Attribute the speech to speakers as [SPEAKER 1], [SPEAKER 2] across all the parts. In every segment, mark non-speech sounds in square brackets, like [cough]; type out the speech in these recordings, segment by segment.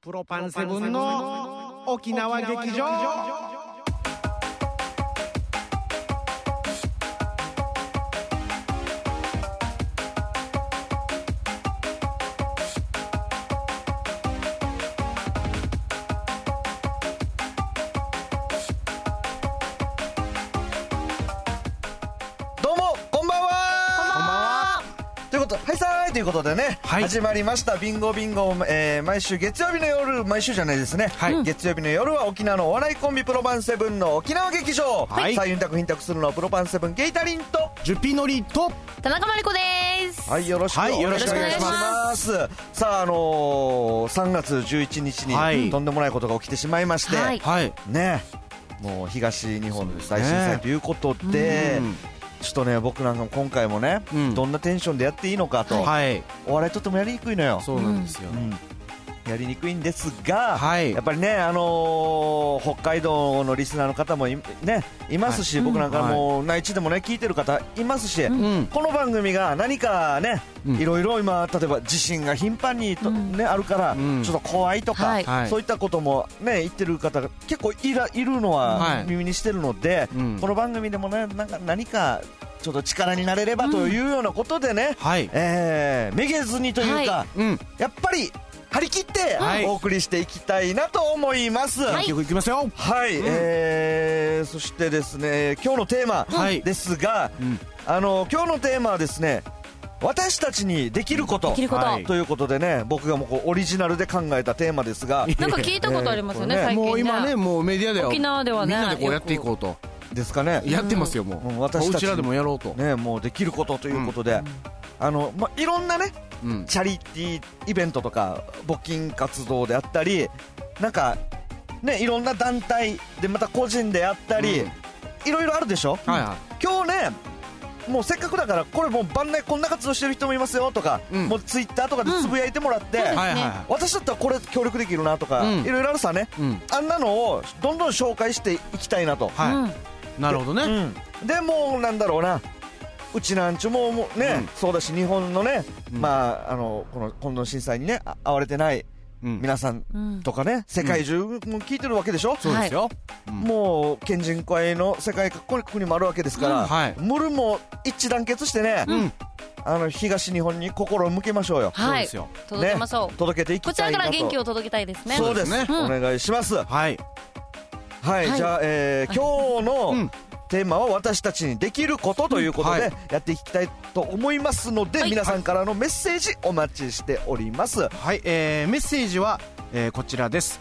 [SPEAKER 1] プロパンセブンの沖縄劇場
[SPEAKER 2] どうもこんばんはということではいさーいということでね、
[SPEAKER 1] はい
[SPEAKER 2] 始まりました「ビンゴビンゴ、えー毎週月曜日の夜毎週じゃないですね、
[SPEAKER 1] はい
[SPEAKER 2] 月曜日の夜は沖縄のお笑いコンビプロパンセブンの沖縄劇場、
[SPEAKER 1] はい
[SPEAKER 2] さあユンタクヒンタクするのはプロパンセブンゲイタリンと
[SPEAKER 1] ジュピノリと
[SPEAKER 3] 田中真理子です。
[SPEAKER 2] はいよろしく,、
[SPEAKER 1] はいよろしくお願いし
[SPEAKER 2] ますさああのー、3月11日に、
[SPEAKER 1] はい
[SPEAKER 2] とんでもないことが起きてしまいまして、
[SPEAKER 3] はい
[SPEAKER 1] はい
[SPEAKER 2] ねもう東日本大震
[SPEAKER 1] そうです
[SPEAKER 2] 災
[SPEAKER 1] ね
[SPEAKER 2] ということで、
[SPEAKER 1] うん
[SPEAKER 2] ちょっとね僕なんかも今回もね、
[SPEAKER 1] うん
[SPEAKER 2] どんなテンションでやっていいのかと、
[SPEAKER 1] はい
[SPEAKER 2] お笑いとってもやりにくいのよ、
[SPEAKER 1] そうなんですよ
[SPEAKER 2] うんやりにくいんですが、
[SPEAKER 1] はい
[SPEAKER 2] やっぱりね、あのー北海道のリスナーの方もい,、ね、いますし、僕なんかもう内地でもね聞いてる方いますし、
[SPEAKER 1] ん
[SPEAKER 2] この番組が何かね、
[SPEAKER 1] うん
[SPEAKER 2] いろいろ今例えば地震が頻繁にと、ね、あるから、
[SPEAKER 1] うん
[SPEAKER 2] ちょっと怖いとか、
[SPEAKER 3] はい
[SPEAKER 1] はい
[SPEAKER 2] そういったことも、ね、言ってる方が結構いらいるの
[SPEAKER 1] は
[SPEAKER 2] はい耳にしてるので、
[SPEAKER 1] うん
[SPEAKER 2] この番組でもねなんか何かちょっと力になれればというようなことでね、
[SPEAKER 1] はい
[SPEAKER 2] えーめげずにというか、
[SPEAKER 3] は
[SPEAKER 1] うん
[SPEAKER 2] やっぱり張り切って
[SPEAKER 1] はい
[SPEAKER 2] お送りしていきたいなと思います。はい、
[SPEAKER 1] 結局いきますよ
[SPEAKER 2] えーそしてですね今日のテーマ
[SPEAKER 1] はい
[SPEAKER 2] ですが、
[SPEAKER 1] うん
[SPEAKER 2] あの今日のテーマはですね私たちにできること
[SPEAKER 3] できること。
[SPEAKER 1] はい
[SPEAKER 2] ということでね僕がもうこうオリジナルで考えたテーマですが
[SPEAKER 3] なんか聞いたことありますよね、
[SPEAKER 2] えー
[SPEAKER 3] 最近ね。
[SPEAKER 1] もう今ねもうメディアでは
[SPEAKER 3] 沖縄ではね
[SPEAKER 1] みんなでこうやっていこうと
[SPEAKER 2] ですかね
[SPEAKER 1] やってますよも
[SPEAKER 2] うん
[SPEAKER 1] う
[SPEAKER 2] 私
[SPEAKER 1] う
[SPEAKER 2] たち
[SPEAKER 1] ちらでもやろうと
[SPEAKER 2] ねもうできることということで、あのまあいろんなね
[SPEAKER 1] うん
[SPEAKER 2] チャリティーイベントとか募金活動であったりなんかねいろんな団体でまた個人であったり、
[SPEAKER 1] うん
[SPEAKER 2] いろいろあるでしょ、
[SPEAKER 1] はいは
[SPEAKER 2] 今日ねもうせっかくだからこれもう番内こんな活動してる人もいますよとか、
[SPEAKER 1] うん
[SPEAKER 2] もうツイッターとかでつぶやいてもらって、
[SPEAKER 3] うん
[SPEAKER 1] い
[SPEAKER 3] ね
[SPEAKER 1] はいは
[SPEAKER 2] 私だったらこれ協力できるなとか、
[SPEAKER 1] うん
[SPEAKER 2] いろいろあるさね
[SPEAKER 1] いうん
[SPEAKER 2] あんなのをどんどん紹介していきたいなと、
[SPEAKER 1] は
[SPEAKER 3] う
[SPEAKER 1] いなるほどね
[SPEAKER 2] うん、でもうなんだろうなうちなんちゅももうね、
[SPEAKER 1] うん
[SPEAKER 2] そうだし日本のね、
[SPEAKER 1] うん
[SPEAKER 2] まああのこの今度の震災にねあ遭われてない
[SPEAKER 1] うん
[SPEAKER 2] 皆さん
[SPEAKER 3] ん。
[SPEAKER 2] とかね世界中も聞いてるわけでしょ、
[SPEAKER 1] そうですようん
[SPEAKER 2] もう県人会の世界各国に国もあるわけですから、
[SPEAKER 1] うんはい
[SPEAKER 2] ムルも一致団結してね、
[SPEAKER 1] うん
[SPEAKER 2] あの東日本に心を向けましょうよ、
[SPEAKER 1] そう
[SPEAKER 3] は
[SPEAKER 1] で
[SPEAKER 3] い。
[SPEAKER 1] すよ
[SPEAKER 3] 届けましょう、
[SPEAKER 2] 届けてい
[SPEAKER 3] こ
[SPEAKER 2] き
[SPEAKER 3] ち
[SPEAKER 2] た
[SPEAKER 3] ら
[SPEAKER 2] い
[SPEAKER 3] か
[SPEAKER 2] なと
[SPEAKER 3] ら元気を届けたいですね。
[SPEAKER 2] そうですね、
[SPEAKER 3] うん
[SPEAKER 2] お願いしますは
[SPEAKER 1] はい
[SPEAKER 2] い、
[SPEAKER 3] はい
[SPEAKER 2] じゃあ、えー今
[SPEAKER 1] う
[SPEAKER 2] 日
[SPEAKER 1] ん
[SPEAKER 2] のテーマは私たちにできることということ
[SPEAKER 1] は
[SPEAKER 2] で
[SPEAKER 1] い
[SPEAKER 2] やっていきたいと思いますので、
[SPEAKER 3] はい
[SPEAKER 2] 皆さんからのメッセージお待ちしております、
[SPEAKER 1] はい、えーメッセージは、えーこちらです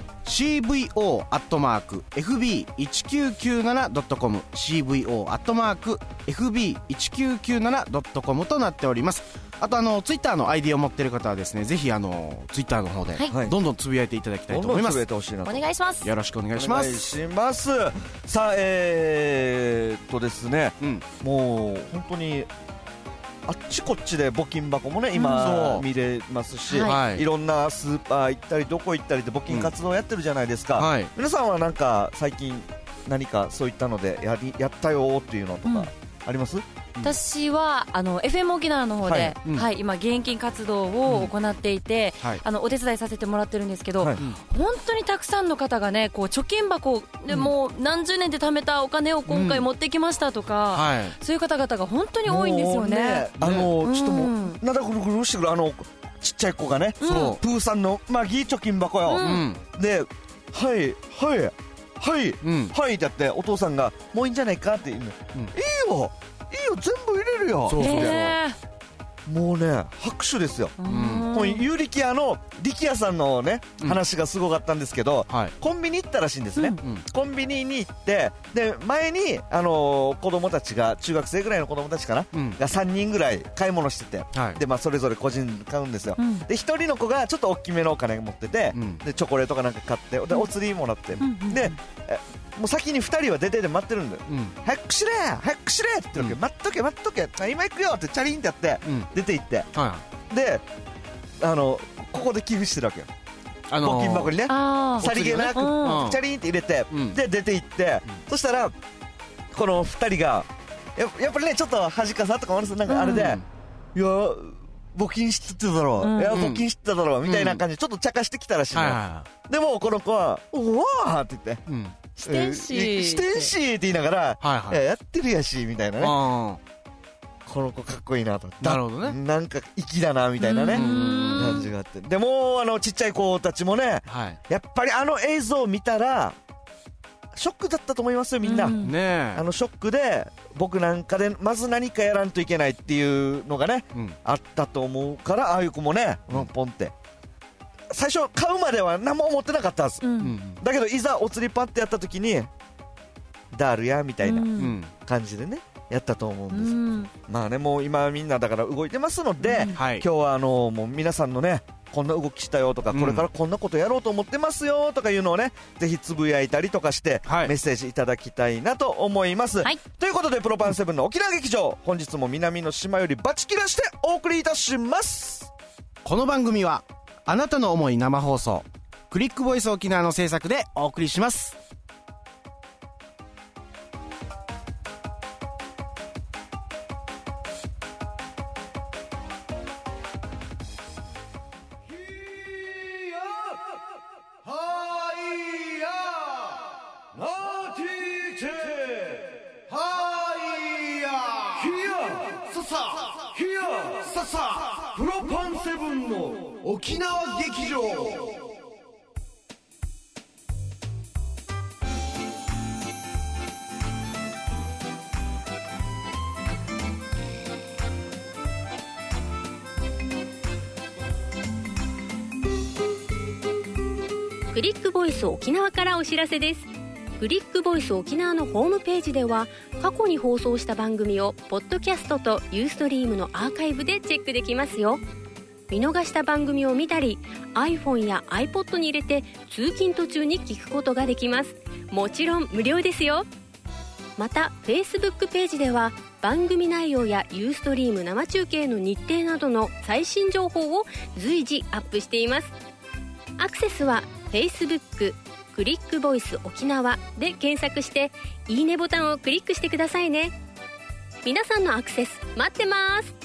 [SPEAKER 1] CVO@FB1997.com CVO@FB1997.com となっておりますあとあのツイッターの ID を持ってる方はですねぜひあのツイッターの方で
[SPEAKER 3] はい
[SPEAKER 2] はい
[SPEAKER 1] どんどんつぶやいていただきたい
[SPEAKER 2] どん
[SPEAKER 1] と
[SPEAKER 2] ど
[SPEAKER 1] 思い
[SPEAKER 2] ん
[SPEAKER 1] ま
[SPEAKER 2] つ
[SPEAKER 1] す、
[SPEAKER 2] ぶやいてほしいなと
[SPEAKER 3] お願いします。
[SPEAKER 1] よろしくお願いし
[SPEAKER 2] お
[SPEAKER 1] ま
[SPEAKER 2] 願い
[SPEAKER 1] す
[SPEAKER 2] しますさあえー、っとですね
[SPEAKER 1] うん
[SPEAKER 2] もう本当にあっちこっちで募金箱もね
[SPEAKER 1] うん
[SPEAKER 2] 今
[SPEAKER 1] そう
[SPEAKER 2] 見れますし、、
[SPEAKER 1] はいい
[SPEAKER 2] ろんなスーパー行ったりどこ行ったりで募金活動やってるじゃないですか、
[SPEAKER 1] はい
[SPEAKER 2] 皆さんはなんか最近何かそういったのでやりやったよーっていうのと
[SPEAKER 3] うん
[SPEAKER 2] かあります、
[SPEAKER 3] 私はあの FM 沖縄の方で、
[SPEAKER 2] は
[SPEAKER 3] はい
[SPEAKER 1] う
[SPEAKER 3] い
[SPEAKER 1] ん
[SPEAKER 3] 今現金活動を行っていて、
[SPEAKER 1] はい
[SPEAKER 3] あのお手伝いさせてもらってるんですけど、
[SPEAKER 2] はい
[SPEAKER 3] 本当にたくさんの方がねこう貯金箱で、
[SPEAKER 1] うん
[SPEAKER 3] もう何十年で貯めたお金を今回持ってきましたとか、
[SPEAKER 1] はい
[SPEAKER 3] そういう方々が本当に多いんですよね。
[SPEAKER 2] もうあの
[SPEAKER 3] ね
[SPEAKER 2] ちょっともう、
[SPEAKER 3] うん
[SPEAKER 2] なんだぐるぐるしてくるあのちっちゃい子がね、
[SPEAKER 3] うん
[SPEAKER 2] そうプーさんのマギー貯金箱
[SPEAKER 3] う
[SPEAKER 1] う
[SPEAKER 2] よ、
[SPEAKER 1] ん
[SPEAKER 2] で「はいはいはい」
[SPEAKER 1] うん
[SPEAKER 2] はいってやってお父さんが「もういいんじゃないか?」って言うの、
[SPEAKER 1] うん
[SPEAKER 2] いいよいいよ全部入れるよ
[SPEAKER 1] そうそうそう
[SPEAKER 3] ね
[SPEAKER 2] もうね拍手ですよ、
[SPEAKER 3] え
[SPEAKER 1] ん
[SPEAKER 2] もう有力屋の力屋さんのね
[SPEAKER 1] うん
[SPEAKER 2] 話がすごかったんですけど、
[SPEAKER 1] はい
[SPEAKER 2] コンビニ行ったらしいんですね、
[SPEAKER 3] うん
[SPEAKER 1] うん
[SPEAKER 2] コンビニに行ってで前に、あのー子供たちが中学生ぐらいの子供たちかな、
[SPEAKER 1] うん
[SPEAKER 2] が3人ぐらい買い物してて、
[SPEAKER 1] はい
[SPEAKER 2] でまあ、それぞれ個人買うんですよ、
[SPEAKER 3] うん
[SPEAKER 2] で1人の子がちょっと大きめのお金持ってて、
[SPEAKER 1] うん
[SPEAKER 2] でチョコレートかなんか買ってでお釣りもらって、
[SPEAKER 3] んうん
[SPEAKER 2] でえもう先に2人は出てて待ってるんだよ
[SPEAKER 1] うん
[SPEAKER 2] 早くしれ早くしれって言ってるわけ、
[SPEAKER 1] うん
[SPEAKER 2] 待っとけ待っとけあ今行くよってチャリンってやって
[SPEAKER 1] うん
[SPEAKER 2] 出て行って
[SPEAKER 1] は
[SPEAKER 2] であのここで寄付してるわけよ
[SPEAKER 1] いあ
[SPEAKER 2] 募金箱にね
[SPEAKER 3] あー
[SPEAKER 2] さりげなく、
[SPEAKER 3] うん
[SPEAKER 2] チャリンって入れて、
[SPEAKER 1] うん
[SPEAKER 2] で出て行って、
[SPEAKER 1] う
[SPEAKER 2] そしたらこの2人がややっぱりねちょっと恥かさとかもあるんですよなんかあれで、
[SPEAKER 1] うん
[SPEAKER 2] いや募金してただろう、
[SPEAKER 3] うん
[SPEAKER 2] いや募金してただろうみたいな感じでちょっと茶化してきたらしいの、
[SPEAKER 1] はいは
[SPEAKER 2] でもこの子は「おわ!」って言って
[SPEAKER 1] い。うん。
[SPEAKER 2] 「
[SPEAKER 3] してんし
[SPEAKER 2] えーしてんし」って言いながら「
[SPEAKER 1] はいは
[SPEAKER 2] いや
[SPEAKER 1] い。
[SPEAKER 2] やってるやし」みたいなね
[SPEAKER 1] あ
[SPEAKER 2] この子かっこいいなと
[SPEAKER 1] なるほどね
[SPEAKER 2] なんか粋だなみたいな
[SPEAKER 3] う
[SPEAKER 2] ね
[SPEAKER 3] ん
[SPEAKER 2] 感じがあってでもうあのちっちゃい子たちもね
[SPEAKER 1] あ。はい。
[SPEAKER 2] やっぱりあの映像を見たらショックだったと思いますよみんな、
[SPEAKER 3] うん
[SPEAKER 1] ねえ。
[SPEAKER 2] あのショックで僕なんかでまず何かやらんといけないっていうのがね
[SPEAKER 1] うん。
[SPEAKER 2] あったと思うからああいう子もね、
[SPEAKER 1] うん
[SPEAKER 2] うん、ポンって最初買うまでは何も思ってなかったはず、
[SPEAKER 3] う
[SPEAKER 1] うんん。
[SPEAKER 2] だけどいざお釣りパッてやった時にダールやみたいな
[SPEAKER 3] う
[SPEAKER 1] うんん。
[SPEAKER 2] 感じでねやったと思うん
[SPEAKER 3] う
[SPEAKER 2] です、
[SPEAKER 3] ん
[SPEAKER 2] まあねもう今みんなだから動いてますので、
[SPEAKER 3] うん
[SPEAKER 1] はい。
[SPEAKER 2] 今日はあのもう皆さんのねこんな動きしたよとか、
[SPEAKER 1] うん
[SPEAKER 2] これからこんなことやろうと思ってますよとかいうのをねぜひつぶやいたりとかして、
[SPEAKER 1] はい
[SPEAKER 2] メッセージいただきたいなと思います、
[SPEAKER 3] はい
[SPEAKER 2] ということでプロパンセブンの沖縄劇場本日も南の島よりバチキラしてお送りいたします
[SPEAKER 1] この番組はあなたの思い生放送クリックボイス沖縄の制作でお送りします
[SPEAKER 4] プロパンセブンの沖縄劇場
[SPEAKER 5] クリックボイス沖縄からお知らせですクリックボイス沖縄のホームページでは過去に放送した番組をポッドキャストとユーストリームのアーカイブでチェックできますよ見逃した番組を見たり iPhone や iPod に入れて通勤途中に聞くことができますもちろん無料ですよまた Facebook ページでは番組内容やユーストリーム生中継の日程などの最新情報を随時アップしていますアクセスは Facebook クリックボイス沖縄で検索していいねボタンをクリックしてくださいね皆さんのアクセス待ってます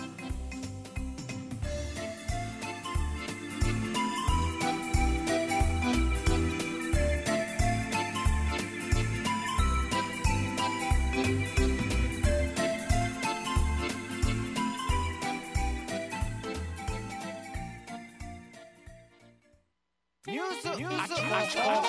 [SPEAKER 1] ニュース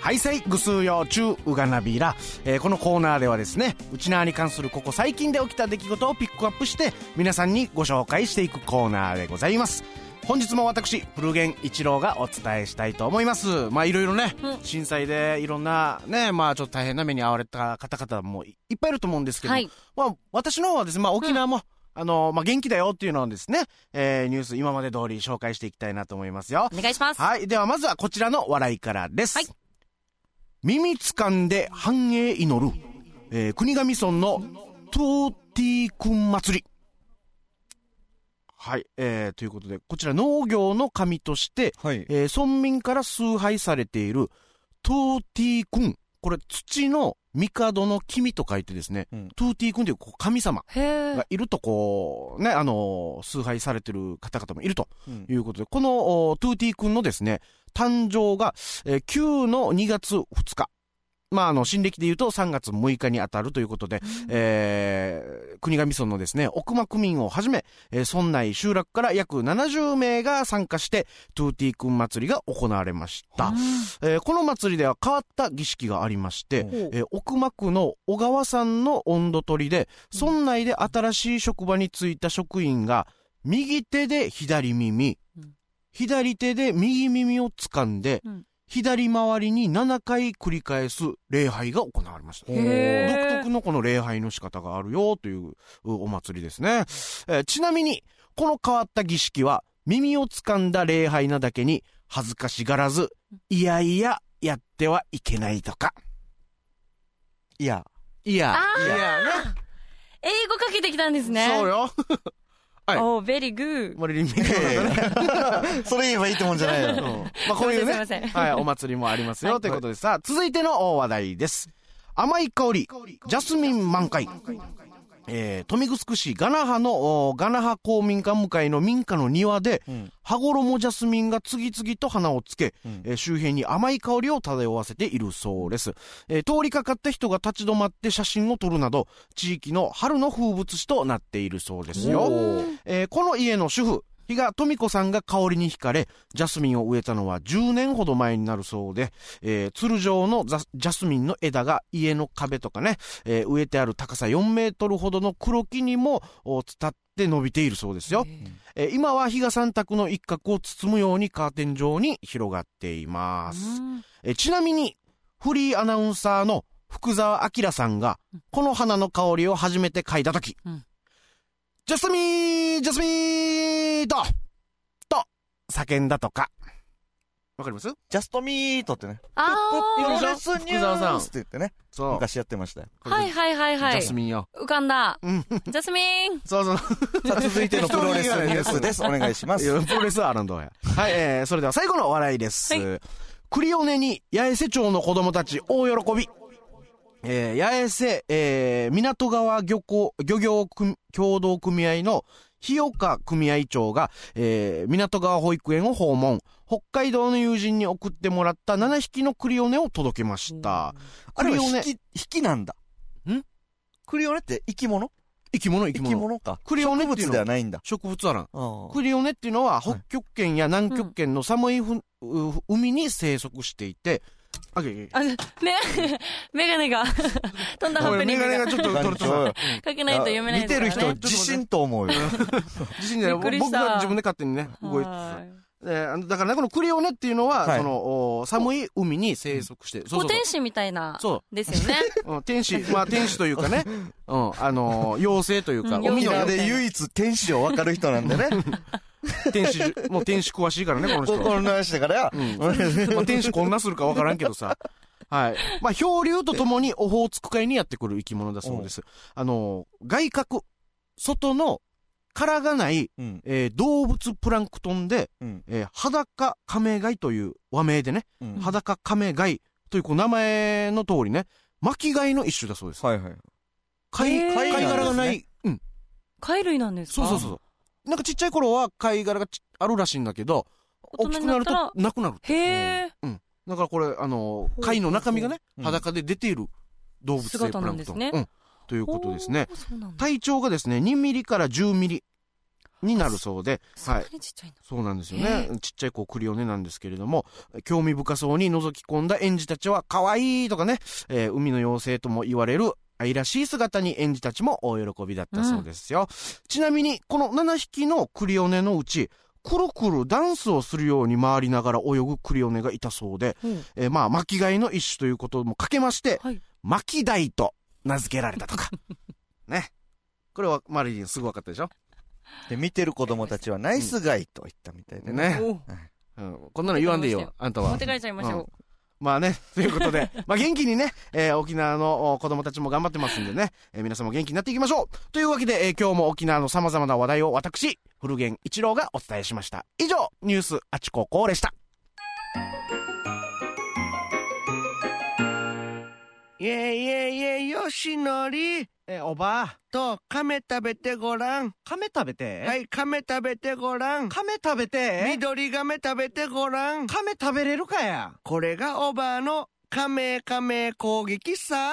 [SPEAKER 1] はいさいぐすうようちゅううがなびら、えーこのコーナーではですねうちなーに関するここ最近で起きた出来事をピックアップして皆さんにご紹介していくコーナーでございます本日も私古源一郎がお伝えしたいと思いますまあいろいろね、
[SPEAKER 3] うん
[SPEAKER 1] 震災でいろんなねまあちょっと大変な目に遭われた方々もいいっぱいいると思うんですけど、
[SPEAKER 3] はい
[SPEAKER 1] まあ、私の方はですね、まあ、沖縄も、あの、まあ、元気だよっていうのをですね、えーニュース今まで通り紹介していきたいなと思いますよ。
[SPEAKER 3] お願いします
[SPEAKER 1] はい。では、まずはこちらの笑いからです。
[SPEAKER 3] はい
[SPEAKER 1] 耳掴んで繁栄祈る、えー国頭村のトーティーくん祭り。はい。えーということで、こちら農業の神として、
[SPEAKER 2] はい
[SPEAKER 1] えー村民から崇拝されているトーティークンこれ土の帝の君と書いてですね、
[SPEAKER 2] うん
[SPEAKER 1] トゥーティー君というこう神様
[SPEAKER 3] へえ
[SPEAKER 1] がいるとこうね、あのー崇拝されてる方々もいると
[SPEAKER 2] うん
[SPEAKER 1] いうことで、このおトゥーティー君のですね誕生が、えー9の2月2日まああの新暦で言うと3月6日にあたるということで、えー国頭村のですね奥間区民をはじめ、えー村内集落から約70名が参加してトゥーティー君祭りが行われました、えーこの祭りでは変わった儀式がありまして、えー奥間区の小川さんの温度取りで村内で新しい職場に就いた職員が右手で左耳、
[SPEAKER 3] うん
[SPEAKER 1] 左手で右耳を掴んで、
[SPEAKER 3] うん
[SPEAKER 1] 左回りに7回繰り返す礼拝が行われました。
[SPEAKER 3] へー
[SPEAKER 1] 独特のこの礼拝の仕方があるよといううお祭りですね、えーちなみにこの変わった儀式は耳を掴んだ礼拝なだけに恥ずかしがらずいやいややってはいけないとか
[SPEAKER 2] いや
[SPEAKER 1] いや
[SPEAKER 3] あー
[SPEAKER 1] いや
[SPEAKER 3] 英語かけてきたんですね
[SPEAKER 1] そうよはい
[SPEAKER 3] おベリーグ
[SPEAKER 1] マリリン・メイコだね
[SPEAKER 2] それ言えばいいってもんじゃないよ
[SPEAKER 1] まあこういう
[SPEAKER 3] すいません
[SPEAKER 1] ね
[SPEAKER 3] すいません
[SPEAKER 1] はいお祭りもありますよということでさあ続いてのお話題です甘い香り、ジャスミン満開。えー、富城市ガナハのおガナハ公民館向かいの民家の庭で、
[SPEAKER 2] うん
[SPEAKER 1] 羽衣ジャスミンが次々と花をつけ、えー周辺に甘い香りを漂わせているそうです、えー通りかかった人が立ち止まって写真を撮るなど地域の春の風物詩となっているそうですよ、えーこの家の主婦比嘉富子さんが香りに惹かれ、ジャスミンを植えたのは10年ほど前になるそうで、えー、つる状のザジャスミンの枝が家の壁とかね、えー植えてある高さ4メートルほどの黒木にもお伝って伸びているそうですよ。えー今は比嘉さん宅の一角を包むようにカーテン状に広がっています。えーちなみに、フリーアナウンサーの福沢明さんが、この花の香りを初めて嗅いだとき、
[SPEAKER 3] うん
[SPEAKER 1] ジャスミーンジャスミーンと、と、叫んだとか。わかります
[SPEAKER 2] ジャストミートってね。
[SPEAKER 3] あ
[SPEAKER 2] プロ
[SPEAKER 3] あ
[SPEAKER 2] レスニュ
[SPEAKER 1] 福沢さん
[SPEAKER 2] ースって言ってね。
[SPEAKER 1] そう。
[SPEAKER 2] 昔やってました
[SPEAKER 1] [laughs]
[SPEAKER 2] よ。
[SPEAKER 1] これ
[SPEAKER 3] はいはいはいは
[SPEAKER 1] ジ
[SPEAKER 3] い
[SPEAKER 1] ャスミンよ。
[SPEAKER 3] 浮かんだ
[SPEAKER 1] うん。
[SPEAKER 3] ジャスミン
[SPEAKER 1] そうそう。
[SPEAKER 2] さあ、続いてのプロレスニュースです。お願いしま
[SPEAKER 1] い
[SPEAKER 2] す。
[SPEAKER 1] やプロレスはあるんだや。 [laughs] はい、えー、それでは最後のお笑いです。
[SPEAKER 3] は
[SPEAKER 1] クリオネに八重瀬町の子供たち大喜び。えー、八重瀬、えー、港川漁港、漁業組協同組合の日岡組合長が、えー、港川保育園を訪問。北海道の友人に送ってもらった7匹のクリオネを届けました。
[SPEAKER 2] あ
[SPEAKER 1] ク
[SPEAKER 2] れ
[SPEAKER 1] リ
[SPEAKER 2] は
[SPEAKER 1] オ
[SPEAKER 2] 引
[SPEAKER 1] ネ、
[SPEAKER 2] き、引きなんだ。
[SPEAKER 1] ん
[SPEAKER 2] クリオネって生き物
[SPEAKER 1] 生き物生
[SPEAKER 2] 生
[SPEAKER 1] き
[SPEAKER 2] き
[SPEAKER 1] 物。
[SPEAKER 2] 物か。
[SPEAKER 1] クリオネっていう
[SPEAKER 2] 物で
[SPEAKER 1] の
[SPEAKER 2] は
[SPEAKER 1] は
[SPEAKER 2] ないんだ。
[SPEAKER 1] 植物あらん。
[SPEAKER 2] あ
[SPEAKER 1] クリオネっていうのは北極圏や南
[SPEAKER 3] う
[SPEAKER 1] 極
[SPEAKER 3] ん
[SPEAKER 1] 圏の寒いふ、う海に生息していて、あげげ。
[SPEAKER 3] あめメガネが飛んだハ
[SPEAKER 1] こ
[SPEAKER 3] プ
[SPEAKER 1] れ
[SPEAKER 3] ニ
[SPEAKER 1] メ
[SPEAKER 3] ング
[SPEAKER 1] ガネ
[SPEAKER 3] が
[SPEAKER 1] が
[SPEAKER 2] [laughs]
[SPEAKER 1] ちょっと取れてた。
[SPEAKER 3] かけないと読めない
[SPEAKER 2] 見てる
[SPEAKER 3] ですか
[SPEAKER 2] 人
[SPEAKER 3] ら
[SPEAKER 2] は
[SPEAKER 3] ね
[SPEAKER 2] 自信と [laughs] 思うよ。
[SPEAKER 1] 自信じゃない
[SPEAKER 3] びっくりし
[SPEAKER 1] 僕
[SPEAKER 3] た
[SPEAKER 1] が自分で勝手にね、動いて
[SPEAKER 3] は
[SPEAKER 1] た。
[SPEAKER 3] い
[SPEAKER 1] えーあのだからね、このクリオネっていうのは、
[SPEAKER 2] はい
[SPEAKER 1] その、お寒い海に生息して、そうそう
[SPEAKER 3] 古
[SPEAKER 1] そう
[SPEAKER 3] 天使みたいな
[SPEAKER 1] そ
[SPEAKER 3] ですよね
[SPEAKER 1] う、うん天使、まあ天使というかね、うん、あのー妖精というか、
[SPEAKER 3] うん
[SPEAKER 1] 海
[SPEAKER 2] 沖
[SPEAKER 1] の
[SPEAKER 2] 縄 [laughs] で唯一天使を分かる人 [laughs] なんでね。
[SPEAKER 1] 天使、もう天使詳しいからね、この [laughs] 人。
[SPEAKER 2] 心の話だから、
[SPEAKER 1] まあ、天使こんなするかわからんけどさ。はい。まあ、漂流とともにオホーツク海にやってくる生き物だそうです。あの、外角、外の殻がない、
[SPEAKER 2] うん
[SPEAKER 1] えー動物プランクトンで、
[SPEAKER 2] うん
[SPEAKER 1] えー裸カメガイという和名でね、
[SPEAKER 2] うん
[SPEAKER 1] 裸カメガイというこう名前の通りね、巻き貝の一種だそうです。
[SPEAKER 2] はいはい。
[SPEAKER 1] 貝、
[SPEAKER 3] へー
[SPEAKER 1] 貝殻がない、うん、
[SPEAKER 3] 貝類なんです
[SPEAKER 1] そ
[SPEAKER 3] か
[SPEAKER 1] うそうそうそう。なんかちっちゃい頃は貝殻がちあるらしいんだけど、
[SPEAKER 3] 大
[SPEAKER 1] 大
[SPEAKER 3] 人
[SPEAKER 1] きく
[SPEAKER 3] にな
[SPEAKER 1] な
[SPEAKER 3] っ
[SPEAKER 1] る
[SPEAKER 3] たら
[SPEAKER 1] となくなる。
[SPEAKER 3] へえ
[SPEAKER 1] だからこれ、あの
[SPEAKER 3] ほう、
[SPEAKER 1] 貝の中身がね
[SPEAKER 2] ほ、う
[SPEAKER 1] 裸で出ている動物性プ
[SPEAKER 3] 姿
[SPEAKER 1] ラ
[SPEAKER 3] な
[SPEAKER 1] ン
[SPEAKER 3] ん
[SPEAKER 1] ク
[SPEAKER 3] で
[SPEAKER 1] ト
[SPEAKER 3] す
[SPEAKER 1] ン。
[SPEAKER 3] ね
[SPEAKER 1] うん。ということですね。
[SPEAKER 3] そうなんだ
[SPEAKER 1] 体長がですね、2ミリから10ミリになるそうで、
[SPEAKER 3] そん
[SPEAKER 1] は。
[SPEAKER 3] ないにちっちゃいんだ
[SPEAKER 1] そうなんですよね。ちっちゃい子クリオネなんですけれども、興味深そうに覗き込んだ園児たちは、可愛いとかね、えー海の妖精とも言われる愛らしい姿に園児たちも大喜びだったそうですよ。ちなみに、この7匹のクリオネのうち、くるくるダンスをするように回りながら泳ぐクリオネがいたそうで、
[SPEAKER 3] うん
[SPEAKER 1] えーまあ、巻き貝の一種ということもかけまして、
[SPEAKER 3] はい
[SPEAKER 1] 巻き貝と名付けられたと [laughs] か。ね。これはマリリンすぐ分かったでしょ
[SPEAKER 2] で、見てる子供たちはナイスガイと言ったみたいでね。
[SPEAKER 1] ね、
[SPEAKER 3] お
[SPEAKER 1] うん。こんなの言わんでいい
[SPEAKER 3] わか
[SPEAKER 1] よ、あんた
[SPEAKER 3] 持
[SPEAKER 1] は
[SPEAKER 3] っ。て帰っちゃいましょう
[SPEAKER 1] まあね、ということ [laughs] で、まあ元気にね、えー沖縄のお子供たちも頑張ってますんでね、えー皆さんも元気になっていきましょうというわけで、えー今日も沖縄の様々な話題を私、古源一郎がお伝えしました。以上、ニュースあちここでした。
[SPEAKER 4] いえいえいえよしのり
[SPEAKER 1] えおばあ、
[SPEAKER 4] と亀食べてごらん
[SPEAKER 1] 亀食べて
[SPEAKER 4] はい亀食べてごらん
[SPEAKER 1] 亀食べて
[SPEAKER 4] 緑亀食べてごらん
[SPEAKER 1] 亀食べれるかや
[SPEAKER 4] これがおばあの亀亀攻撃さ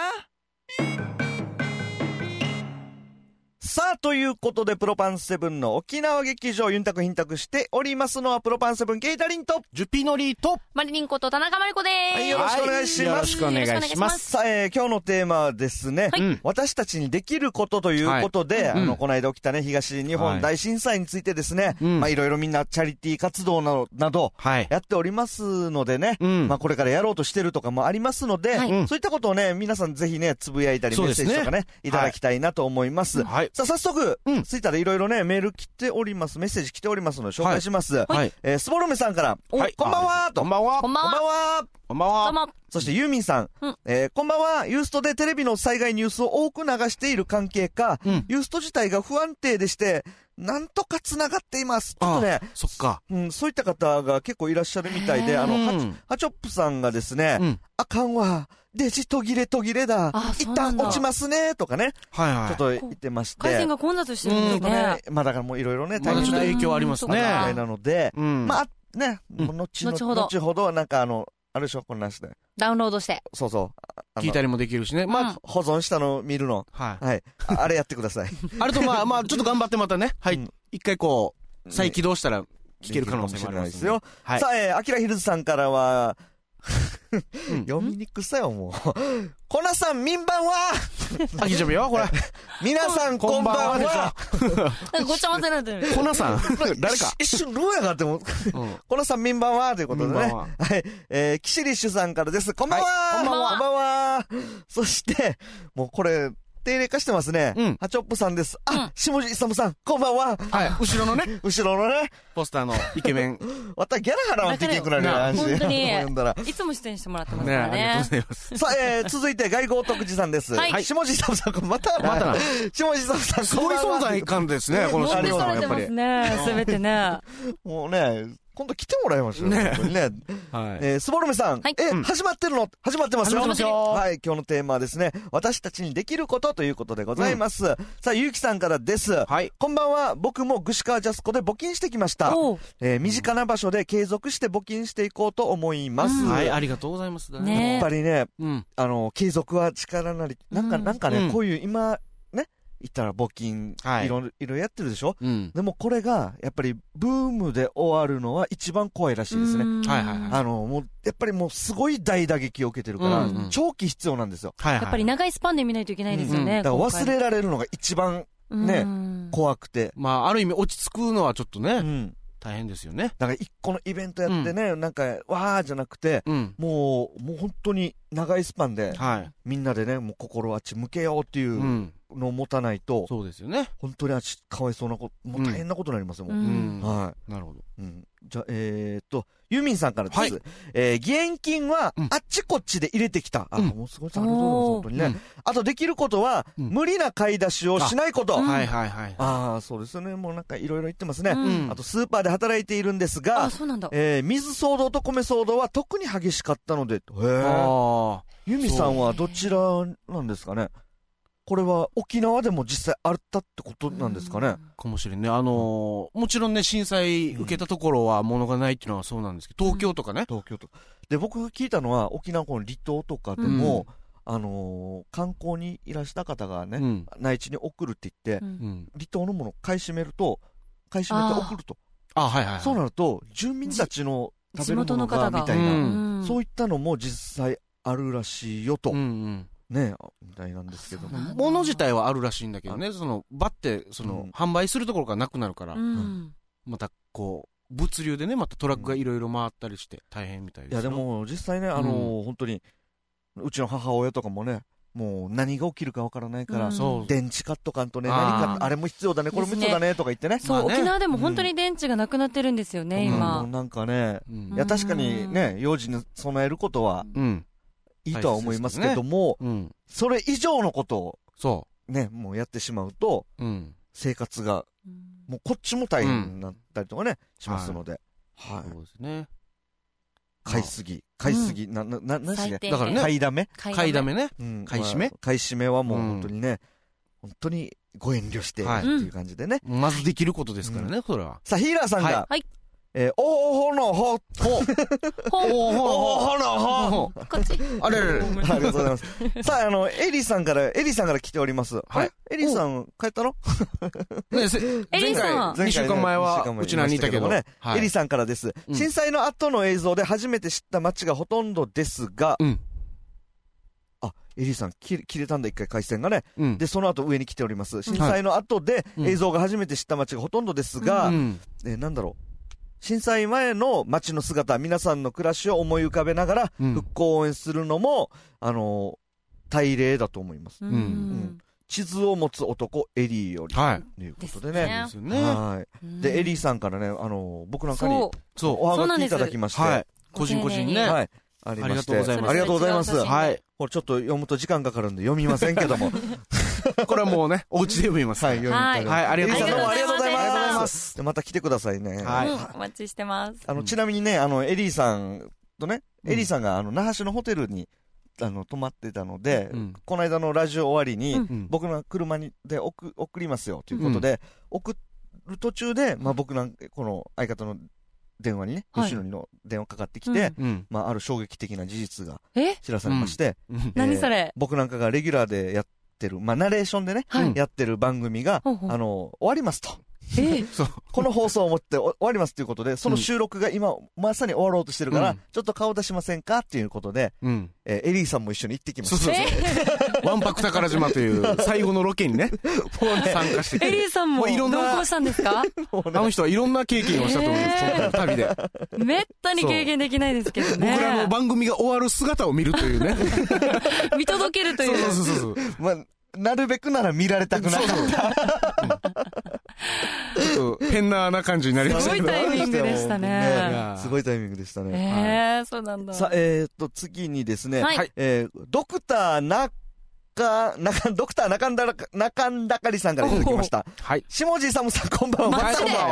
[SPEAKER 2] さあ、ということで、プロパンセブンの沖縄劇場、ユンタクヒンタクしておりますのは、プロパンセブンケイタリンと、
[SPEAKER 1] ジュピノリと、
[SPEAKER 3] マリリンこと田中真理子で
[SPEAKER 2] はい
[SPEAKER 3] す
[SPEAKER 2] よろしくお願
[SPEAKER 1] よろし
[SPEAKER 2] いします
[SPEAKER 1] くお願いします。
[SPEAKER 2] さあ、えー今日のテーマはですね、
[SPEAKER 1] いうん
[SPEAKER 2] 私たちにできることということで、
[SPEAKER 1] いうん
[SPEAKER 2] あの、この間起きたね、東日
[SPEAKER 1] は
[SPEAKER 2] 本
[SPEAKER 1] い
[SPEAKER 2] 大震災についてですね、
[SPEAKER 1] うん
[SPEAKER 2] まあ、いろいろみんなチャリティー活動など、など、
[SPEAKER 1] はい。
[SPEAKER 2] やっておりますのでね、
[SPEAKER 1] うん
[SPEAKER 2] まあ、これからやろうとしてるとかもありますので、
[SPEAKER 3] はい
[SPEAKER 2] そういったことをね、皆さんぜひね、つぶやいたり、
[SPEAKER 1] そ
[SPEAKER 2] メ
[SPEAKER 1] う
[SPEAKER 2] ッ
[SPEAKER 1] で
[SPEAKER 2] セ
[SPEAKER 1] す
[SPEAKER 2] ー
[SPEAKER 1] ね
[SPEAKER 2] ジとかね、いただきたいなと思います。
[SPEAKER 1] はい。
[SPEAKER 2] さあ、早速、
[SPEAKER 1] うん
[SPEAKER 2] ツイッターでいろいろね、メール来ております、メッセージ来ておりますので、紹
[SPEAKER 1] は
[SPEAKER 2] 介
[SPEAKER 1] い
[SPEAKER 2] します。
[SPEAKER 1] はい。
[SPEAKER 2] えースボロメさんから、
[SPEAKER 1] はい
[SPEAKER 2] こんばんはと
[SPEAKER 1] こんばんは
[SPEAKER 3] こんばん
[SPEAKER 2] こんばん
[SPEAKER 3] は
[SPEAKER 2] は
[SPEAKER 1] こんばん
[SPEAKER 3] どう
[SPEAKER 1] は
[SPEAKER 3] も
[SPEAKER 2] そしてユーミンさん、
[SPEAKER 3] うん
[SPEAKER 2] えーこんばんはユーストでテレビの災害ニュースを多く流している関係か、
[SPEAKER 1] うん
[SPEAKER 2] ユースト自体が不安定でして、なんとか繋がっています。ちょっとね、
[SPEAKER 1] そっか。
[SPEAKER 2] うん、そういった方が結構いらっしゃるみたいで、あの、
[SPEAKER 1] うん
[SPEAKER 2] ハチハチョップさんがですね、
[SPEAKER 1] うん
[SPEAKER 2] あかんわ、デジ途切れ途切れだ
[SPEAKER 3] あ、そ
[SPEAKER 2] 一
[SPEAKER 3] うな
[SPEAKER 2] 旦
[SPEAKER 3] んだ
[SPEAKER 2] 落ちますね、とかね、
[SPEAKER 1] はい
[SPEAKER 2] ちょ
[SPEAKER 1] は
[SPEAKER 2] っ
[SPEAKER 1] い。
[SPEAKER 2] と言ってまして。
[SPEAKER 3] 回線が混雑してるんです
[SPEAKER 2] ちょっと
[SPEAKER 3] ね。
[SPEAKER 2] ね、まあだからもういろいろね、
[SPEAKER 1] ま
[SPEAKER 2] 大
[SPEAKER 1] だちょっと
[SPEAKER 2] 変な
[SPEAKER 1] 影響ありますね。
[SPEAKER 3] うん
[SPEAKER 2] あ
[SPEAKER 3] そ
[SPEAKER 2] れ
[SPEAKER 3] うか
[SPEAKER 2] なので、
[SPEAKER 1] うん。
[SPEAKER 2] まあ、ね、
[SPEAKER 1] うん
[SPEAKER 2] もう後々
[SPEAKER 3] 後ほど
[SPEAKER 2] 後ほどはなんかあの、あれでしょ、こんなんして。
[SPEAKER 3] ダウンロードして。
[SPEAKER 2] そうそう。ああの
[SPEAKER 1] 聞いたりもできるしね。まあ、
[SPEAKER 3] うん
[SPEAKER 2] 保存したの見るの。
[SPEAKER 1] はい。
[SPEAKER 2] はい。あ [laughs] あれやってく
[SPEAKER 1] [laughs]
[SPEAKER 2] ださい。
[SPEAKER 1] あれとまあ、まあ、ちょっと頑張ってまたね。は
[SPEAKER 2] う
[SPEAKER 1] い
[SPEAKER 2] ん。
[SPEAKER 1] 一回こう、再起動したら聞ける可能性もありま
[SPEAKER 2] ですす
[SPEAKER 1] ね
[SPEAKER 2] よ。。
[SPEAKER 1] はい
[SPEAKER 2] さ。あ、えー、アキラヒルズさんか
[SPEAKER 1] [laughs]
[SPEAKER 2] らは、
[SPEAKER 1] うん
[SPEAKER 2] 読みにくさよ、もう。コナさん、民番は
[SPEAKER 1] あ、きちゃみよ、 [laughs] これ。
[SPEAKER 2] 皆さん、こ
[SPEAKER 1] こ
[SPEAKER 2] ん
[SPEAKER 1] ん
[SPEAKER 2] ば
[SPEAKER 1] ば
[SPEAKER 2] ん
[SPEAKER 1] ん
[SPEAKER 2] は
[SPEAKER 1] はでしょ。
[SPEAKER 3] なんかごちゃ混ぜになってる。
[SPEAKER 1] コナさん。誰か。
[SPEAKER 2] 一瞬、どうやがっても、 [laughs]
[SPEAKER 1] うん。
[SPEAKER 2] コナさん、民番はということでね。
[SPEAKER 1] こんばんは
[SPEAKER 2] はい。えー、キシリッシュさんからです。こんばんは、
[SPEAKER 1] はいこんばんは
[SPEAKER 2] こんばんはそして、もうこれ、定例化してますね。
[SPEAKER 1] うん
[SPEAKER 2] ハチョップさんです。あ、
[SPEAKER 3] うん
[SPEAKER 2] 下地勇さん、こんばんは
[SPEAKER 1] はい。後ろのね、
[SPEAKER 2] 後ろのね、
[SPEAKER 1] ポスターのイケメン。ね
[SPEAKER 2] またギャラ払わってきくなるよ、
[SPEAKER 1] な
[SPEAKER 2] 安心。
[SPEAKER 3] 本当
[SPEAKER 2] [laughs]
[SPEAKER 3] に
[SPEAKER 2] 読んだら。
[SPEAKER 3] いつも出演してもらってますから
[SPEAKER 1] ありがとう
[SPEAKER 3] ね
[SPEAKER 1] ご。ざいます。
[SPEAKER 2] さあ、えー、続いて、外交徳次さんです。
[SPEAKER 3] はい
[SPEAKER 2] 下地勇さん、また、
[SPEAKER 1] またな。
[SPEAKER 2] 下地勇さん、
[SPEAKER 1] す
[SPEAKER 2] こん
[SPEAKER 1] ごい
[SPEAKER 2] ばんは
[SPEAKER 1] 存在感ですね、この
[SPEAKER 3] 持
[SPEAKER 1] 下
[SPEAKER 3] って
[SPEAKER 1] 地さん
[SPEAKER 3] さ
[SPEAKER 1] は
[SPEAKER 3] れ
[SPEAKER 1] や
[SPEAKER 3] て
[SPEAKER 1] っぱ
[SPEAKER 3] ます
[SPEAKER 1] り。
[SPEAKER 3] ね、すべてね。
[SPEAKER 2] もうね、今度来てもらいましょう。
[SPEAKER 1] ね
[SPEAKER 2] 本当にね。
[SPEAKER 1] はい。
[SPEAKER 2] えー、スボルメさん。
[SPEAKER 3] はい
[SPEAKER 2] え、
[SPEAKER 1] うん
[SPEAKER 2] 始まってるの始まってますよ。
[SPEAKER 1] 始まってますよ
[SPEAKER 2] はい、今日のテーマはですね、私たちにできることということでございます。さあ、ゆうきさんからです。
[SPEAKER 1] はい。
[SPEAKER 2] こんばんは、僕もぐしかわジャスコで募金してきました。
[SPEAKER 3] おう
[SPEAKER 2] えー身近な場所で継続して募金していこうと思います。
[SPEAKER 3] うん
[SPEAKER 1] はい、
[SPEAKER 2] や
[SPEAKER 1] ありがとうございます。
[SPEAKER 3] ね
[SPEAKER 2] っぱりね、
[SPEAKER 1] うん。
[SPEAKER 2] あの、継続は力なり、なんか、
[SPEAKER 3] うん
[SPEAKER 2] なんかね、
[SPEAKER 1] うん
[SPEAKER 2] こういう今、ね、言ったら募金、
[SPEAKER 1] はい
[SPEAKER 2] いろいろ、いろやってるでしょ
[SPEAKER 1] うん。
[SPEAKER 2] でもこれが、やっぱり、ブームで終わるのは一番怖いらしいですね。
[SPEAKER 3] うん
[SPEAKER 1] はいはいはい
[SPEAKER 2] あの、もう、やっぱりもうすごい大打撃を受けてるから、
[SPEAKER 1] うんうん
[SPEAKER 2] 長期必要なんですよ。
[SPEAKER 1] はいはい。
[SPEAKER 3] やっぱり長いスパンで見ないといけないですよ
[SPEAKER 1] うん
[SPEAKER 3] ね。
[SPEAKER 2] だから
[SPEAKER 3] 今回
[SPEAKER 2] 忘れられるのが一番ね
[SPEAKER 3] うん
[SPEAKER 2] 怖くて。
[SPEAKER 1] まあ、ある意味落ち着くのはちょっとね、
[SPEAKER 2] うん。
[SPEAKER 1] 大変ですよね。
[SPEAKER 2] だから一個のイベントやってね、なんか、わーじゃなくて、
[SPEAKER 1] うん。
[SPEAKER 2] もう、もう本当に長いスパンで、
[SPEAKER 1] はい。。
[SPEAKER 2] みんなでね、もう心あっち向けようっていううんのを持たないと、
[SPEAKER 1] そうですよね。
[SPEAKER 2] 本当にあっちかわいそうなこと、もう大変なことになりますよ、も
[SPEAKER 3] う
[SPEAKER 1] うん
[SPEAKER 2] う。
[SPEAKER 1] ん。
[SPEAKER 2] はい。
[SPEAKER 1] なるほど。
[SPEAKER 2] うんじゃあ、えー、っと、ユーミンさんからです。
[SPEAKER 1] はい
[SPEAKER 2] えー、義援金は
[SPEAKER 1] うん、
[SPEAKER 2] あっちこっちで入れてきた。あ、
[SPEAKER 1] うん
[SPEAKER 2] もうすごいです、ありがとうございます、本当にね。
[SPEAKER 1] うん
[SPEAKER 2] あと、できることは、
[SPEAKER 1] うん
[SPEAKER 2] 無理な買い出しをしないこと。
[SPEAKER 3] うん
[SPEAKER 1] はいはいはい。
[SPEAKER 2] ああ、そうですよね。もうなんかいろいろ言ってますね。
[SPEAKER 3] うん
[SPEAKER 1] うん
[SPEAKER 2] あと、スーパーで働いているんですが
[SPEAKER 3] あ、、そうなんだ。
[SPEAKER 2] えー、水騒動と米騒動は特に激しかったので、へえ。
[SPEAKER 1] あ
[SPEAKER 2] ユミさんはどちらなんですかねこれは沖縄でも実際あったってことなんですかね、
[SPEAKER 1] あ、かもしれんね。あのーもちろんね、震災受けたところは物がないっていうのはそうなんですけど、東京とかね。
[SPEAKER 2] 東京とか。で、僕が聞いたのは、沖縄この離島とかでも、あのー観光にいらした方が
[SPEAKER 1] う
[SPEAKER 2] ね、
[SPEAKER 1] ん。
[SPEAKER 2] 内地に送るって言って
[SPEAKER 3] う、ん
[SPEAKER 1] うん。
[SPEAKER 2] 離島のものを買い占めると、買い占めて送ると。
[SPEAKER 1] あ、はいはいはい。
[SPEAKER 2] そうなると、住民たちの食べるもの
[SPEAKER 3] 地
[SPEAKER 2] が
[SPEAKER 3] 元の方が
[SPEAKER 2] みたい
[SPEAKER 1] うん
[SPEAKER 2] な、
[SPEAKER 3] うん
[SPEAKER 2] そういったのも実際あるらしいよと、
[SPEAKER 1] うんうん。
[SPEAKER 2] ね、みたいなんですけど
[SPEAKER 3] あそうなん
[SPEAKER 2] も。
[SPEAKER 3] だ
[SPEAKER 1] 物自体はあるらしいんだけどね、その、ばって、その、
[SPEAKER 2] うん
[SPEAKER 1] 販売するところがなくなるから、
[SPEAKER 3] うん
[SPEAKER 1] またこう、物流でね、またトラックがいろいろ回ったりして、大変みたいで
[SPEAKER 2] い
[SPEAKER 1] すよ
[SPEAKER 2] や、で、も実際ね、あのー本当に、うちの母親とかもね、もう何が起きるかわからないから、
[SPEAKER 3] うん
[SPEAKER 1] そう。
[SPEAKER 2] 電池買っとかんとね、
[SPEAKER 1] あ
[SPEAKER 2] 何
[SPEAKER 1] ー
[SPEAKER 2] か、あれも必要だね、これも
[SPEAKER 3] です
[SPEAKER 2] 必
[SPEAKER 3] ね
[SPEAKER 2] 要だね、とか言ってね。
[SPEAKER 3] そう、
[SPEAKER 1] まあね
[SPEAKER 3] 沖縄でも本当に電池がなくなってるんですよね、
[SPEAKER 1] うん
[SPEAKER 2] もう
[SPEAKER 3] 今。
[SPEAKER 2] なんかね、
[SPEAKER 1] うん
[SPEAKER 2] いや、
[SPEAKER 3] うん
[SPEAKER 2] 確かにね、幼児に備えることは
[SPEAKER 1] うん。
[SPEAKER 2] いいとは思いますけども、
[SPEAKER 1] うん。
[SPEAKER 2] それ以上のことを
[SPEAKER 1] そ
[SPEAKER 2] ね、もうやってしまうと、
[SPEAKER 1] う。うん。
[SPEAKER 2] 生活が
[SPEAKER 3] うん
[SPEAKER 2] もうこっちも大変になったりとかね、しますので。は
[SPEAKER 1] そうですね。
[SPEAKER 2] い。買いすぎ。買いすぎ。な、な、な、なし
[SPEAKER 3] 最
[SPEAKER 2] で。
[SPEAKER 3] 低
[SPEAKER 1] だからね
[SPEAKER 2] 買いだめ。
[SPEAKER 3] 買
[SPEAKER 1] 買いだ
[SPEAKER 3] め。
[SPEAKER 1] めね。
[SPEAKER 2] うん
[SPEAKER 1] 買い占め
[SPEAKER 2] まあ買い占めはもう
[SPEAKER 1] うん
[SPEAKER 2] 本当にね、本当にご遠慮して、
[SPEAKER 1] はい
[SPEAKER 2] っていう感じでね。
[SPEAKER 1] まずできることですからね、それは。
[SPEAKER 2] さあ、ヒーラーさんが、
[SPEAKER 3] はい。
[SPEAKER 2] えー、おーほのほ、ほ、
[SPEAKER 1] お
[SPEAKER 3] ほう。
[SPEAKER 1] お
[SPEAKER 2] おーほのほ。
[SPEAKER 1] ほ
[SPEAKER 3] こ
[SPEAKER 1] [laughs]
[SPEAKER 3] っち。
[SPEAKER 1] あれれれ
[SPEAKER 2] ありがとうございます。さあ、あの、エリーさんから、エリーさんから来ております。はい。エリーさん、帰ったの
[SPEAKER 1] ねせ
[SPEAKER 3] エリ
[SPEAKER 1] 前回
[SPEAKER 3] さん
[SPEAKER 1] 2週間前は、うちなにいたけど。
[SPEAKER 2] ね。
[SPEAKER 1] はい
[SPEAKER 2] エリーさんからです。
[SPEAKER 1] うん
[SPEAKER 2] 震災の後の映像で初めて知った街がほとんどですが、
[SPEAKER 1] うん
[SPEAKER 2] あ、エリーさん、切れ切れたんだ、一回回線がね。
[SPEAKER 1] うん。
[SPEAKER 2] で、その後上に来ております。震災の後で
[SPEAKER 1] うん
[SPEAKER 2] 映像が初めて知った街がほとんどですが、
[SPEAKER 1] うん
[SPEAKER 2] えーなんだろう。震災前の街の姿、皆さんの暮らしを思い浮かべながら、
[SPEAKER 1] うん
[SPEAKER 2] 復興を応援するのも、あのー大礼だと思います。
[SPEAKER 3] うんん。
[SPEAKER 2] 地図を持つ男、エリーより。
[SPEAKER 1] はい。
[SPEAKER 2] ということで
[SPEAKER 3] で
[SPEAKER 2] ね。
[SPEAKER 3] すね
[SPEAKER 1] ですよね。
[SPEAKER 2] はい。
[SPEAKER 3] うん
[SPEAKER 2] で、エリーさんからね、あのー僕なんかに
[SPEAKER 3] そ
[SPEAKER 1] そ
[SPEAKER 2] お
[SPEAKER 3] そ
[SPEAKER 2] は
[SPEAKER 3] う
[SPEAKER 2] が
[SPEAKER 3] なん
[SPEAKER 2] き
[SPEAKER 3] で
[SPEAKER 2] い
[SPEAKER 3] す
[SPEAKER 2] ただきまし
[SPEAKER 1] う。
[SPEAKER 2] て。
[SPEAKER 1] はい。個人個人ね。。
[SPEAKER 2] はいい。あり
[SPEAKER 1] あり
[SPEAKER 2] ま
[SPEAKER 1] が
[SPEAKER 2] して
[SPEAKER 1] とうございます
[SPEAKER 2] ありがとうございます。
[SPEAKER 3] それそれ
[SPEAKER 1] はい。
[SPEAKER 2] これちょっと読むと時間かかるんで読みませんけども。はい、
[SPEAKER 1] これはもうね、お家で読みます。
[SPEAKER 2] 読みたいと思います。
[SPEAKER 3] は
[SPEAKER 1] [laughs]
[SPEAKER 3] い
[SPEAKER 1] はいありがとうございます
[SPEAKER 2] エリーさんどうもありがとうございます。
[SPEAKER 1] ます。
[SPEAKER 2] でまた来てくださいね。
[SPEAKER 1] はい
[SPEAKER 3] うんお待ちしてます。
[SPEAKER 2] あ
[SPEAKER 1] う
[SPEAKER 2] の、
[SPEAKER 1] ん
[SPEAKER 2] ちなみにね、あの、エリーさんとね、
[SPEAKER 1] うん
[SPEAKER 2] エリーさんが、あの、那覇市のホテルに、あの、泊まってたので、
[SPEAKER 1] うん
[SPEAKER 2] この間のラジオ終わりに、
[SPEAKER 3] うん
[SPEAKER 1] うん
[SPEAKER 2] 僕の車に、で、送、送りますよ、ということで、送る途中で、まあ、僕なんか、この相方の電話にね、
[SPEAKER 3] はい
[SPEAKER 2] 後ろにの電話かかってきて、
[SPEAKER 3] うん
[SPEAKER 1] うん。
[SPEAKER 2] まあ、ある衝撃的な事実が
[SPEAKER 3] え
[SPEAKER 2] 知らされまして、
[SPEAKER 1] うん
[SPEAKER 3] 何それ
[SPEAKER 2] 僕なんかがレギュラーでやってる、まあ、ナレーションでね、
[SPEAKER 3] はい。
[SPEAKER 2] やってる番組が、
[SPEAKER 3] ほうほう
[SPEAKER 2] あの、終わりますと。
[SPEAKER 3] え
[SPEAKER 1] そう。
[SPEAKER 2] この放送をもってお終わりますということで、その収録が今、まさに終わろうとしてるから、
[SPEAKER 1] うん
[SPEAKER 2] ちょっと顔出しませんかっていうことで、
[SPEAKER 1] うん。
[SPEAKER 2] えーエリーさんも一緒に行ってきま
[SPEAKER 1] そう
[SPEAKER 2] し
[SPEAKER 1] そうそう。わんぱく宝島という最後のロケにね、
[SPEAKER 2] た。もうね、
[SPEAKER 1] 参加してき
[SPEAKER 3] [laughs] エリ
[SPEAKER 1] て。
[SPEAKER 3] ーさん
[SPEAKER 1] も
[SPEAKER 3] も
[SPEAKER 1] ういろ
[SPEAKER 3] 同
[SPEAKER 1] んな
[SPEAKER 3] 行したんで
[SPEAKER 1] [laughs]
[SPEAKER 3] すか
[SPEAKER 2] もう
[SPEAKER 1] あの
[SPEAKER 2] ね、
[SPEAKER 1] 人はいろんな経験をしたと思います、
[SPEAKER 3] えー
[SPEAKER 1] その旅で。
[SPEAKER 3] めったに経験できないですけど
[SPEAKER 1] 僕
[SPEAKER 3] ね。
[SPEAKER 1] らの番組が終わる姿を見るというね。
[SPEAKER 3] 見届けるとい
[SPEAKER 1] そう
[SPEAKER 3] う。
[SPEAKER 1] そうそうそう。
[SPEAKER 2] [laughs] まあ、なるべくなら見られたくな
[SPEAKER 1] そう
[SPEAKER 2] い。
[SPEAKER 1] そう。うんちょっと変なな感じになりまし
[SPEAKER 3] す
[SPEAKER 1] たけ
[SPEAKER 3] ごい
[SPEAKER 1] ど。
[SPEAKER 3] タイミングでしたね
[SPEAKER 1] や
[SPEAKER 2] すごいタイミングでしたね。
[SPEAKER 3] えー、そうなんだ。
[SPEAKER 2] さあ、えーっと、次にですね、
[SPEAKER 3] はい
[SPEAKER 1] はい
[SPEAKER 2] えードクターなか、なか、ドクターなかんだらか、なかんだかりさんからいただきました。
[SPEAKER 1] はい。
[SPEAKER 2] 下地さんもさん、こんばんは。
[SPEAKER 1] マジで
[SPEAKER 2] こんば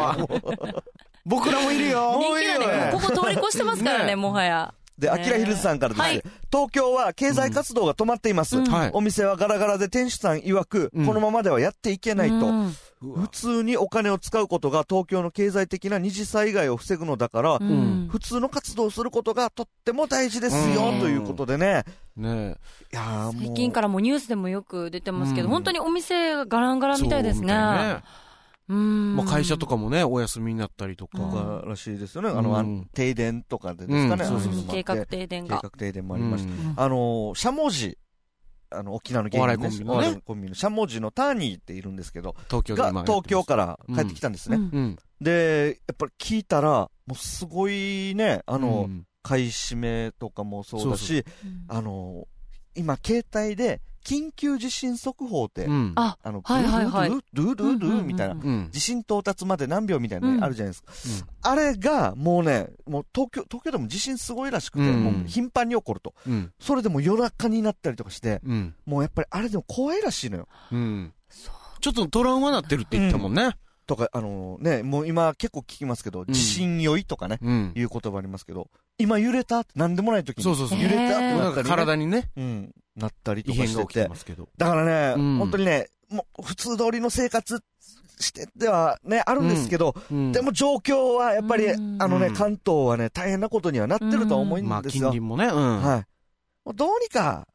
[SPEAKER 2] んは。
[SPEAKER 1] 僕らもいるよ。
[SPEAKER 3] 人気
[SPEAKER 1] もういる
[SPEAKER 3] が
[SPEAKER 1] よ
[SPEAKER 3] ね、もうここ通り越してますから
[SPEAKER 1] ね
[SPEAKER 3] ね、もはや。
[SPEAKER 2] で、アキラヒルズさんからですね、
[SPEAKER 3] はい
[SPEAKER 2] 東京は経済活動が止まっています。
[SPEAKER 3] うん
[SPEAKER 1] はい
[SPEAKER 2] お店はガラガラで店主さん曰く、
[SPEAKER 1] うん
[SPEAKER 2] このままではやっていけないと。
[SPEAKER 3] うん
[SPEAKER 2] 普通にお金を使うことが東京の経済的な二次災害を防ぐのだから、
[SPEAKER 3] うん
[SPEAKER 2] 普通の活動をすることがとっても大事ですよ、
[SPEAKER 1] うん
[SPEAKER 2] ということでね。
[SPEAKER 1] ね
[SPEAKER 2] いやーもう。
[SPEAKER 3] 最近からもニュースでもよく出てますけ
[SPEAKER 1] う
[SPEAKER 3] ど、
[SPEAKER 1] ん
[SPEAKER 3] 本当にお店がガランガラ
[SPEAKER 1] え。
[SPEAKER 3] ンみたいで
[SPEAKER 1] そ
[SPEAKER 3] すね。
[SPEAKER 1] うみたいね
[SPEAKER 3] うん
[SPEAKER 1] まあ会社とかもね、お休みになったりとか。
[SPEAKER 3] うん
[SPEAKER 2] 僕らしいですよね。あの、
[SPEAKER 1] うん
[SPEAKER 2] あの停電とかでですかね。
[SPEAKER 1] うんそうそうそう
[SPEAKER 2] あの
[SPEAKER 3] 計画停電
[SPEAKER 2] 計
[SPEAKER 3] が。
[SPEAKER 2] 画停電もありました。
[SPEAKER 1] うん
[SPEAKER 2] あの、しゃもじ。あの、沖縄の芸
[SPEAKER 1] お笑いコンビ
[SPEAKER 2] 人
[SPEAKER 1] のね
[SPEAKER 2] お笑いコンビのしゃもじのターニーっているんですけど、
[SPEAKER 1] 東京で
[SPEAKER 2] が
[SPEAKER 1] 今やってます
[SPEAKER 2] 東京から帰ってきたんですね。
[SPEAKER 3] うん
[SPEAKER 1] うん。
[SPEAKER 2] で、やっぱり聞いたら、もうすごいね、あ
[SPEAKER 1] あ
[SPEAKER 2] の、、買い占めとかもそうだし、
[SPEAKER 1] そ
[SPEAKER 2] あの、今、携帯で、緊急地震速報って、
[SPEAKER 1] うん。
[SPEAKER 3] あ、
[SPEAKER 2] あの、
[SPEAKER 3] はいはいはい
[SPEAKER 2] ドゥルドゥルドゥルドゥルみたいな
[SPEAKER 3] うんうんうん、
[SPEAKER 1] うん。
[SPEAKER 2] 地震到達まで何秒みたいなね、
[SPEAKER 3] うん
[SPEAKER 2] あるじゃないですか。あれが、もうね、もう東京、東京でも地震すごいらしくて、
[SPEAKER 1] うん
[SPEAKER 2] もう頻繁に起こると。
[SPEAKER 1] うん。
[SPEAKER 2] それでもう夜中になったりとかして、
[SPEAKER 1] うん。
[SPEAKER 2] もうやっぱりあれでも怖いらしいのよ。
[SPEAKER 1] うん。ちょっとトラウマなってるって言ったもんね。
[SPEAKER 2] とか、あのね、もう今結構聞きますけど、
[SPEAKER 1] ん
[SPEAKER 2] 地震酔いとかね、
[SPEAKER 1] うん。
[SPEAKER 2] いう言葉ありますけど、今揺れたって何でもない時に。
[SPEAKER 1] そうそうそう。
[SPEAKER 3] 揺れ
[SPEAKER 2] たって
[SPEAKER 1] な
[SPEAKER 2] なっ
[SPEAKER 1] ん
[SPEAKER 2] た
[SPEAKER 1] か
[SPEAKER 2] りね、
[SPEAKER 1] 体にね、
[SPEAKER 2] うん、なったりと
[SPEAKER 1] 異
[SPEAKER 2] か
[SPEAKER 1] 変
[SPEAKER 2] し
[SPEAKER 1] が
[SPEAKER 2] て
[SPEAKER 1] 起きて
[SPEAKER 2] て
[SPEAKER 1] ま。すけど。
[SPEAKER 2] だからね、
[SPEAKER 1] うん
[SPEAKER 2] 本当にね、もう普通通りの生活してではね、あるんですけど、
[SPEAKER 1] うん
[SPEAKER 2] でも状況はやっぱり、
[SPEAKER 3] うん
[SPEAKER 2] あのね
[SPEAKER 1] う、ん
[SPEAKER 2] 関東はね、大変なことにはなってるとは思うん
[SPEAKER 1] まあ、
[SPEAKER 2] です
[SPEAKER 1] 近
[SPEAKER 2] よ。
[SPEAKER 1] 隣もね、うん。
[SPEAKER 2] はい。もうどうにか、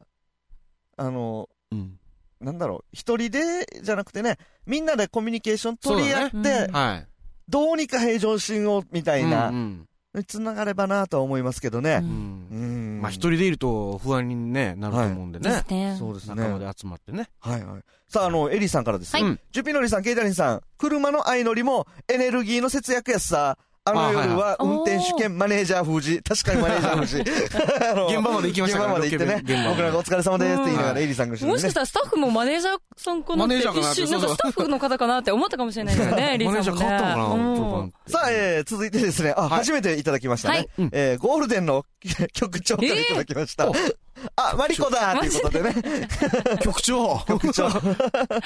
[SPEAKER 2] あの、
[SPEAKER 1] うん
[SPEAKER 2] なんだろう、一人でじゃなくてね、みんなでコミュニケーション取り合って、
[SPEAKER 3] そうだね
[SPEAKER 1] はい。
[SPEAKER 2] どうにか平常心を、みたいな、
[SPEAKER 1] うん
[SPEAKER 2] 繋がればなとは思いますけどね
[SPEAKER 1] う。ん。
[SPEAKER 3] うん
[SPEAKER 2] うん。
[SPEAKER 1] まあ、一人でいると不安にねなると思うんでね。
[SPEAKER 3] ですね。
[SPEAKER 2] そうですね。
[SPEAKER 1] 仲間で集まってね。
[SPEAKER 2] はいはい。さあ、あの、エリーさんからですね。
[SPEAKER 1] はい
[SPEAKER 2] ジュピノリさん、ケイタリンさん、車の相乗りもエネルギーの節約やしさ。あの夜は
[SPEAKER 3] あはいはい
[SPEAKER 2] 運転手兼マネージャー封じ。確かにマネージャー封じ。あの
[SPEAKER 1] [laughs] 現場まで行きましたから
[SPEAKER 2] 現場まで行ってね
[SPEAKER 1] ロケで現場。まで
[SPEAKER 2] 僕らがお疲れ様ですって言いなが
[SPEAKER 1] うん
[SPEAKER 2] らエリーさんが一緒に
[SPEAKER 3] もしか
[SPEAKER 2] ね
[SPEAKER 3] し。たらスタッフもマネージャーさんかな
[SPEAKER 1] マ
[SPEAKER 3] っ
[SPEAKER 1] ネ
[SPEAKER 3] て
[SPEAKER 1] ージャーかな
[SPEAKER 3] 一
[SPEAKER 1] って
[SPEAKER 3] 瞬、なん
[SPEAKER 1] そう
[SPEAKER 3] か
[SPEAKER 1] そう
[SPEAKER 3] スタッフの方かなって思ったかもしれないですよね、リー
[SPEAKER 1] マネージ
[SPEAKER 3] さ
[SPEAKER 1] ャー
[SPEAKER 3] んも、ね。
[SPEAKER 1] 変わったのかな、
[SPEAKER 3] うん
[SPEAKER 1] プロパンって
[SPEAKER 2] さあ、えー、続いてですね、あ、
[SPEAKER 1] はい
[SPEAKER 2] 初めていただきましたね
[SPEAKER 1] はいうん。
[SPEAKER 2] えー、ゴールデンの [laughs] 局長からいただきました
[SPEAKER 1] え。
[SPEAKER 2] あ、マリコだということでね。
[SPEAKER 1] 局長
[SPEAKER 2] [laughs] 局 [laughs] 長。
[SPEAKER 1] ありがとう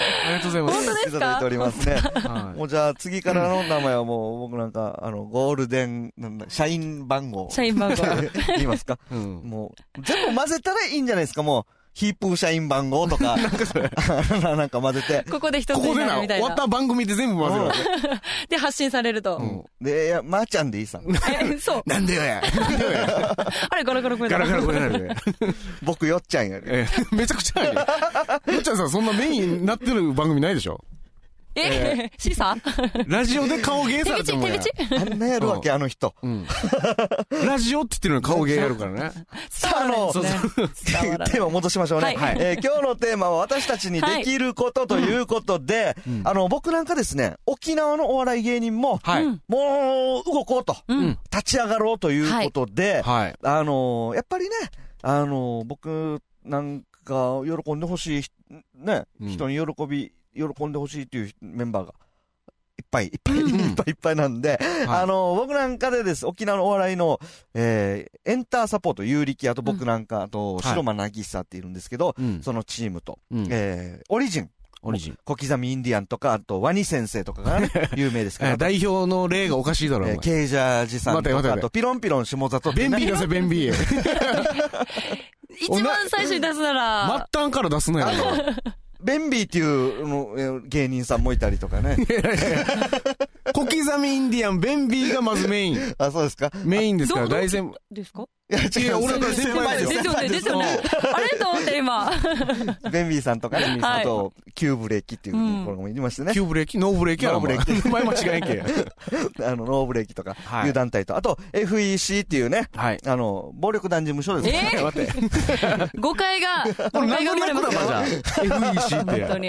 [SPEAKER 1] ござい
[SPEAKER 3] 本当です
[SPEAKER 2] [laughs]
[SPEAKER 3] か
[SPEAKER 2] いただいておりますね。
[SPEAKER 1] ます。
[SPEAKER 2] もうじゃあ次からの名前はもう僕なんか、あの、ゴールデン、なんだ、社員番号。
[SPEAKER 3] 社員番号。
[SPEAKER 2] [laughs] 言いますか
[SPEAKER 1] はい。うん。
[SPEAKER 2] もう、全部混ぜたらいいんじゃないですかもう、ヒープー社員番号と
[SPEAKER 1] [laughs]
[SPEAKER 2] か、なんか混ぜて。
[SPEAKER 3] ここで一つ
[SPEAKER 1] ここ
[SPEAKER 3] に
[SPEAKER 1] でな、
[SPEAKER 3] なるみた
[SPEAKER 1] 終わ
[SPEAKER 3] い
[SPEAKER 1] っ
[SPEAKER 3] な。
[SPEAKER 1] た番組で全部混ぜるわ
[SPEAKER 3] で、発信されると。
[SPEAKER 1] け。うん
[SPEAKER 2] で、いや、まー、ちゃんでいいさ。
[SPEAKER 3] え [laughs] そう。
[SPEAKER 1] なんでよやなんでよや
[SPEAKER 3] あれ、ガラガラこれ
[SPEAKER 1] ガ
[SPEAKER 3] だ
[SPEAKER 1] ラガラこれなるね
[SPEAKER 2] 僕、よっちゃんやで。
[SPEAKER 1] ええ [laughs] めちゃくちゃあるよ。むっちゃんさん、そんなメインになってる番組ないでしょ
[SPEAKER 3] え、シーサー
[SPEAKER 1] ラジオで顔芸
[SPEAKER 3] 手
[SPEAKER 1] されて
[SPEAKER 3] 口、
[SPEAKER 1] も
[SPEAKER 3] 手
[SPEAKER 1] や。
[SPEAKER 3] 口
[SPEAKER 2] あんなやるわけ、あの人。
[SPEAKER 1] うん。ラジオって言ってるのに顔芸やるからね。
[SPEAKER 2] さあ、あの、
[SPEAKER 3] そうですね伝わらない
[SPEAKER 2] テーマ戻しましょうね。
[SPEAKER 3] はい
[SPEAKER 2] えー今日のテーマは私たちにできることということで、
[SPEAKER 1] ん
[SPEAKER 2] あの、僕なんかですね、沖縄のお笑い芸人も、
[SPEAKER 1] はい。
[SPEAKER 3] うん
[SPEAKER 2] もう、動こうと、
[SPEAKER 3] うん。
[SPEAKER 2] 立ち上がろうということで、
[SPEAKER 1] はい。
[SPEAKER 2] あのーやっぱりね、あのー僕なんか喜んでほしい、ね、
[SPEAKER 1] うん
[SPEAKER 2] 人に喜び、喜んでほしいというメンバーが、いっぱいいっぱい、いっぱいいっぱいなんで、あのー僕なんかでです、沖縄のお笑いの、えーエンターサポート、有力、あと僕なんか、あと、
[SPEAKER 1] い
[SPEAKER 2] 白間渚っているんですけど、
[SPEAKER 1] うん
[SPEAKER 2] そのチームと、
[SPEAKER 1] うん
[SPEAKER 2] えーオリジン、
[SPEAKER 1] オリジン。
[SPEAKER 2] 小刻みインディアンとか、あとワニ先生とか
[SPEAKER 1] [laughs]
[SPEAKER 2] がね、有名ですから。
[SPEAKER 1] え代表の例がおかしいだろ、お
[SPEAKER 2] え
[SPEAKER 1] 前
[SPEAKER 2] ー、ケイジャージさんと
[SPEAKER 1] 待て待て
[SPEAKER 2] か、あ
[SPEAKER 1] 待て
[SPEAKER 2] とピロンピロン下里
[SPEAKER 1] 便秘
[SPEAKER 2] ね
[SPEAKER 1] 出せ、便 [laughs] 秘。
[SPEAKER 3] 一番最初に出すな
[SPEAKER 1] 末
[SPEAKER 3] ら、
[SPEAKER 1] 端から出すなよ。
[SPEAKER 2] ベンビーっていうのえー芸人さんもいたりとかね。
[SPEAKER 1] 小刻みインディアン、ベンビーがまずメイン。
[SPEAKER 2] あ、そうですか。
[SPEAKER 1] メインですから、
[SPEAKER 3] ど
[SPEAKER 1] 大先
[SPEAKER 3] ですか
[SPEAKER 2] いや、
[SPEAKER 1] いや俺の
[SPEAKER 2] の
[SPEAKER 1] 先輩
[SPEAKER 3] ですよね、ですよね。あれと思って今。
[SPEAKER 2] ベンビーさんとか、ね、
[SPEAKER 3] はい
[SPEAKER 2] あと、キューブレーキっていう
[SPEAKER 3] うん
[SPEAKER 2] これもいましてね。
[SPEAKER 1] 急ブレーキ、ノーブレーキやろ、お前
[SPEAKER 2] ノー
[SPEAKER 1] [laughs]
[SPEAKER 2] ブ
[SPEAKER 1] 前間違えんけ。
[SPEAKER 2] あの、ノーブ [laughs] レーキとか、
[SPEAKER 1] はい
[SPEAKER 2] いう団体と、あと、FEC っていうね、
[SPEAKER 1] はい。
[SPEAKER 2] あの、暴力団事務所ですね。
[SPEAKER 3] え
[SPEAKER 1] 待て。
[SPEAKER 3] 誤解が、
[SPEAKER 1] こ
[SPEAKER 3] 誤
[SPEAKER 1] れ
[SPEAKER 3] 解
[SPEAKER 1] 何
[SPEAKER 3] が
[SPEAKER 1] の
[SPEAKER 3] 生まれ
[SPEAKER 1] 略
[SPEAKER 3] ま
[SPEAKER 1] だ
[SPEAKER 3] すよ。
[SPEAKER 1] ばじゃあ。FEC って
[SPEAKER 3] 本当
[SPEAKER 1] や。
[SPEAKER 3] に。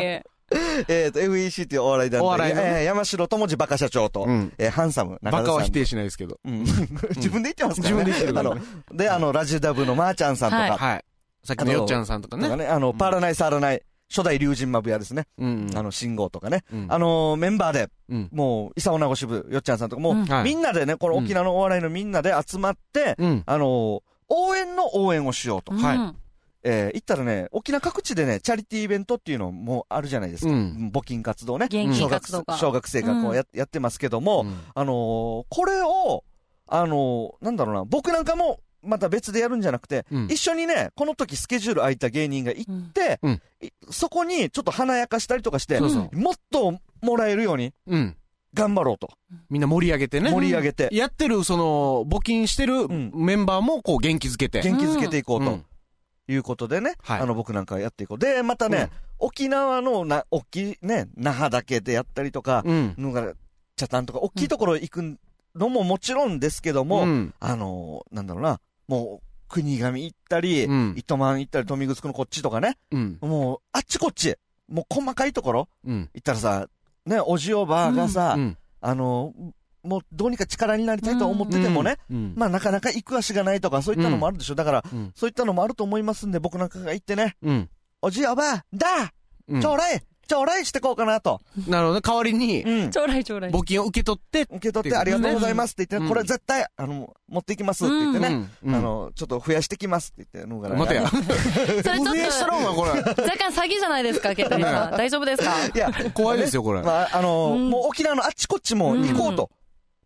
[SPEAKER 2] えっと、FEC っていうお笑い団
[SPEAKER 1] お
[SPEAKER 2] 体
[SPEAKER 1] 笑いのね
[SPEAKER 2] えー山城智次バカ社長と、
[SPEAKER 1] うん
[SPEAKER 2] えーハンサム
[SPEAKER 1] バ
[SPEAKER 2] 中田さんと。
[SPEAKER 1] カは否定しないですけど。
[SPEAKER 2] うん [laughs] 自分で言ってますから
[SPEAKER 1] 自分で
[SPEAKER 2] ね。
[SPEAKER 1] 言ってるか
[SPEAKER 2] あ
[SPEAKER 1] ら
[SPEAKER 2] の
[SPEAKER 1] ね、
[SPEAKER 2] で、あの、ラジダブのまーちゃんさんとか、
[SPEAKER 1] はい。さっきのよっちゃんさんとか
[SPEAKER 2] とか
[SPEAKER 1] ね。
[SPEAKER 2] ね、あの、
[SPEAKER 1] ん
[SPEAKER 2] パーラナイサーラナイ、初代竜神マブヤですね。
[SPEAKER 1] うん
[SPEAKER 2] あの、信号とかね。
[SPEAKER 1] うん
[SPEAKER 2] あの、メンバーで、
[SPEAKER 1] うん。
[SPEAKER 2] もう、イサオナゴ支部、よっちゃんさんとか、も
[SPEAKER 3] うん
[SPEAKER 1] は
[SPEAKER 2] う、
[SPEAKER 1] い
[SPEAKER 2] みんなでね、この沖縄のお笑いのみんなで集まって、
[SPEAKER 1] うん。
[SPEAKER 2] あの、応援の応援をしようと。
[SPEAKER 1] はい
[SPEAKER 3] うん
[SPEAKER 2] えー行ったらね、沖縄各地でね、チャリティーイベントっていうのもあるじゃないですか。
[SPEAKER 1] うん
[SPEAKER 2] 募金活動ね。
[SPEAKER 3] 現
[SPEAKER 2] 小
[SPEAKER 3] 金
[SPEAKER 2] 学
[SPEAKER 3] 活動が。
[SPEAKER 2] 小学生がこうや,、やってますけども、あのーこれを、あのーなんだろうな、僕なんかも、また別でやるんじゃなくて、
[SPEAKER 1] うん
[SPEAKER 2] 一緒にね、この時スケジュール空いた芸人が行っ
[SPEAKER 3] うん
[SPEAKER 2] て、
[SPEAKER 1] うん
[SPEAKER 2] いそこにちょっと華やかしたりとかして、
[SPEAKER 1] そうそう。
[SPEAKER 2] もっともらえるように
[SPEAKER 1] うん。
[SPEAKER 2] 頑張ろうと。
[SPEAKER 1] みんな盛り上げてね。
[SPEAKER 2] 盛り上げて、
[SPEAKER 1] やってる、その、募金してる
[SPEAKER 2] ん
[SPEAKER 1] メンバーも、こう、元気づけて。
[SPEAKER 2] 元気づけていこうと。
[SPEAKER 1] うん
[SPEAKER 2] いうことでね、
[SPEAKER 1] はい
[SPEAKER 2] あの僕なんかやっていこう。で、またね、沖縄のな、大きいね、那覇だけでやったりとか、
[SPEAKER 1] うん。
[SPEAKER 2] のが、チャタンとか、大きいところ行くのももちろんですけども、
[SPEAKER 1] うん
[SPEAKER 2] あのーなんだろうな、もう、国頭行ったり、
[SPEAKER 1] うん
[SPEAKER 2] 糸満行ったり、富城のこっちとかね、
[SPEAKER 1] うん。
[SPEAKER 2] もう、あっちこっち、もう細かいところ
[SPEAKER 1] うん。
[SPEAKER 2] 行ったらさ、ね、おじおばがさ、
[SPEAKER 1] うん
[SPEAKER 2] あのーもうどうにか力になりたいと思っててもね、。
[SPEAKER 1] うん。
[SPEAKER 2] まあなかなか行く足がないとか、そういったのもあるでしょ。だから、
[SPEAKER 1] うん
[SPEAKER 2] そういったのもあると思いますんで、僕なんかが行ってね、
[SPEAKER 1] うん。
[SPEAKER 2] おじいおばあ、だ
[SPEAKER 1] うん
[SPEAKER 2] ちょうらいちょうらいしてこうかなと。
[SPEAKER 1] なるほどね。代わりに、
[SPEAKER 2] うん。
[SPEAKER 3] 将来将来。
[SPEAKER 1] 募金を受け取って、
[SPEAKER 2] 受け取ってありがとうございますって言って
[SPEAKER 1] う
[SPEAKER 2] ね、
[SPEAKER 1] ん
[SPEAKER 2] これ絶対、あの、持ってきますって言ってね、
[SPEAKER 1] うんうん
[SPEAKER 2] あの、ちょっと増やしてきますって言って、のが
[SPEAKER 1] 待てや。
[SPEAKER 3] それちょっ
[SPEAKER 1] 運営したろ、
[SPEAKER 3] と、
[SPEAKER 1] お前、こ
[SPEAKER 3] 若干詐欺じゃないですか、ケタリンさん。大丈夫ですか
[SPEAKER 2] いや、
[SPEAKER 1] れ。怖いですよ、これ。
[SPEAKER 2] [laughs] まあ、あの、
[SPEAKER 3] うん
[SPEAKER 2] もう沖縄のあっちこっちも行こうと。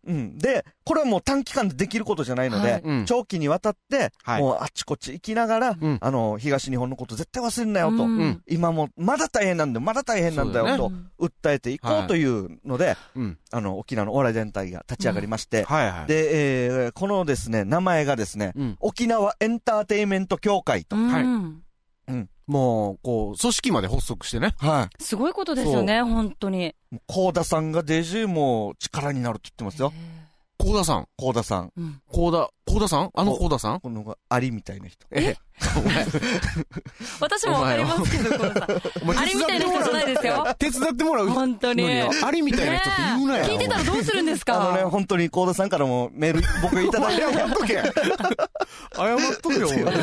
[SPEAKER 2] うん。で、これはもう短期間でできることじゃないの
[SPEAKER 3] は
[SPEAKER 2] で
[SPEAKER 3] い、
[SPEAKER 1] うん
[SPEAKER 2] 長期にわたって、
[SPEAKER 1] はい
[SPEAKER 2] もうあっちこっち行きながら
[SPEAKER 1] うん、
[SPEAKER 2] あの、東日本のこと絶対忘れんなよと
[SPEAKER 3] う。
[SPEAKER 1] ん
[SPEAKER 3] ん
[SPEAKER 2] 今も、まだ大変なんだよ、まだ大変なんだよ、
[SPEAKER 1] そ
[SPEAKER 2] と、訴えていこ
[SPEAKER 1] は
[SPEAKER 2] う
[SPEAKER 1] い
[SPEAKER 2] というので、
[SPEAKER 1] うん。
[SPEAKER 2] あの、沖縄のお笑い全体が立ち上がりまして、
[SPEAKER 1] はいはい。
[SPEAKER 2] で、えーこのですね、名前がですね、
[SPEAKER 1] うん
[SPEAKER 2] 沖縄エンターテイメント協会と。
[SPEAKER 1] はい
[SPEAKER 3] うん
[SPEAKER 1] もう、こう、組織まで発足してね。
[SPEAKER 2] は
[SPEAKER 3] すごいことですよね、本当に。
[SPEAKER 2] い。高田さんがデジューも力になるって言ってますよ。
[SPEAKER 1] 高田さん。
[SPEAKER 2] 高田さん。
[SPEAKER 3] うん
[SPEAKER 1] 高田、高田さんあの高田さん
[SPEAKER 2] この、アリみたいな人。
[SPEAKER 1] え
[SPEAKER 3] 私もわかりますけど、このさ
[SPEAKER 1] お前
[SPEAKER 3] あれみたいな人じゃないですよ。
[SPEAKER 1] 手伝ってもらうの
[SPEAKER 3] 本当に。
[SPEAKER 1] に
[SPEAKER 3] ね
[SPEAKER 1] よ。あれみたいな人って言うな
[SPEAKER 3] え
[SPEAKER 1] よ。
[SPEAKER 3] 聞いてたらどうするんです
[SPEAKER 2] あのね、
[SPEAKER 3] か
[SPEAKER 2] 本当に高田さんからもメール、僕いただいて。
[SPEAKER 1] 謝っとけ謝っとけよ、お前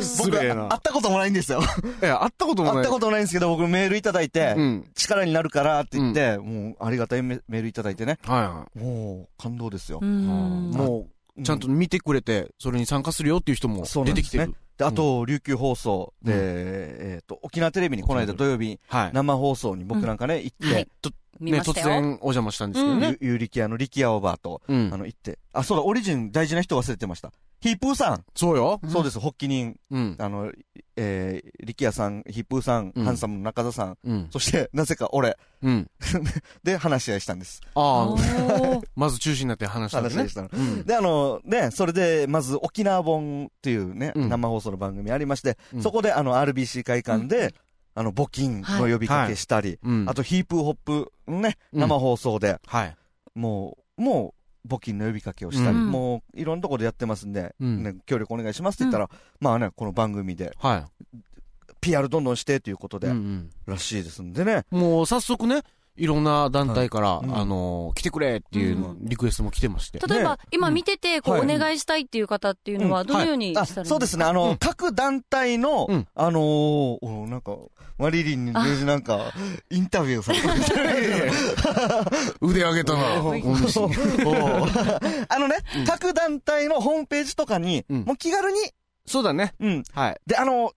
[SPEAKER 1] 失
[SPEAKER 2] 僕、
[SPEAKER 1] 礼
[SPEAKER 2] 会っ
[SPEAKER 1] な
[SPEAKER 2] たこともないんですよ。
[SPEAKER 1] いや、会ったことも
[SPEAKER 2] 会
[SPEAKER 1] な
[SPEAKER 2] っ
[SPEAKER 1] い。
[SPEAKER 2] たこともないんですけど、僕メールいただいて、
[SPEAKER 1] うん。
[SPEAKER 2] 力になるからって言って、もう、ありがたいメメールいただいてね。
[SPEAKER 1] はいは
[SPEAKER 2] もう、感動ですよ
[SPEAKER 3] う。
[SPEAKER 1] い。
[SPEAKER 3] ん。
[SPEAKER 1] もう、ちゃんと見てくれて、それに参加するよっていう人も
[SPEAKER 2] そうな
[SPEAKER 1] 出
[SPEAKER 2] んで
[SPEAKER 1] てき
[SPEAKER 2] す
[SPEAKER 1] て
[SPEAKER 2] ね
[SPEAKER 1] る。
[SPEAKER 2] で、あと、琉球放送で、
[SPEAKER 1] うん
[SPEAKER 2] えっと、沖縄テレビにこの間土曜日、
[SPEAKER 1] はい。
[SPEAKER 2] 生放送に僕なんかね、行って、
[SPEAKER 3] はい見
[SPEAKER 1] ね、
[SPEAKER 3] まし
[SPEAKER 1] 突
[SPEAKER 3] たよ。
[SPEAKER 1] 然お邪魔したんですけどね。
[SPEAKER 2] ゆゆりきやの力也オーバーと、
[SPEAKER 1] うん
[SPEAKER 2] あの、行って。あ、そうだ、オリジン大事な人忘れてました。ヒップーさん。
[SPEAKER 1] そうよ。
[SPEAKER 2] そうです、発起人。
[SPEAKER 1] うん。
[SPEAKER 2] あの、えー、力也さん、ヒップーさん、
[SPEAKER 1] うん
[SPEAKER 2] ハンサムの中田さん。
[SPEAKER 1] うん。
[SPEAKER 2] そして、 [laughs] なぜか俺。
[SPEAKER 1] うん。
[SPEAKER 2] で、話し合いしたんです。
[SPEAKER 1] あ
[SPEAKER 3] お
[SPEAKER 1] あ、
[SPEAKER 3] ー
[SPEAKER 1] まず中心になって話したん
[SPEAKER 2] 話
[SPEAKER 1] で
[SPEAKER 2] し合
[SPEAKER 1] ね
[SPEAKER 2] いし。たの。
[SPEAKER 1] うん。
[SPEAKER 2] で、あの、ね、それで、まず、沖縄本っていうね、
[SPEAKER 1] うん
[SPEAKER 2] 生放送の番組ありまして、
[SPEAKER 1] うん
[SPEAKER 2] そこで、あの、RBC 会館で、あの、募金の呼びかけしたり、
[SPEAKER 1] うん。
[SPEAKER 2] あと、ヒープーホップ、ね、
[SPEAKER 1] うん
[SPEAKER 2] 生放送で、
[SPEAKER 1] はい。
[SPEAKER 2] もう、もう、募金の呼びかけをしたり、
[SPEAKER 1] うん
[SPEAKER 2] もう、いろんなところでやってますんで、
[SPEAKER 1] うん
[SPEAKER 2] ね、協力お願いしますって言ったら、まあね、この番組で、
[SPEAKER 1] は
[SPEAKER 2] PR どんどんしてということ
[SPEAKER 1] い。
[SPEAKER 2] で、らしいですんでね、
[SPEAKER 1] もう早速ね、いろんな団体から、
[SPEAKER 2] いうん
[SPEAKER 1] あのー来てくれっていうの
[SPEAKER 3] う
[SPEAKER 1] リクエストも来てまして。
[SPEAKER 3] 例え
[SPEAKER 2] ね、
[SPEAKER 3] ば今見てて、こう、
[SPEAKER 2] は
[SPEAKER 3] お
[SPEAKER 2] い
[SPEAKER 3] 願いしたいっていう方っていうの
[SPEAKER 2] う
[SPEAKER 3] は、どのようにした
[SPEAKER 2] あ
[SPEAKER 3] らいいんですか
[SPEAKER 2] そうですね、あの、各団体の、
[SPEAKER 1] うん
[SPEAKER 2] あのーおなんか、マリリンになんか、インタビューされてるみたいな
[SPEAKER 1] 腕上げたな。[laughs]
[SPEAKER 2] お
[SPEAKER 1] お
[SPEAKER 2] い
[SPEAKER 1] 主
[SPEAKER 2] おー [laughs] あのね、各団体のホームページとかに、
[SPEAKER 1] うん
[SPEAKER 2] もう気軽に、
[SPEAKER 1] そうだね。
[SPEAKER 2] うん、
[SPEAKER 1] はい。
[SPEAKER 2] で、あの、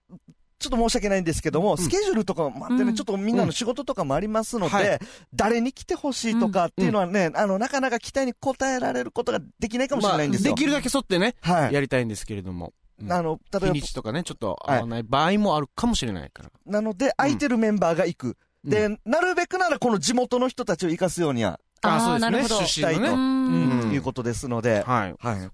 [SPEAKER 2] ちょっと申し訳ないんですけども、スケジュールとかもあってね、
[SPEAKER 3] うん
[SPEAKER 2] ちょっとみんなの仕事とかもありますので、
[SPEAKER 1] はい
[SPEAKER 2] 誰に来てほしいとかっていうのはね、あの、なかなか期待に応えられることができないかもしれないんです
[SPEAKER 1] ま
[SPEAKER 2] よ。
[SPEAKER 1] あできるだけ沿ってね、
[SPEAKER 2] はい。
[SPEAKER 1] やりたいんですけれども。うん
[SPEAKER 2] あの、例
[SPEAKER 1] 日
[SPEAKER 2] えば
[SPEAKER 1] に、ちとかね、ちょっと合わない場合もあるかもしれないから。
[SPEAKER 2] なので、空いてるメンバーが行く。
[SPEAKER 1] うん
[SPEAKER 2] で、なるべくならこの地元の人たちを生かすようには、
[SPEAKER 3] あー
[SPEAKER 1] あそう
[SPEAKER 3] な
[SPEAKER 1] で
[SPEAKER 3] るほ
[SPEAKER 1] す
[SPEAKER 3] ど
[SPEAKER 1] ね。出身の
[SPEAKER 2] う
[SPEAKER 1] ね。
[SPEAKER 3] ん
[SPEAKER 1] うん
[SPEAKER 2] いうことですので、
[SPEAKER 1] はい。
[SPEAKER 2] はい。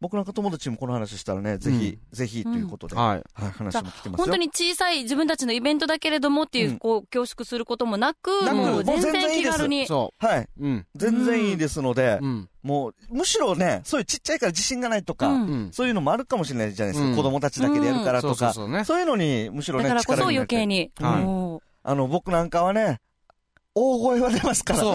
[SPEAKER 2] 僕なんか友達にもこの話したらね、ぜひ、ぜひということで、
[SPEAKER 1] はい。
[SPEAKER 2] はい、話も来てますよ。
[SPEAKER 3] 本当に小さい自分たちのイベントだけれどもっていう、
[SPEAKER 2] うん
[SPEAKER 3] こう、恐縮することもなく、
[SPEAKER 2] な
[SPEAKER 1] く
[SPEAKER 3] もう
[SPEAKER 2] もう
[SPEAKER 3] 全
[SPEAKER 2] 全然
[SPEAKER 3] 然
[SPEAKER 2] いい
[SPEAKER 3] 気
[SPEAKER 2] です
[SPEAKER 3] 軽に。
[SPEAKER 1] そ
[SPEAKER 2] はい。
[SPEAKER 1] う。うん。
[SPEAKER 2] 全然いいですので、
[SPEAKER 1] うん。
[SPEAKER 2] もう、むしろね、そういうちっちゃいから自信がないとか、
[SPEAKER 3] う
[SPEAKER 1] うんん。
[SPEAKER 2] そういうのもあるかもしれないじゃないですか。
[SPEAKER 1] うん
[SPEAKER 2] 子供たちだけでやるから
[SPEAKER 1] そう
[SPEAKER 2] と
[SPEAKER 1] そう
[SPEAKER 2] か。
[SPEAKER 1] そうね。
[SPEAKER 2] そういうのに、むしろ
[SPEAKER 3] だ
[SPEAKER 2] ね、
[SPEAKER 3] からこ
[SPEAKER 2] 力
[SPEAKER 3] そ
[SPEAKER 2] にな
[SPEAKER 3] 余
[SPEAKER 2] って
[SPEAKER 3] 計に。
[SPEAKER 1] はい
[SPEAKER 3] も
[SPEAKER 2] あの、僕なんかはね、大声は出ますから。
[SPEAKER 1] そう。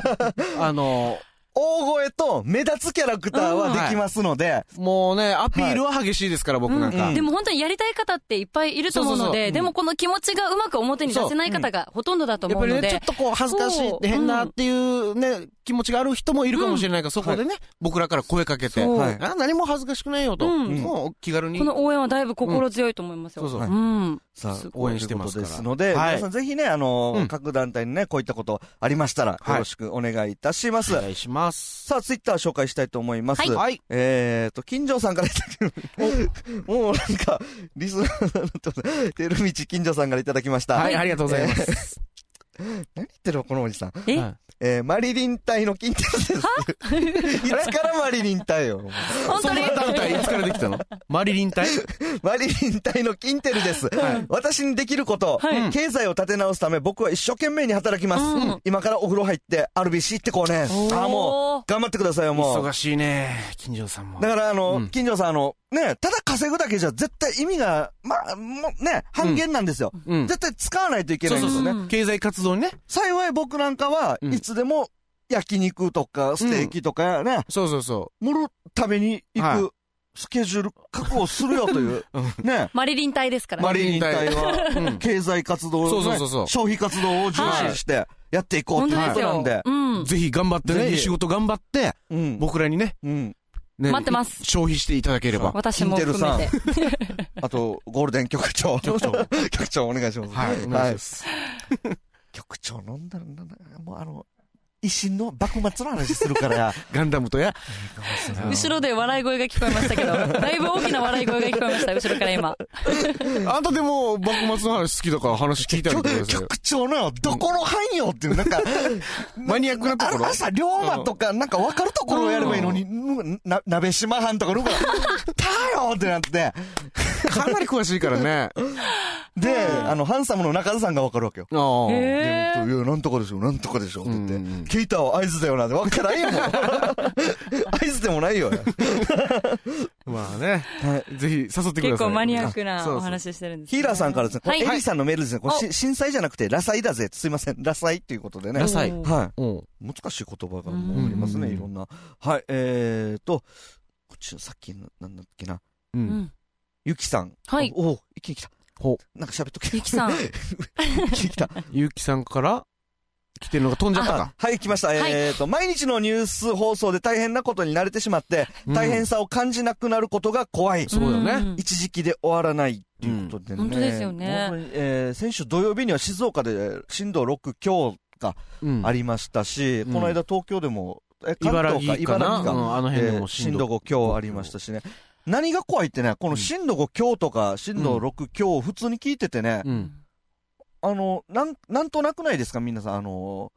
[SPEAKER 1] [laughs] あの、
[SPEAKER 2] 大声と目立つキャラクターはできますので、
[SPEAKER 1] もうね、アピールは激しいですから、
[SPEAKER 3] う
[SPEAKER 1] 僕なん
[SPEAKER 2] う
[SPEAKER 1] か
[SPEAKER 2] ん
[SPEAKER 3] で。も本当にやりたい方っていっぱいいると思うの
[SPEAKER 1] そうそうそうう
[SPEAKER 3] で、
[SPEAKER 1] ん
[SPEAKER 3] でもこの気持ちがうまく表に出せない方がほとんどだと
[SPEAKER 1] やっ
[SPEAKER 3] 思
[SPEAKER 1] ぱ
[SPEAKER 3] う
[SPEAKER 1] り
[SPEAKER 3] の
[SPEAKER 1] ね、ちょっ
[SPEAKER 3] で、
[SPEAKER 1] とこう、恥ずかしいって変だっていうね、気持ちがある人もいるかもしれないから、そこでね、僕らから声かけて、
[SPEAKER 3] そう
[SPEAKER 1] はいあ何も恥ずかしくないよと、
[SPEAKER 3] うん
[SPEAKER 1] もう気軽に。
[SPEAKER 3] この応援はだいぶ心強いと思いますよ。
[SPEAKER 1] そうそうう。
[SPEAKER 3] ん。
[SPEAKER 2] さあ
[SPEAKER 3] す、
[SPEAKER 1] 応援してますから
[SPEAKER 2] ということですの
[SPEAKER 1] は
[SPEAKER 2] で、
[SPEAKER 1] い
[SPEAKER 2] 皆さんぜひね、あのー
[SPEAKER 1] うん
[SPEAKER 2] 各団体にね、こういったことありましたら、
[SPEAKER 1] はい
[SPEAKER 2] よろしくお願いいたします。
[SPEAKER 1] お願いします。
[SPEAKER 2] さあ、ツイッター紹介したいと思います。
[SPEAKER 1] はい。
[SPEAKER 2] えーと、金城さんからいただき、もうなんか、リスナーのと、てるみち金城さんからいただきました。
[SPEAKER 1] はい、ありがとうございます。
[SPEAKER 2] 何言ってるのこのおじさん。
[SPEAKER 3] え
[SPEAKER 1] はい
[SPEAKER 2] えー、マリリン隊の金城
[SPEAKER 1] [laughs]
[SPEAKER 2] です。いつからマリリン隊よ。
[SPEAKER 3] 本当に
[SPEAKER 1] そんな団体いつからできたのマリリン隊
[SPEAKER 2] マリリン隊のキンテルです。私にできること、
[SPEAKER 3] はい
[SPEAKER 2] 経済を立て直すため僕は一生懸命に働きます。
[SPEAKER 3] うん
[SPEAKER 2] 今からお風呂入って RBC 行ってこうね。
[SPEAKER 3] おー
[SPEAKER 2] ああ、もう、頑張ってくださいよ、もう。
[SPEAKER 1] 忙しいね、金城さんも
[SPEAKER 2] だ。から、あの、
[SPEAKER 1] うん
[SPEAKER 2] 金城さん、あの、ね、ただ稼ぐだけじゃ絶対意味が、まあ、もうね、半減なんですよ。
[SPEAKER 1] うん。
[SPEAKER 2] 絶対使わないといけ
[SPEAKER 1] そ
[SPEAKER 2] な
[SPEAKER 1] う
[SPEAKER 2] いん
[SPEAKER 1] そ
[SPEAKER 2] で
[SPEAKER 1] う
[SPEAKER 2] すよね。
[SPEAKER 1] そう。経済活動にね。
[SPEAKER 2] 幸い僕なんかは、
[SPEAKER 1] うん
[SPEAKER 2] いつでも焼肉とか、ステーキとかね、
[SPEAKER 1] そうそうそ
[SPEAKER 2] もろ食べに行く、
[SPEAKER 1] はい
[SPEAKER 2] スケジュール確保するよという、
[SPEAKER 1] [laughs] う。うん
[SPEAKER 2] ね。
[SPEAKER 3] マリリン隊ですから。
[SPEAKER 1] マリリン
[SPEAKER 2] 隊
[SPEAKER 1] 隊
[SPEAKER 2] は、
[SPEAKER 1] うん
[SPEAKER 2] 経済活動をね
[SPEAKER 1] そうそうそうそう
[SPEAKER 2] 消費活動を重視してやっていこう
[SPEAKER 3] 本
[SPEAKER 2] と
[SPEAKER 3] 当
[SPEAKER 2] いう
[SPEAKER 3] で
[SPEAKER 2] こ
[SPEAKER 3] す
[SPEAKER 2] となん
[SPEAKER 3] よ
[SPEAKER 2] で。。
[SPEAKER 3] うん。
[SPEAKER 1] ぜひ頑張って
[SPEAKER 2] ぜ
[SPEAKER 1] ね、
[SPEAKER 2] ひ
[SPEAKER 1] 仕事頑張って、
[SPEAKER 2] うん。
[SPEAKER 1] 僕らにね、
[SPEAKER 2] うん。
[SPEAKER 1] ね
[SPEAKER 3] 待ってます
[SPEAKER 1] 消費していただければ。
[SPEAKER 3] 私も含めて。
[SPEAKER 2] あと、ゴールデン局長。局長。 [laughs] 局長お願いします。
[SPEAKER 1] はい、お願いします。
[SPEAKER 2] 局長飲んだら、ななもうあの、維新の幕末の話するから。
[SPEAKER 1] [laughs] ガンダムとや、
[SPEAKER 3] 後ろで笑い声が聞こえましたけど、だいぶ大きな笑い声が聞こえました、後ろから今。
[SPEAKER 1] あんたでも幕末の話好きだから話聞いてあげて [laughs] くだ
[SPEAKER 2] 局
[SPEAKER 1] さいよ。
[SPEAKER 2] 局長のよ、どこの範囲よっていう、なんか、
[SPEAKER 1] [laughs] マニアックなところ
[SPEAKER 2] あ朝、龍馬とか、なんか分かるところをやればいいのに、ぬな、鍋島藩とか、なんか、 [laughs] たよってなって。
[SPEAKER 1] かなり詳しいから [laughs] ね。
[SPEAKER 2] で、あの、ハンサムの中田さんが分かるわけよ。
[SPEAKER 1] あ [laughs] あ。
[SPEAKER 2] でい
[SPEAKER 3] へ
[SPEAKER 2] や、
[SPEAKER 3] ー
[SPEAKER 2] なんとかでしょ、なんとかでしょ、って言って
[SPEAKER 1] うんうん。
[SPEAKER 2] ケイタは合図だよなって、わからんよ、もう。合図でもないよ。
[SPEAKER 1] まあね。ぜひ誘ってください。
[SPEAKER 3] 結構マニアック
[SPEAKER 1] あ
[SPEAKER 3] な
[SPEAKER 1] そうそう
[SPEAKER 3] お話ししてるんですね
[SPEAKER 2] ヒーラーさんからですね、こ
[SPEAKER 3] は
[SPEAKER 2] れ
[SPEAKER 3] い
[SPEAKER 2] エリ。ーさんのメールですね、こ
[SPEAKER 3] お
[SPEAKER 2] れし震災じゃなくて、ラサイだぜ。すいません、ラサイっていうことでね。
[SPEAKER 1] ラサイ
[SPEAKER 2] は
[SPEAKER 1] うん。
[SPEAKER 2] い。難しい言葉がもうありますね、
[SPEAKER 1] うん
[SPEAKER 2] いろんな。はい、えーと、こっちのさっきの、なんだっけな、
[SPEAKER 1] う。
[SPEAKER 3] うんん
[SPEAKER 2] ゆきさん。
[SPEAKER 3] はい
[SPEAKER 2] おお、一気に来た。
[SPEAKER 1] ほ
[SPEAKER 2] なんか喋っとけ。
[SPEAKER 3] ゆきさん
[SPEAKER 2] 一気
[SPEAKER 1] [laughs]
[SPEAKER 2] に来た。
[SPEAKER 1] ゆうきさんから来てるのが飛んじゃったか。
[SPEAKER 2] はい、来ました。
[SPEAKER 3] い
[SPEAKER 2] えーと、毎日のニュース放送で大変なことに慣れてしまって、
[SPEAKER 1] うん
[SPEAKER 2] 大変さを感じなくなることが怖い。
[SPEAKER 1] そうだね
[SPEAKER 3] ん
[SPEAKER 2] 一時期で終わらないっていうことでね。
[SPEAKER 3] うん本当ですよね
[SPEAKER 2] 本当にえー先週土曜日には静岡で震度6強が
[SPEAKER 1] うん
[SPEAKER 2] ありましたし、
[SPEAKER 1] うん
[SPEAKER 2] この間東京でも、え
[SPEAKER 1] 茨城かな
[SPEAKER 2] 茨城
[SPEAKER 1] うんあの辺でも
[SPEAKER 2] えー震
[SPEAKER 1] 震
[SPEAKER 2] 度
[SPEAKER 1] 度
[SPEAKER 2] 5強ありましたしね。何が怖いってね、この震度5強とか震度6強を普通に聞いててね、
[SPEAKER 1] うん。
[SPEAKER 2] あの、なん、なんとなくないですか、皆さん。あの、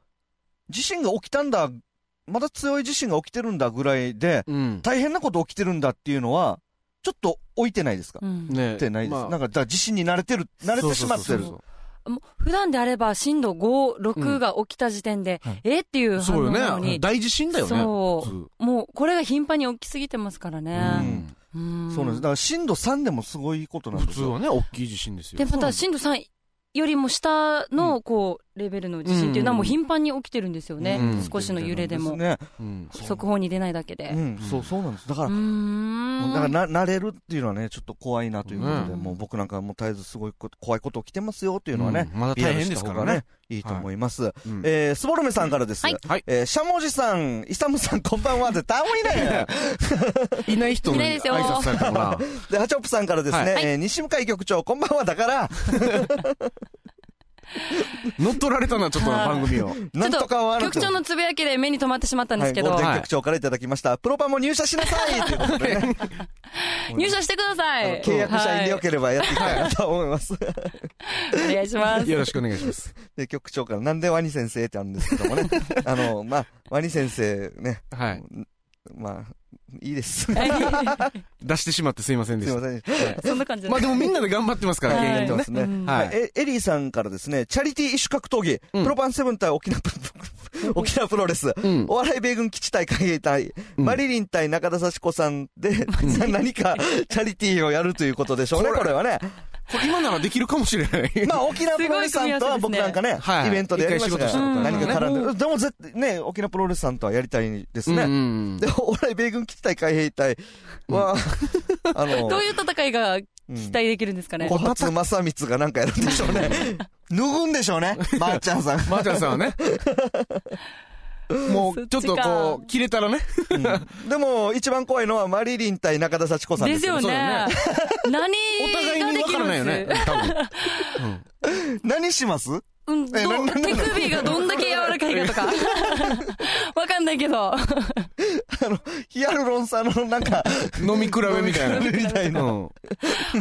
[SPEAKER 2] 地震が起きたんだ、まだ強い地震が起きてるんだぐらいで、
[SPEAKER 1] うん。
[SPEAKER 2] 大変なこと起きてるんだっていうのは、ちょっと置いてないですか
[SPEAKER 3] うん
[SPEAKER 1] ね
[SPEAKER 2] ってないです。
[SPEAKER 1] まあ
[SPEAKER 2] なんか、だから地震に慣れてる、慣れてしまって
[SPEAKER 1] そう
[SPEAKER 2] る
[SPEAKER 1] そう。そう
[SPEAKER 3] もう普段であれば震度5、6が起きた時点で、
[SPEAKER 2] うんはい
[SPEAKER 3] えっていう
[SPEAKER 1] そ
[SPEAKER 3] 反
[SPEAKER 1] う
[SPEAKER 3] 応な
[SPEAKER 1] よ
[SPEAKER 3] の
[SPEAKER 1] ね。
[SPEAKER 3] に、
[SPEAKER 1] 大地震だよね。
[SPEAKER 3] そう
[SPEAKER 1] 普
[SPEAKER 3] もうこれが頻繁に起きすぎてますからね。うん
[SPEAKER 2] そうなんです。だから震度3でもすごいこと
[SPEAKER 1] 通
[SPEAKER 2] なん
[SPEAKER 1] 普
[SPEAKER 2] です
[SPEAKER 1] 通
[SPEAKER 2] よ。
[SPEAKER 1] はね、大きい地震ですよ
[SPEAKER 3] で、。また震度3よりも下の、こう、レベルの地震っていうのはもう頻繁に起きてるんですよね、
[SPEAKER 1] うん
[SPEAKER 3] 少しの揺れでも、
[SPEAKER 2] ね。
[SPEAKER 1] うん
[SPEAKER 3] 速報に出ないだけで
[SPEAKER 2] う。ん、そう、そうなんです。だか
[SPEAKER 3] う
[SPEAKER 2] ら、
[SPEAKER 3] ーん
[SPEAKER 2] だからな、慣れるっていうのはね、ちょっと怖いなということで、
[SPEAKER 3] うん
[SPEAKER 2] もう僕なんかもう絶えずすごいこと、怖いこと起きてますよっていうのはね、
[SPEAKER 1] うんまだ大変ですからね
[SPEAKER 2] PR した方が。いいと思います。
[SPEAKER 1] うん
[SPEAKER 2] えー、スボルメさんからです。
[SPEAKER 3] はい
[SPEAKER 1] はい
[SPEAKER 2] えー、しゃもじさん、イサムさん、こんばんはって、たもいないね。
[SPEAKER 1] [laughs] いない人に
[SPEAKER 3] いな
[SPEAKER 1] 挨
[SPEAKER 3] いですよ
[SPEAKER 1] 拶されたもな。
[SPEAKER 2] で、ハチョップさんからですね、
[SPEAKER 1] はい
[SPEAKER 2] えー西向井局長、こんばんはだから、
[SPEAKER 1] 乗っ取られたな、ちょっと番組を。
[SPEAKER 2] なんとかは、
[SPEAKER 3] 局長のつぶやきで目に留まってしまったんですけど、
[SPEAKER 2] はい、ゴールデン
[SPEAKER 1] はい
[SPEAKER 2] 局長からいただきました。プロパンも入社しなさ
[SPEAKER 3] [laughs]
[SPEAKER 2] いということでね、
[SPEAKER 3] 入社してください
[SPEAKER 2] 契約社員でよければやっていきたいなと思います。
[SPEAKER 3] はいお願いします
[SPEAKER 1] よろしくお願いします。
[SPEAKER 2] で、局長から、なんでワニ先生ってあるんですけども
[SPEAKER 3] [laughs]
[SPEAKER 2] ね。あの、まあ、ワニ先生ね、
[SPEAKER 1] はい。
[SPEAKER 2] まあ、いいです。すい
[SPEAKER 3] は
[SPEAKER 1] 出してしまってすいません
[SPEAKER 2] ま
[SPEAKER 1] でした。
[SPEAKER 2] せん。
[SPEAKER 3] いそんな感じで
[SPEAKER 1] まあでもみんなで頑張ってますから、
[SPEAKER 3] はい
[SPEAKER 1] 芸
[SPEAKER 2] や
[SPEAKER 1] 人
[SPEAKER 2] って
[SPEAKER 1] は
[SPEAKER 2] ま
[SPEAKER 1] ね。
[SPEAKER 2] すね。
[SPEAKER 3] うん
[SPEAKER 1] はい
[SPEAKER 2] えエリーさんからですね、チャリティー異種格闘技、
[SPEAKER 1] うん
[SPEAKER 2] プロパンセブン対沖縄プ
[SPEAKER 1] [laughs]
[SPEAKER 2] ロ、沖縄プロレス、
[SPEAKER 1] うん
[SPEAKER 2] お笑い米軍基地対海兵隊、
[SPEAKER 1] うん
[SPEAKER 2] マリリン対中田幸子さんで、 [laughs] 何かチャリティーをやるということでしょうね、
[SPEAKER 1] こ
[SPEAKER 2] こ
[SPEAKER 1] れ
[SPEAKER 2] れはね。
[SPEAKER 1] これ今ならできるかもしれない。
[SPEAKER 2] [laughs] まあ、沖縄プロレスさんとは
[SPEAKER 3] すご
[SPEAKER 2] 僕
[SPEAKER 3] い組み合
[SPEAKER 2] なん
[SPEAKER 3] わ
[SPEAKER 2] か
[SPEAKER 3] せ
[SPEAKER 2] ね、
[SPEAKER 1] はい
[SPEAKER 2] イベントでやりましたか
[SPEAKER 1] 一回仕事した
[SPEAKER 3] こと
[SPEAKER 2] ら、
[SPEAKER 3] ある
[SPEAKER 2] 何
[SPEAKER 3] から
[SPEAKER 2] か
[SPEAKER 3] ね
[SPEAKER 2] 絡んでる。でも絶対ね、沖縄プロレスさんとはやりたいです
[SPEAKER 1] うん
[SPEAKER 2] ね。
[SPEAKER 1] うん
[SPEAKER 2] で、お [laughs] 笑い米軍基地対海兵隊は、 [laughs] あの、
[SPEAKER 3] どういう戦いが
[SPEAKER 2] うん
[SPEAKER 3] 期待できるんですかね、
[SPEAKER 2] 小松正光がなんかやるんでしょうね。脱ぐんでしょうね、まーちゃんさん。
[SPEAKER 1] マーちゃんさんはね。も、
[SPEAKER 3] そうっ
[SPEAKER 1] ちょっ
[SPEAKER 3] ちか
[SPEAKER 1] とこう、切れたらね。
[SPEAKER 2] でも、一番怖いのはマリリン対中田幸子さん
[SPEAKER 3] で
[SPEAKER 2] です
[SPEAKER 3] す
[SPEAKER 2] よ。
[SPEAKER 3] よ
[SPEAKER 1] そうだ
[SPEAKER 3] ね
[SPEAKER 1] よね
[SPEAKER 3] 何
[SPEAKER 1] お互い
[SPEAKER 3] が
[SPEAKER 1] に
[SPEAKER 3] で
[SPEAKER 1] 分
[SPEAKER 3] き
[SPEAKER 1] か
[SPEAKER 3] る
[SPEAKER 1] ら
[SPEAKER 3] ん
[SPEAKER 1] ないよね
[SPEAKER 3] です。
[SPEAKER 1] 多分。
[SPEAKER 2] 何します [laughs]
[SPEAKER 3] うん、ど
[SPEAKER 2] えなな
[SPEAKER 3] 手首がどんだけ柔らかい
[SPEAKER 1] [laughs]
[SPEAKER 3] かとか。わかんないけど。
[SPEAKER 2] ヒアルロン酸のなんか、
[SPEAKER 1] 飲み比
[SPEAKER 2] [laughs]
[SPEAKER 1] べみたいな。
[SPEAKER 2] みたいな。
[SPEAKER 1] うん。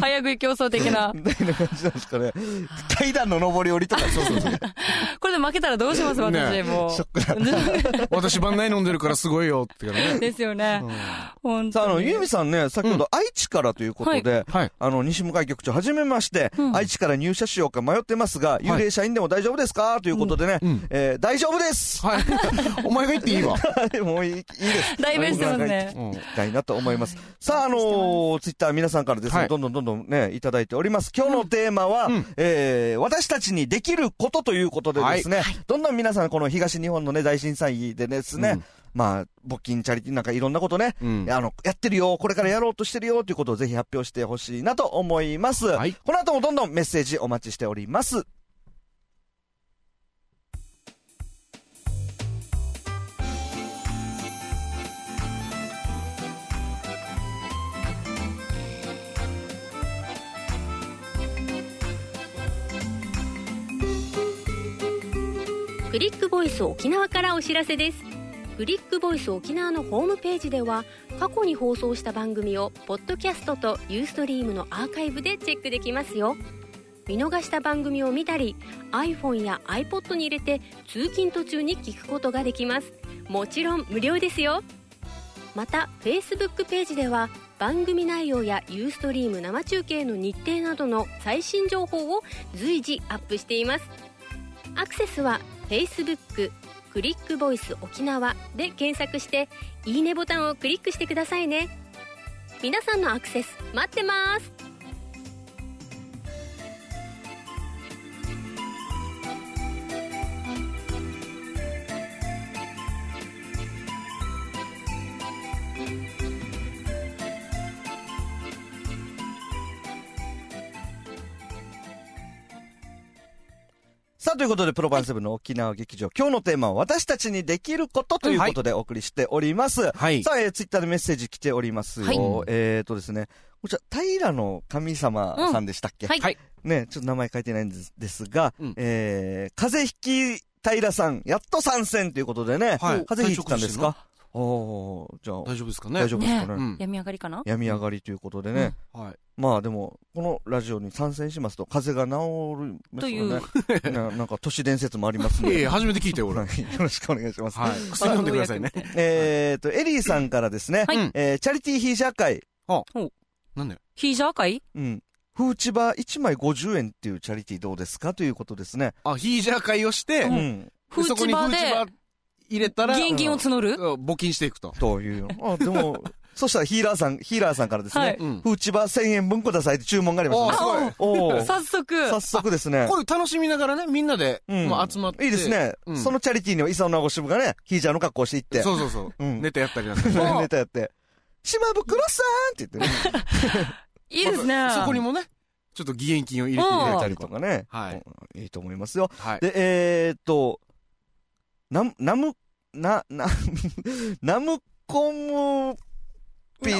[SPEAKER 3] 早食い競争的な。
[SPEAKER 2] みたいな感じなんですかね。階段の上り下りとか、そうそうそう。
[SPEAKER 3] これで負けたらどうします
[SPEAKER 1] ね
[SPEAKER 3] 私、もう。
[SPEAKER 2] ショ
[SPEAKER 1] 私晩内飲んでるからすごいよってからね。
[SPEAKER 3] ですよね。本
[SPEAKER 2] さあ、あ
[SPEAKER 3] 当
[SPEAKER 2] の、
[SPEAKER 3] に。
[SPEAKER 2] ゆみさんね、先ほど愛知からということで、
[SPEAKER 1] はい。
[SPEAKER 2] あの、西向井局長、はじめまして、
[SPEAKER 3] うん
[SPEAKER 2] 愛知から入社しようか迷ってますが、幽霊社員でも大丈夫ですかということでね、
[SPEAKER 1] うんうん
[SPEAKER 2] えー大丈夫です、
[SPEAKER 1] はい。お前が言っていいわ。
[SPEAKER 2] もういいいい [laughs] です。
[SPEAKER 3] 代弁してます
[SPEAKER 2] 僕なんか
[SPEAKER 3] ね
[SPEAKER 2] 行。きたいなと思います。さあ、あのーツイッター皆さんからですね、
[SPEAKER 1] はい
[SPEAKER 2] どんどんどんどんね、いただいております。今日のテーマは、
[SPEAKER 1] うん
[SPEAKER 2] えー私たちにできることということでですね、どんどん皆さん、この東日本のね、大震災でですね、
[SPEAKER 1] うん
[SPEAKER 2] まあ、募金、チャリティーなんかいろんなことね、
[SPEAKER 1] うん
[SPEAKER 2] あの、やってるよ、これからやろうとしてるよ、ということをぜひ発表してほしいなと思います。
[SPEAKER 1] はい
[SPEAKER 2] この後もどんどんメッセージお待ちしております。
[SPEAKER 5] クリックボイス沖縄からお知らせですクリックボイス沖縄のホームページでは過去に放送した番組をポッドキャストとユーストリームのアーカイブでチェックできますよ見逃した番組を見たり iPhone や iPod に入れて通勤途中に聞くことができますもちろん無料ですよまた Facebook ページでは番組内容やユーストリーム生中継の日程などの最新情報を随時アップしていますアクセスは Facebook クリックボイス沖縄で検索していいねボタンをクリックしてくださいね皆さんのアクセス待ってます
[SPEAKER 2] さあ、ということで、プロバンセブンの沖縄劇場、今日のテーマは、私たちにできることということでお送りしております。
[SPEAKER 1] はい。
[SPEAKER 2] さあ、えー、ツイッターでメッセージ来ておりますよ。
[SPEAKER 3] はい
[SPEAKER 2] えっ、とですね、こちら、平の神様さんでしたっけ、
[SPEAKER 3] うんはい
[SPEAKER 1] はい
[SPEAKER 2] ね、ちょっと名前書いてないんですですが、
[SPEAKER 1] うん
[SPEAKER 2] えー、風邪ひき平さん、やっと参戦ということでね、
[SPEAKER 1] はい
[SPEAKER 2] 風邪ひいてたんですかおー、じゃあ、
[SPEAKER 1] 大丈夫ですかね
[SPEAKER 2] 大丈夫ですか
[SPEAKER 1] 夫
[SPEAKER 2] ね。
[SPEAKER 1] うん。
[SPEAKER 3] 病み上がりかな
[SPEAKER 2] 病み上がりということでね、
[SPEAKER 1] はい。
[SPEAKER 2] まあでも、このラジオに参戦しますと、風邪が治るますよね、ななんか都市伝説もあります
[SPEAKER 1] いやい
[SPEAKER 2] ね。
[SPEAKER 1] や、初めて聞いたよ、俺。
[SPEAKER 2] は
[SPEAKER 1] はい。
[SPEAKER 2] いよろしくお願いします。
[SPEAKER 1] 薬飲んでくださいね。
[SPEAKER 2] えっと、エリーさんからですね、
[SPEAKER 3] はい
[SPEAKER 1] うん
[SPEAKER 2] えーチャリティー非社会、
[SPEAKER 1] なんだよ。
[SPEAKER 3] ヒージャー会
[SPEAKER 2] うん。フーチバ1枚50円っていうチャリティーどうですかということですね。
[SPEAKER 1] あ、ヒージャー会をして、で
[SPEAKER 2] うん。
[SPEAKER 3] フ
[SPEAKER 1] そ
[SPEAKER 3] ー
[SPEAKER 1] こ
[SPEAKER 3] チ
[SPEAKER 1] にフ
[SPEAKER 3] バ
[SPEAKER 1] ー
[SPEAKER 3] ー
[SPEAKER 1] チ
[SPEAKER 3] で
[SPEAKER 1] バー入れたら、
[SPEAKER 3] 現金を募る
[SPEAKER 1] うん募金していくと。
[SPEAKER 2] という。あ、でも、そしたらヒーラーさん、ヒーラーさんからです
[SPEAKER 3] は
[SPEAKER 2] ね
[SPEAKER 3] い、
[SPEAKER 1] うん
[SPEAKER 2] フーチバ1000円分くださいって注文がありましたね。
[SPEAKER 1] あ
[SPEAKER 2] おー
[SPEAKER 3] 早速。
[SPEAKER 2] 早速ですね。
[SPEAKER 1] これ楽しみながらね、みんなで、
[SPEAKER 2] うん
[SPEAKER 1] まあ、集まって。
[SPEAKER 2] いいですね。
[SPEAKER 1] うん
[SPEAKER 2] そのチャリティーには、イサオナゴ支部がね、ヒージャーの格好をしていって、
[SPEAKER 1] そうそうそう。
[SPEAKER 2] うん。
[SPEAKER 1] ネタやったりなんか
[SPEAKER 2] ネタやって、島袋さ
[SPEAKER 1] [laughs]
[SPEAKER 2] んって言ってね、
[SPEAKER 3] いいですね
[SPEAKER 1] ま。たそこにもね、ちょっと義援金を入れてい
[SPEAKER 2] 入
[SPEAKER 1] た
[SPEAKER 2] れ
[SPEAKER 1] だい
[SPEAKER 2] た
[SPEAKER 1] た
[SPEAKER 2] り
[SPEAKER 1] り
[SPEAKER 2] と
[SPEAKER 1] とか。
[SPEAKER 2] かね。
[SPEAKER 1] はい
[SPEAKER 2] うんいいと思いますよ。
[SPEAKER 1] はい。
[SPEAKER 2] で、えー、っと、ナム、ナム、な、な、 [laughs] ナムコムピ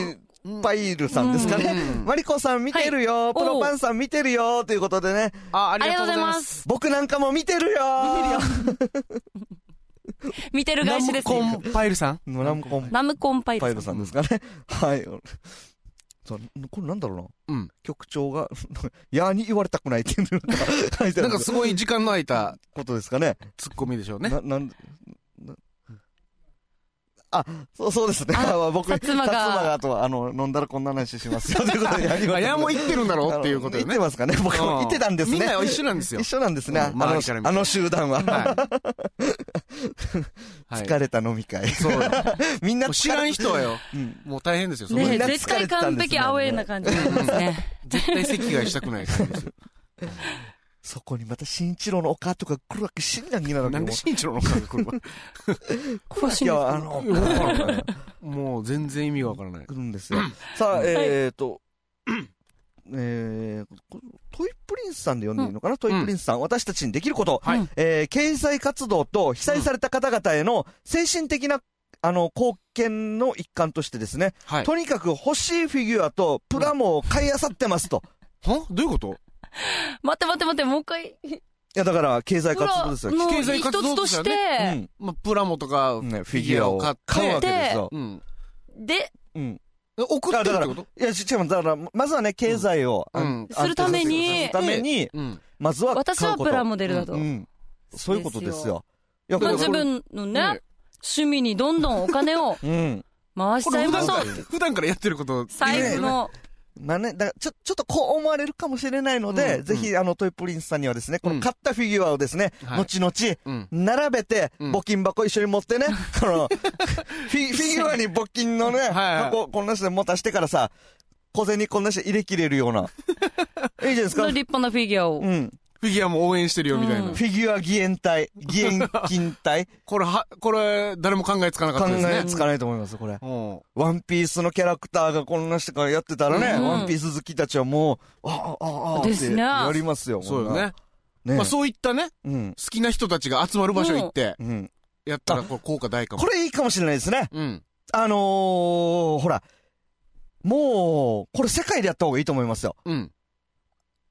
[SPEAKER 2] パイルさんですかね。
[SPEAKER 1] うん
[SPEAKER 2] マリコさん見てるよ、プロパンさん見てるよということでね、
[SPEAKER 1] あ、あ
[SPEAKER 3] あ
[SPEAKER 1] り
[SPEAKER 3] り
[SPEAKER 1] が
[SPEAKER 3] が
[SPEAKER 1] とうござ
[SPEAKER 3] とうござ
[SPEAKER 1] い
[SPEAKER 3] い
[SPEAKER 1] ま。
[SPEAKER 3] ますす。
[SPEAKER 2] 僕なんかも見てるよ
[SPEAKER 3] 見てる
[SPEAKER 1] ナ
[SPEAKER 3] 返しで
[SPEAKER 1] ム
[SPEAKER 3] す。
[SPEAKER 1] コンパイルさん
[SPEAKER 2] の [laughs] ナムコン
[SPEAKER 3] ナムコンパイ
[SPEAKER 2] パイ
[SPEAKER 3] ル
[SPEAKER 2] ル
[SPEAKER 3] さ
[SPEAKER 2] さ
[SPEAKER 3] ん。
[SPEAKER 2] んですかね。はい。そうこれなんだろうな。
[SPEAKER 1] うん。
[SPEAKER 2] 局長が、 [laughs] やーに言われたくないっていうのが書いてあ
[SPEAKER 1] な
[SPEAKER 2] る
[SPEAKER 1] んかすごい時間の空いた
[SPEAKER 2] ことですかね。
[SPEAKER 1] ツッコミでしょうね。
[SPEAKER 2] な、なん、なあ、そう、そうですね。あ [laughs] 僕、
[SPEAKER 3] 薩摩が
[SPEAKER 2] あとは、あの、飲んだらこんな話しますよ。 [laughs] ということで、やりま
[SPEAKER 1] あ、
[SPEAKER 2] す
[SPEAKER 1] やもう言ってるんだろうっていうことで
[SPEAKER 2] 言っ
[SPEAKER 1] ね
[SPEAKER 2] て。ますかね。僕も言ってたんです
[SPEAKER 1] みんな
[SPEAKER 2] ね。
[SPEAKER 1] 一緒なんですよ
[SPEAKER 2] 一。緒なんですね。
[SPEAKER 1] うん
[SPEAKER 2] あ
[SPEAKER 1] 周
[SPEAKER 2] の
[SPEAKER 1] りから見て
[SPEAKER 2] あの [laughs] 集団は。
[SPEAKER 1] はい。はい
[SPEAKER 2] [laughs] 疲れた飲み会。
[SPEAKER 1] そうだ。
[SPEAKER 2] みんな
[SPEAKER 1] もう知らん人はよ、
[SPEAKER 2] [laughs] うん
[SPEAKER 1] もう大変ですよ。そこ
[SPEAKER 3] ね
[SPEAKER 1] で
[SPEAKER 2] みんな疲れて
[SPEAKER 3] 絶対完璧アウェーな感じです
[SPEAKER 1] [laughs]
[SPEAKER 3] ね。
[SPEAKER 1] 絶対席替えしたくない感じですよ。
[SPEAKER 2] そこにまた新一郎のお母とか来るわけ死んだんに [laughs] なるわけ
[SPEAKER 1] なんで新一郎の顔が来るわ
[SPEAKER 2] [laughs] 来るわけはあの、
[SPEAKER 1] もう全然意味がわからない。
[SPEAKER 2] 来るんですよ。さあ、えーと、えーこトイプリンスさんで呼んでいいのかな、トイプリンスさん。私たちにできること。
[SPEAKER 1] はい
[SPEAKER 2] えー経済活動と被災された方々への精神的な、あの、貢献の一環としてですね、
[SPEAKER 1] はい。
[SPEAKER 2] とにかく欲しいフィギュアとプラモを買い漁ってますと。
[SPEAKER 1] はどういうこと
[SPEAKER 3] 待って待って待って、もう一回。
[SPEAKER 2] いや、だから、経済
[SPEAKER 3] ほ
[SPEAKER 2] 活動
[SPEAKER 3] ら、
[SPEAKER 2] ですよ。
[SPEAKER 3] もう
[SPEAKER 1] 経済
[SPEAKER 3] 一
[SPEAKER 1] 活動
[SPEAKER 3] つと
[SPEAKER 1] ですよ
[SPEAKER 3] し
[SPEAKER 1] ね
[SPEAKER 3] て、
[SPEAKER 1] まあ、プラモとか、
[SPEAKER 2] ね、フィギュアを買うわけですよ。
[SPEAKER 1] うん。
[SPEAKER 3] で、
[SPEAKER 2] うん。
[SPEAKER 1] 送ってるって
[SPEAKER 2] あだ
[SPEAKER 1] こと
[SPEAKER 2] いや、ち、ちょ、だから、まずはね、経済を、
[SPEAKER 1] うん
[SPEAKER 2] あ
[SPEAKER 1] うん
[SPEAKER 2] 安定
[SPEAKER 3] するために
[SPEAKER 2] するために、
[SPEAKER 1] うん。
[SPEAKER 2] まずは買うこと。
[SPEAKER 3] 私はプラモデルだと
[SPEAKER 2] うん。うんそういうことですよ。いや
[SPEAKER 3] まあ
[SPEAKER 2] これ
[SPEAKER 3] 自分のね、
[SPEAKER 1] ね
[SPEAKER 3] 趣味にどんどんお金を
[SPEAKER 2] うん。
[SPEAKER 3] 回し
[SPEAKER 1] こ
[SPEAKER 3] ちゃ
[SPEAKER 1] れ
[SPEAKER 3] い
[SPEAKER 1] 普
[SPEAKER 3] ま
[SPEAKER 1] 段
[SPEAKER 3] しょ
[SPEAKER 1] か
[SPEAKER 3] う
[SPEAKER 1] ら。、普段からやってること。
[SPEAKER 3] 財布の、
[SPEAKER 2] まあね、だからちょ、ちょっとこう思われるかもしれないので、
[SPEAKER 1] うん
[SPEAKER 2] ぜひ、あの、トイプリンスさんにはですね、こ
[SPEAKER 1] う
[SPEAKER 2] の
[SPEAKER 1] ん
[SPEAKER 2] 買ったフィギュアをですね、
[SPEAKER 1] はい
[SPEAKER 2] 後々、
[SPEAKER 1] うん。
[SPEAKER 2] 並べて、
[SPEAKER 1] うん
[SPEAKER 2] 募金箱一緒に
[SPEAKER 1] [laughs]
[SPEAKER 2] 持ってね、この、フィ、フィギュアに募金のね、
[SPEAKER 1] いはい
[SPEAKER 2] 箱、こんなして持たしてからさ、小銭こんなして入れ切れ
[SPEAKER 1] [laughs]
[SPEAKER 2] るような。いいじゃないです
[SPEAKER 3] の
[SPEAKER 2] か
[SPEAKER 3] 立。派なフィギュアを
[SPEAKER 2] う。ん。
[SPEAKER 1] フィギュアも応援してるよ、みたいな
[SPEAKER 3] うん
[SPEAKER 2] フ。ィギュア義援隊、義援金
[SPEAKER 1] [laughs]
[SPEAKER 2] 隊、
[SPEAKER 1] これ、は、これ、誰も考えつかなかっ
[SPEAKER 2] 考
[SPEAKER 1] たですね
[SPEAKER 2] え。つかないと思います、これ。
[SPEAKER 1] うん
[SPEAKER 2] ワンピースのキャラクターがこんなしてからやってたらね、
[SPEAKER 3] うん
[SPEAKER 2] ワンピース好きたちはもう、ああ、ああ、ああ、
[SPEAKER 3] ですね
[SPEAKER 2] ってやりますよ、
[SPEAKER 1] そうよね。
[SPEAKER 2] こんな。ね
[SPEAKER 1] まあ、そういったね、
[SPEAKER 2] うん。
[SPEAKER 1] 好きな人たちが集まる場所行って、
[SPEAKER 2] うん。
[SPEAKER 1] やったら、これ、効果大かも
[SPEAKER 2] こ。れいいかもしれないですね。
[SPEAKER 1] うん。
[SPEAKER 2] あのー、ほら、もう、これ世界でやった方がいいと思いますよ。
[SPEAKER 1] うん。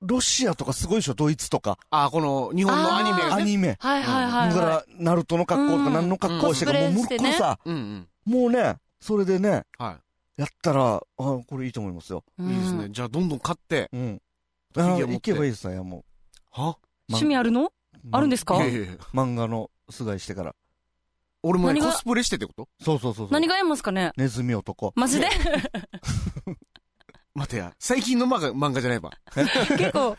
[SPEAKER 2] ロシアとかすごいでしょ、ドイツとか。
[SPEAKER 1] あ、この、日本のアニメが
[SPEAKER 2] ア
[SPEAKER 1] ね。
[SPEAKER 2] ニメ。
[SPEAKER 3] はいはいはい、
[SPEAKER 2] だか
[SPEAKER 3] は
[SPEAKER 2] ら、ナルトの格好と
[SPEAKER 3] う
[SPEAKER 2] か
[SPEAKER 3] ん
[SPEAKER 2] 何の格好をしてるか、
[SPEAKER 3] コスプレ
[SPEAKER 2] もう
[SPEAKER 3] し
[SPEAKER 2] 向
[SPEAKER 3] て
[SPEAKER 2] こ
[SPEAKER 3] ね
[SPEAKER 2] うさ、
[SPEAKER 1] うんうん。
[SPEAKER 2] もうね、それでね、
[SPEAKER 1] は
[SPEAKER 2] やったら、あこれいいと思いますよ。
[SPEAKER 3] い
[SPEAKER 1] い。いいですね。
[SPEAKER 3] うん
[SPEAKER 1] じゃあ、どんどん買って。
[SPEAKER 2] うん。
[SPEAKER 1] フィ
[SPEAKER 2] あ
[SPEAKER 1] ギュア持って
[SPEAKER 2] 行けばいいですよ、いやも
[SPEAKER 1] は
[SPEAKER 2] う。
[SPEAKER 3] 趣味あるのあるんですか
[SPEAKER 1] い
[SPEAKER 2] ま
[SPEAKER 1] やいやいや
[SPEAKER 2] 漫画の素買いしてから。
[SPEAKER 1] 俺もね
[SPEAKER 3] 何
[SPEAKER 1] コ
[SPEAKER 3] が
[SPEAKER 1] スプレしてってこと
[SPEAKER 2] そうそうそうそう。
[SPEAKER 3] 何がありますかね
[SPEAKER 2] ネズミ男。
[SPEAKER 1] [laughs]
[SPEAKER 3] マジで
[SPEAKER 1] 待てや。最近の漫画、漫画じゃないわ。
[SPEAKER 3] 結構、
[SPEAKER 2] よ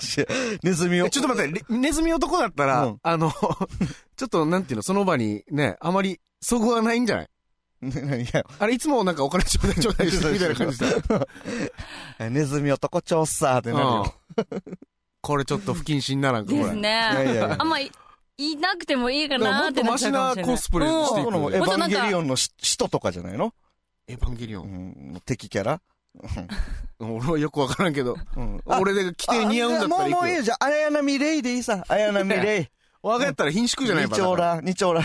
[SPEAKER 2] しネズミ
[SPEAKER 1] え
[SPEAKER 2] を。
[SPEAKER 1] ちょっと待って、レネズミ男だったら、
[SPEAKER 2] うん
[SPEAKER 1] あの、 [laughs] ちょっとなんていうの、その場にね、あまり、そこはないんじゃない
[SPEAKER 2] [laughs] ね何がよ
[SPEAKER 1] あれ、いつもなんかお金ちょうだいちょうだいしてるみたいな
[SPEAKER 2] [laughs]
[SPEAKER 1] 感じだ。
[SPEAKER 2] ネズミ男調査ってなるよ。
[SPEAKER 1] これちょっと不謹慎ならんか、こ
[SPEAKER 3] で
[SPEAKER 1] れ。
[SPEAKER 3] す
[SPEAKER 2] いやいや
[SPEAKER 3] ね。
[SPEAKER 2] いや
[SPEAKER 3] あんまい、いなくてもいいか
[SPEAKER 1] だから
[SPEAKER 3] な
[SPEAKER 1] も
[SPEAKER 3] ー
[SPEAKER 1] っ
[SPEAKER 3] って
[SPEAKER 1] と
[SPEAKER 3] なっ
[SPEAKER 1] マ
[SPEAKER 3] ち
[SPEAKER 1] シ
[SPEAKER 3] ゃうかも
[SPEAKER 1] な
[SPEAKER 3] しれない。
[SPEAKER 1] コスプレ
[SPEAKER 3] うん
[SPEAKER 1] してい
[SPEAKER 2] この
[SPEAKER 1] く。
[SPEAKER 2] エ
[SPEAKER 1] エヴ
[SPEAKER 2] ヴ
[SPEAKER 3] もっと
[SPEAKER 2] ァ
[SPEAKER 3] な
[SPEAKER 2] ン
[SPEAKER 3] ん
[SPEAKER 2] ゲ
[SPEAKER 3] か
[SPEAKER 2] リオンのし使徒とかじゃないの
[SPEAKER 1] ァンゲリオ
[SPEAKER 2] う
[SPEAKER 1] ン。
[SPEAKER 2] ん、敵キャラ
[SPEAKER 1] 俺はよくわからんけど、
[SPEAKER 2] うん。
[SPEAKER 1] 俺で規定似合うんだった
[SPEAKER 2] あ
[SPEAKER 1] ら
[SPEAKER 2] もう、もういい
[SPEAKER 1] 行
[SPEAKER 2] よ。
[SPEAKER 1] く。
[SPEAKER 2] じゃあ、綾波レイでいいさ。綾
[SPEAKER 1] [laughs]
[SPEAKER 2] 波レイ。
[SPEAKER 1] 我がやったら貧縮じゃない
[SPEAKER 2] 二
[SPEAKER 1] ば
[SPEAKER 2] 丁ら、二丁ら。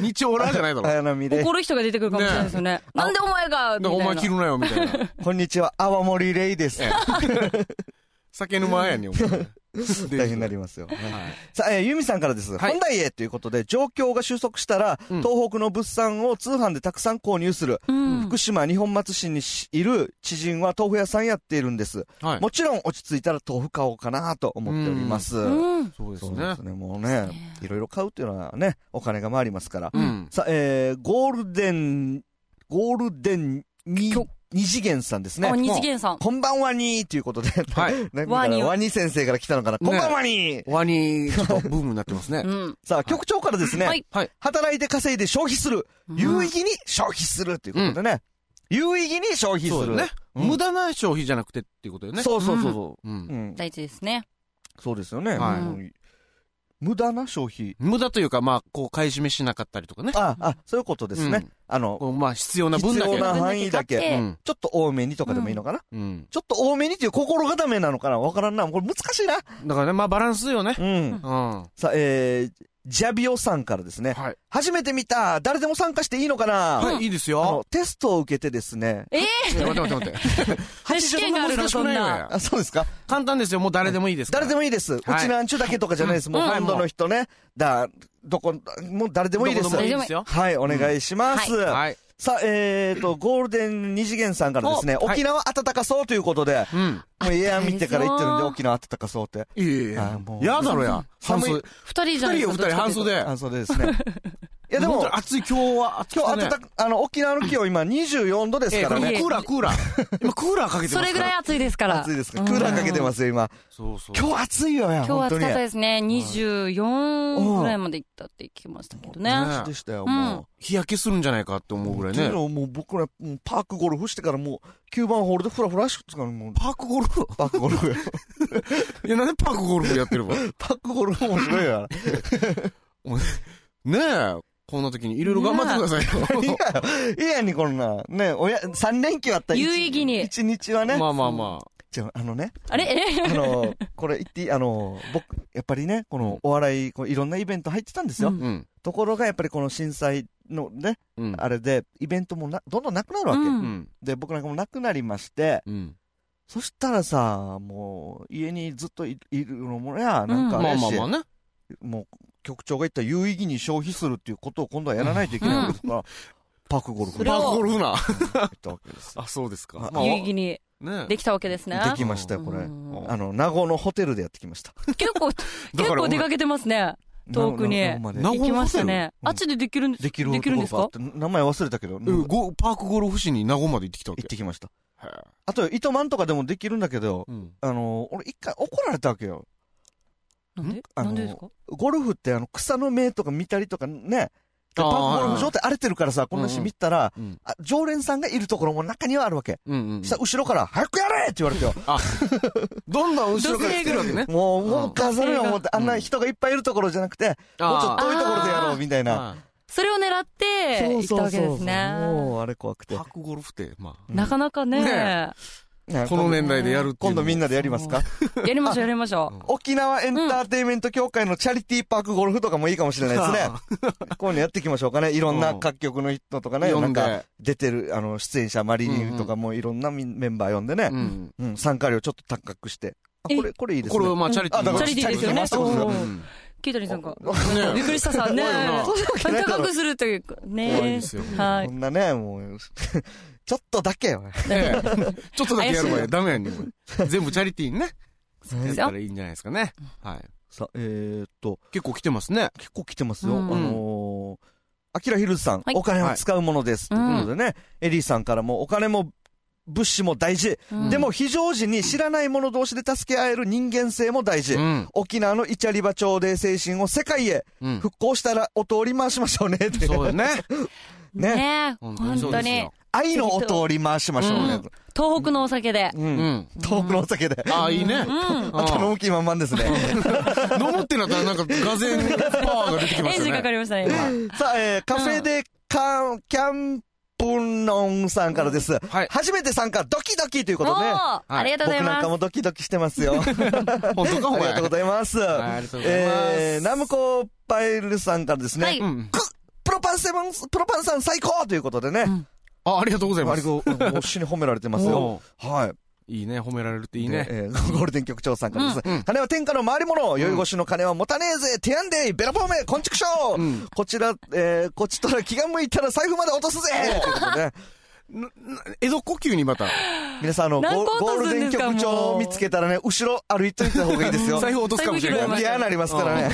[SPEAKER 1] 日曜ラーじゃないだ
[SPEAKER 2] [laughs]
[SPEAKER 1] ろ。
[SPEAKER 2] 綾波レイ。
[SPEAKER 3] 怒る人が出てくるかもしれないですよね。なんでお前がみ
[SPEAKER 1] な
[SPEAKER 3] た
[SPEAKER 1] んかお
[SPEAKER 3] い
[SPEAKER 1] 前
[SPEAKER 3] な
[SPEAKER 1] 着。るなよ、みたいな。
[SPEAKER 2] こんにちは、泡森レイです。
[SPEAKER 1] ええ酒沼やねん、お前。
[SPEAKER 2] [laughs] 大
[SPEAKER 1] 大
[SPEAKER 2] 変になりますよ。
[SPEAKER 1] はい
[SPEAKER 2] さあ、えー、ユミさんからです。
[SPEAKER 1] はい
[SPEAKER 2] 本題へということで、状況が収束したら、
[SPEAKER 1] うん
[SPEAKER 2] 東北の物産を通販でたくさん購入する。
[SPEAKER 3] うん
[SPEAKER 2] 福。島日本松市にしいる知人は豆腐屋さんやっているんです。
[SPEAKER 1] はい。
[SPEAKER 2] もちろん落ち着いたら豆腐買おうかなと思っております。
[SPEAKER 3] うん。
[SPEAKER 1] そうで
[SPEAKER 2] そうですね。もうね、いろいろ買うっていうのはね、お金が回りますから。
[SPEAKER 1] うん。
[SPEAKER 2] さあ、えー、ゴールデン、ゴールデンに
[SPEAKER 3] きょ、
[SPEAKER 2] 二次元さんですね
[SPEAKER 3] あ、。二次元さん。
[SPEAKER 2] こんばんはにーということで、
[SPEAKER 1] はい。
[SPEAKER 2] なんか
[SPEAKER 3] ワニ
[SPEAKER 2] ワニ先生から来たのかな。こんばんはにー
[SPEAKER 1] ワニ、ちょっとブームになってますね [laughs]
[SPEAKER 3] う。ん。
[SPEAKER 2] さあ、局長からですね、
[SPEAKER 3] はい
[SPEAKER 1] はい
[SPEAKER 2] 働いて稼いで消費する、有意義に消費するということでね、有意義に消費す
[SPEAKER 1] そう
[SPEAKER 2] る。
[SPEAKER 1] だね。
[SPEAKER 2] うん
[SPEAKER 1] 無駄な消費じゃなくてっていうことよね。。。
[SPEAKER 2] そうそうそうそうう。うんん。
[SPEAKER 3] 大事ですね。
[SPEAKER 2] そうですよね。
[SPEAKER 1] はい
[SPEAKER 2] うん無駄な消費。
[SPEAKER 1] 無駄というか、まあ、こう、買い占めしなかったりとかね。
[SPEAKER 2] あ、あ、そういうことです
[SPEAKER 1] う
[SPEAKER 2] ね
[SPEAKER 1] ん。
[SPEAKER 2] あの、
[SPEAKER 1] こうまあ、必要な分だけ。
[SPEAKER 2] 必要な範囲だけ
[SPEAKER 3] 買って
[SPEAKER 1] うん。
[SPEAKER 2] ちょっと多めにとかでもいいのかな
[SPEAKER 1] うん。
[SPEAKER 2] ちょっと多めにっていう心固めなのかなわからんな。これ難しいな。
[SPEAKER 1] だからね、まあ、バランスよね。
[SPEAKER 2] うん。
[SPEAKER 1] うん。は
[SPEAKER 2] さあ、えー、ジャビオさんからですね。
[SPEAKER 1] い。
[SPEAKER 2] 初めて見た誰でも参加していいのかな、
[SPEAKER 1] はい、いいです
[SPEAKER 2] あ
[SPEAKER 1] よ
[SPEAKER 2] の。、テストを受けてですね。
[SPEAKER 3] ええ
[SPEAKER 1] ちょっと待って待って待
[SPEAKER 2] [laughs]
[SPEAKER 1] って。
[SPEAKER 3] ー、試験があるの、そん
[SPEAKER 1] [laughs]
[SPEAKER 3] な。
[SPEAKER 2] あ、そうですか
[SPEAKER 1] 簡単ですよ。もう誰でもいいですから。
[SPEAKER 2] 誰でもいいです。うちなんちゅうだけとかじゃないです。もう
[SPEAKER 1] うん
[SPEAKER 2] 本土の人ね。だ、どこ、もう誰でもいいで
[SPEAKER 1] ど
[SPEAKER 2] す
[SPEAKER 1] こ。でもいいですよ。
[SPEAKER 2] はい、お願いします。
[SPEAKER 1] はい。
[SPEAKER 2] さあ、えーと、ゴールデン二次元さんからですね、
[SPEAKER 1] おはい
[SPEAKER 2] 沖縄暖かそうということで、
[SPEAKER 1] うん。
[SPEAKER 2] もうエア見てから言ってるんで、
[SPEAKER 3] そう
[SPEAKER 2] 沖縄暖かそうって。
[SPEAKER 1] いえいえ
[SPEAKER 2] あもう
[SPEAKER 1] やだろや。半
[SPEAKER 2] 寒
[SPEAKER 1] 袖。
[SPEAKER 2] い
[SPEAKER 3] 二人
[SPEAKER 1] 二
[SPEAKER 3] じゃ
[SPEAKER 1] 人
[SPEAKER 3] ない
[SPEAKER 1] よ、二人、半袖。
[SPEAKER 2] あ、そうで
[SPEAKER 1] [laughs]
[SPEAKER 2] すね。いや、で
[SPEAKER 1] 本
[SPEAKER 2] も
[SPEAKER 1] 当に、暑い、今日は暑くて
[SPEAKER 2] 今
[SPEAKER 1] ね。
[SPEAKER 2] 日暖か、あの、沖縄の気温今24度です
[SPEAKER 1] ええ
[SPEAKER 2] か
[SPEAKER 1] こ
[SPEAKER 2] ら
[SPEAKER 1] れ
[SPEAKER 2] ね。
[SPEAKER 1] もクーラー、クーラー。 [laughs] 今、クーラーかけてます
[SPEAKER 3] そ
[SPEAKER 1] から。
[SPEAKER 3] れぐらい暑いですから。
[SPEAKER 2] 暑いですかクーラーかけてますよ、今。
[SPEAKER 1] そうそう。
[SPEAKER 2] 今日暑いよや、
[SPEAKER 3] 今日は
[SPEAKER 2] 本当
[SPEAKER 3] 暑
[SPEAKER 2] に。
[SPEAKER 3] かったですね。
[SPEAKER 2] うん
[SPEAKER 3] 24ぐらいまで行ったって聞きましたけどね。
[SPEAKER 1] ね
[SPEAKER 2] でしたよ、
[SPEAKER 3] うん
[SPEAKER 2] も
[SPEAKER 1] 日焼けするんじゃないかって思
[SPEAKER 2] う。
[SPEAKER 1] うぐらい
[SPEAKER 2] というの
[SPEAKER 1] ね。
[SPEAKER 2] はもう僕ら、もうパークゴルフしてからもう、9番ホールでフラフラしてからもう、
[SPEAKER 1] パークゴルフ
[SPEAKER 2] パークゴルフ。
[SPEAKER 1] [laughs] いや、なんでパークゴルフやってるわ。 [laughs] ね
[SPEAKER 2] パークゴルフ面白いよ。
[SPEAKER 1] え。こんな時にいろいろ頑張ってくださいよ。
[SPEAKER 2] いいやに、こんな。ね、親、3連休あった
[SPEAKER 3] 有意義に
[SPEAKER 2] 一日はね。
[SPEAKER 1] [laughs] まあまあま
[SPEAKER 2] じゃあ、あのね、
[SPEAKER 3] あれ
[SPEAKER 2] あ
[SPEAKER 3] え
[SPEAKER 2] の、これ言っていいあの、僕、やっぱりね、このお笑い、こういろんなイベント入ってたんですよ。
[SPEAKER 1] あ。うん。
[SPEAKER 2] ところが、やっぱりこの震災のね、
[SPEAKER 1] うん。
[SPEAKER 2] あれで、イベントもな、どんどんなくなるわ
[SPEAKER 3] う
[SPEAKER 2] け。
[SPEAKER 1] うんん。
[SPEAKER 2] で、僕なんかもなくなりまして、
[SPEAKER 1] うん。
[SPEAKER 2] そしたらさ、もう、家にずっといいるのもや、な
[SPEAKER 1] ま
[SPEAKER 2] んか
[SPEAKER 1] あ
[SPEAKER 2] あ
[SPEAKER 1] まあ
[SPEAKER 2] れし、
[SPEAKER 1] まあね。
[SPEAKER 2] もう、局長が言った有意義に消費するっていうことを今度はやらないといけないわけですから、パークゴル
[SPEAKER 1] パ
[SPEAKER 2] フ
[SPEAKER 3] それを
[SPEAKER 2] に
[SPEAKER 1] ークゴルフな。
[SPEAKER 2] 行ったわけですよ。
[SPEAKER 1] あ、そうですか。
[SPEAKER 2] あ
[SPEAKER 1] まあ
[SPEAKER 3] 有意義に
[SPEAKER 1] ね
[SPEAKER 3] できたわけですね。
[SPEAKER 2] できましたよ、これ。
[SPEAKER 3] うん
[SPEAKER 2] あの、名護のホテルでやってきました。
[SPEAKER 3] 結構、結
[SPEAKER 1] だから
[SPEAKER 3] 構出かけてますね。遠くに
[SPEAKER 2] なななまで
[SPEAKER 1] 名護
[SPEAKER 3] 行きましたね。
[SPEAKER 2] うん
[SPEAKER 3] あっちでできるんで
[SPEAKER 2] できる
[SPEAKER 3] できるんですか
[SPEAKER 2] ところがあって名前忘れたけど、
[SPEAKER 1] え
[SPEAKER 2] 行
[SPEAKER 1] ごパークゴルフ市に名護まで行ってきたわけ
[SPEAKER 2] っ。てきました。
[SPEAKER 1] へえ
[SPEAKER 2] あと、糸満とかでもできるんだけど、
[SPEAKER 1] うん。
[SPEAKER 2] あの、俺一回怒られたわけよ。
[SPEAKER 3] なんで
[SPEAKER 2] あ
[SPEAKER 3] な
[SPEAKER 2] の
[SPEAKER 3] んでですか
[SPEAKER 2] ゴルフってあの、草の芽とか見たりとかね、でパ
[SPEAKER 1] あー
[SPEAKER 2] ークゴルフ場って荒れてるからさ、こんなし見たら、
[SPEAKER 1] うん。
[SPEAKER 2] あ常連さんがいるところも中にはあるわけ。
[SPEAKER 1] うんうん。
[SPEAKER 2] したら後ろから、早くやれって言わ
[SPEAKER 3] [laughs]
[SPEAKER 2] れてよ。
[SPEAKER 1] どんどん後ろから来てるわけね。
[SPEAKER 2] もう、
[SPEAKER 1] うん
[SPEAKER 2] もう飾るよ、思って。あんな人がいっぱいいるところじゃなくて、もうちょっと遠いところでやろう、みたい
[SPEAKER 1] と
[SPEAKER 2] な。
[SPEAKER 3] それを狙って、行ったわけですね。
[SPEAKER 2] もう、あれ怖くて
[SPEAKER 1] パ。ークゴルフって、ま
[SPEAKER 2] うん
[SPEAKER 3] なかなか
[SPEAKER 1] ね
[SPEAKER 3] ね、
[SPEAKER 2] ね
[SPEAKER 1] この年代でやるっていうの
[SPEAKER 2] 今
[SPEAKER 1] も
[SPEAKER 2] 度みんなでやりますか
[SPEAKER 3] やりましょうやりましょう。
[SPEAKER 2] 沖縄エンターテインメント協会のチャリティーパークゴルフとかもいいかもしれないですね。こういうのやっていきましょうかね。いろんな各局の人とかね、
[SPEAKER 1] うん
[SPEAKER 2] な
[SPEAKER 1] [laughs] 呼ん
[SPEAKER 2] んか
[SPEAKER 1] で
[SPEAKER 2] 出てる、あの、出演者マリリンとかもいろんなみメンバー呼んで
[SPEAKER 1] あ。
[SPEAKER 2] ね
[SPEAKER 1] う、ん。
[SPEAKER 2] うん参加料ちょっと高くして。あ、
[SPEAKER 3] え
[SPEAKER 2] これ、これいいです
[SPEAKER 1] これ
[SPEAKER 2] ね。
[SPEAKER 1] はまあチャリティー
[SPEAKER 2] あだから
[SPEAKER 3] チャリティーですよね
[SPEAKER 2] チャリティーですよね
[SPEAKER 3] そう
[SPEAKER 1] うん
[SPEAKER 3] ケイタリンさんが。
[SPEAKER 1] ね
[SPEAKER 3] びっくりしたさ、ね
[SPEAKER 1] 怖いな。
[SPEAKER 3] 高くするというか、
[SPEAKER 1] 怖い
[SPEAKER 3] ね
[SPEAKER 1] で。すよ。
[SPEAKER 3] はい
[SPEAKER 2] こ。んなね、もう、 [laughs] ちょっとだけよ。
[SPEAKER 1] ええちょっとだけやるわよ。ダメやねん、これ全部チャリティーにね。
[SPEAKER 3] そう
[SPEAKER 1] や
[SPEAKER 3] で
[SPEAKER 1] っ
[SPEAKER 3] す
[SPEAKER 1] た
[SPEAKER 3] よ
[SPEAKER 1] ら。いいんじゃないですかね。はい。
[SPEAKER 2] さ、えーっと、
[SPEAKER 1] 結構来てますね。
[SPEAKER 2] 結構来てますよ。
[SPEAKER 3] う
[SPEAKER 2] あ
[SPEAKER 3] ん
[SPEAKER 2] のー、アキラヒルズさん、
[SPEAKER 3] はい
[SPEAKER 2] お金は使うものです。と
[SPEAKER 3] はい
[SPEAKER 2] いうことでね、エリーさんからもお金も物資も大事。
[SPEAKER 3] うん
[SPEAKER 2] でも非常時に知らない者同士で助け合える人間性も大事。
[SPEAKER 1] うん。
[SPEAKER 2] 沖縄のイチャリバ朝礼精神を世界へ
[SPEAKER 1] うん。
[SPEAKER 2] 復興したらお通り回しましょうねって。
[SPEAKER 1] そうだね。
[SPEAKER 2] ね
[SPEAKER 3] ね
[SPEAKER 1] 本
[SPEAKER 3] 本
[SPEAKER 1] 当にそう
[SPEAKER 3] 当
[SPEAKER 1] です
[SPEAKER 3] に
[SPEAKER 1] よ。。
[SPEAKER 2] 愛のお通り回しましょうね。
[SPEAKER 3] 東北のお酒で。
[SPEAKER 2] うん。
[SPEAKER 1] う
[SPEAKER 2] うん
[SPEAKER 1] ん。
[SPEAKER 2] 遠くのお酒で。
[SPEAKER 1] ああ、いいね
[SPEAKER 3] う。ん。
[SPEAKER 1] あ
[SPEAKER 2] 頼む気満々ですね。
[SPEAKER 1] 飲むってなったらなんか、がぜんパワーが出てきま
[SPEAKER 3] エン
[SPEAKER 1] し
[SPEAKER 3] ジン
[SPEAKER 1] た
[SPEAKER 3] かか
[SPEAKER 1] ね。
[SPEAKER 3] りましたね、
[SPEAKER 2] [laughs]
[SPEAKER 3] 今。
[SPEAKER 2] さあ、えー、カフェでカン、キャンプノンさんからです。
[SPEAKER 1] はい。
[SPEAKER 2] 初めて参加、ドキドキということ
[SPEAKER 3] お
[SPEAKER 2] で。
[SPEAKER 3] ーありがとう
[SPEAKER 2] 僕
[SPEAKER 3] ござ
[SPEAKER 2] な
[SPEAKER 3] い
[SPEAKER 2] ん
[SPEAKER 3] ま
[SPEAKER 2] か
[SPEAKER 3] す。
[SPEAKER 2] もドキドキしてますよ。あ
[SPEAKER 1] 本当か、 [laughs] お
[SPEAKER 2] り
[SPEAKER 1] 前。
[SPEAKER 2] がとうございます。
[SPEAKER 1] はいありがとうございます。
[SPEAKER 2] えー、ナムコパイルさんからですね、
[SPEAKER 3] はい
[SPEAKER 1] うん。
[SPEAKER 2] プロパンセブン、プロパンさん最高ということでね、
[SPEAKER 3] うん
[SPEAKER 1] あ、ありがとうござい
[SPEAKER 2] あ
[SPEAKER 1] ま
[SPEAKER 2] り
[SPEAKER 1] す。
[SPEAKER 2] がとう推しに褒められてますよ。はい
[SPEAKER 1] いね、褒められるって
[SPEAKER 2] い。
[SPEAKER 1] いいね。
[SPEAKER 2] でえーゴールデン局長さんからです、
[SPEAKER 1] うんうん
[SPEAKER 2] 金は天下の回り物、酔い越しの金は持たねえぜ、手やんでい、ベラフォーメ、こんちくしょう、
[SPEAKER 1] うん
[SPEAKER 2] こちら、えー、こっちとら気が向いたら財布まで落とすぜということで、
[SPEAKER 1] なな江戸呼吸にまた、
[SPEAKER 2] 皆さん、あの、ゴ
[SPEAKER 3] 何
[SPEAKER 2] ー
[SPEAKER 3] 個
[SPEAKER 2] ゴー
[SPEAKER 3] 落と
[SPEAKER 2] ル
[SPEAKER 3] すん
[SPEAKER 2] デン
[SPEAKER 3] ですか
[SPEAKER 2] 局長
[SPEAKER 3] も
[SPEAKER 2] を
[SPEAKER 3] う
[SPEAKER 2] 見つけたらね、後ろ歩いといた方がいいですよ。
[SPEAKER 1] 財布落とすかもしれ
[SPEAKER 3] 財布拾い
[SPEAKER 1] な
[SPEAKER 3] ま
[SPEAKER 1] い。
[SPEAKER 3] す
[SPEAKER 2] 嫌になりますからね。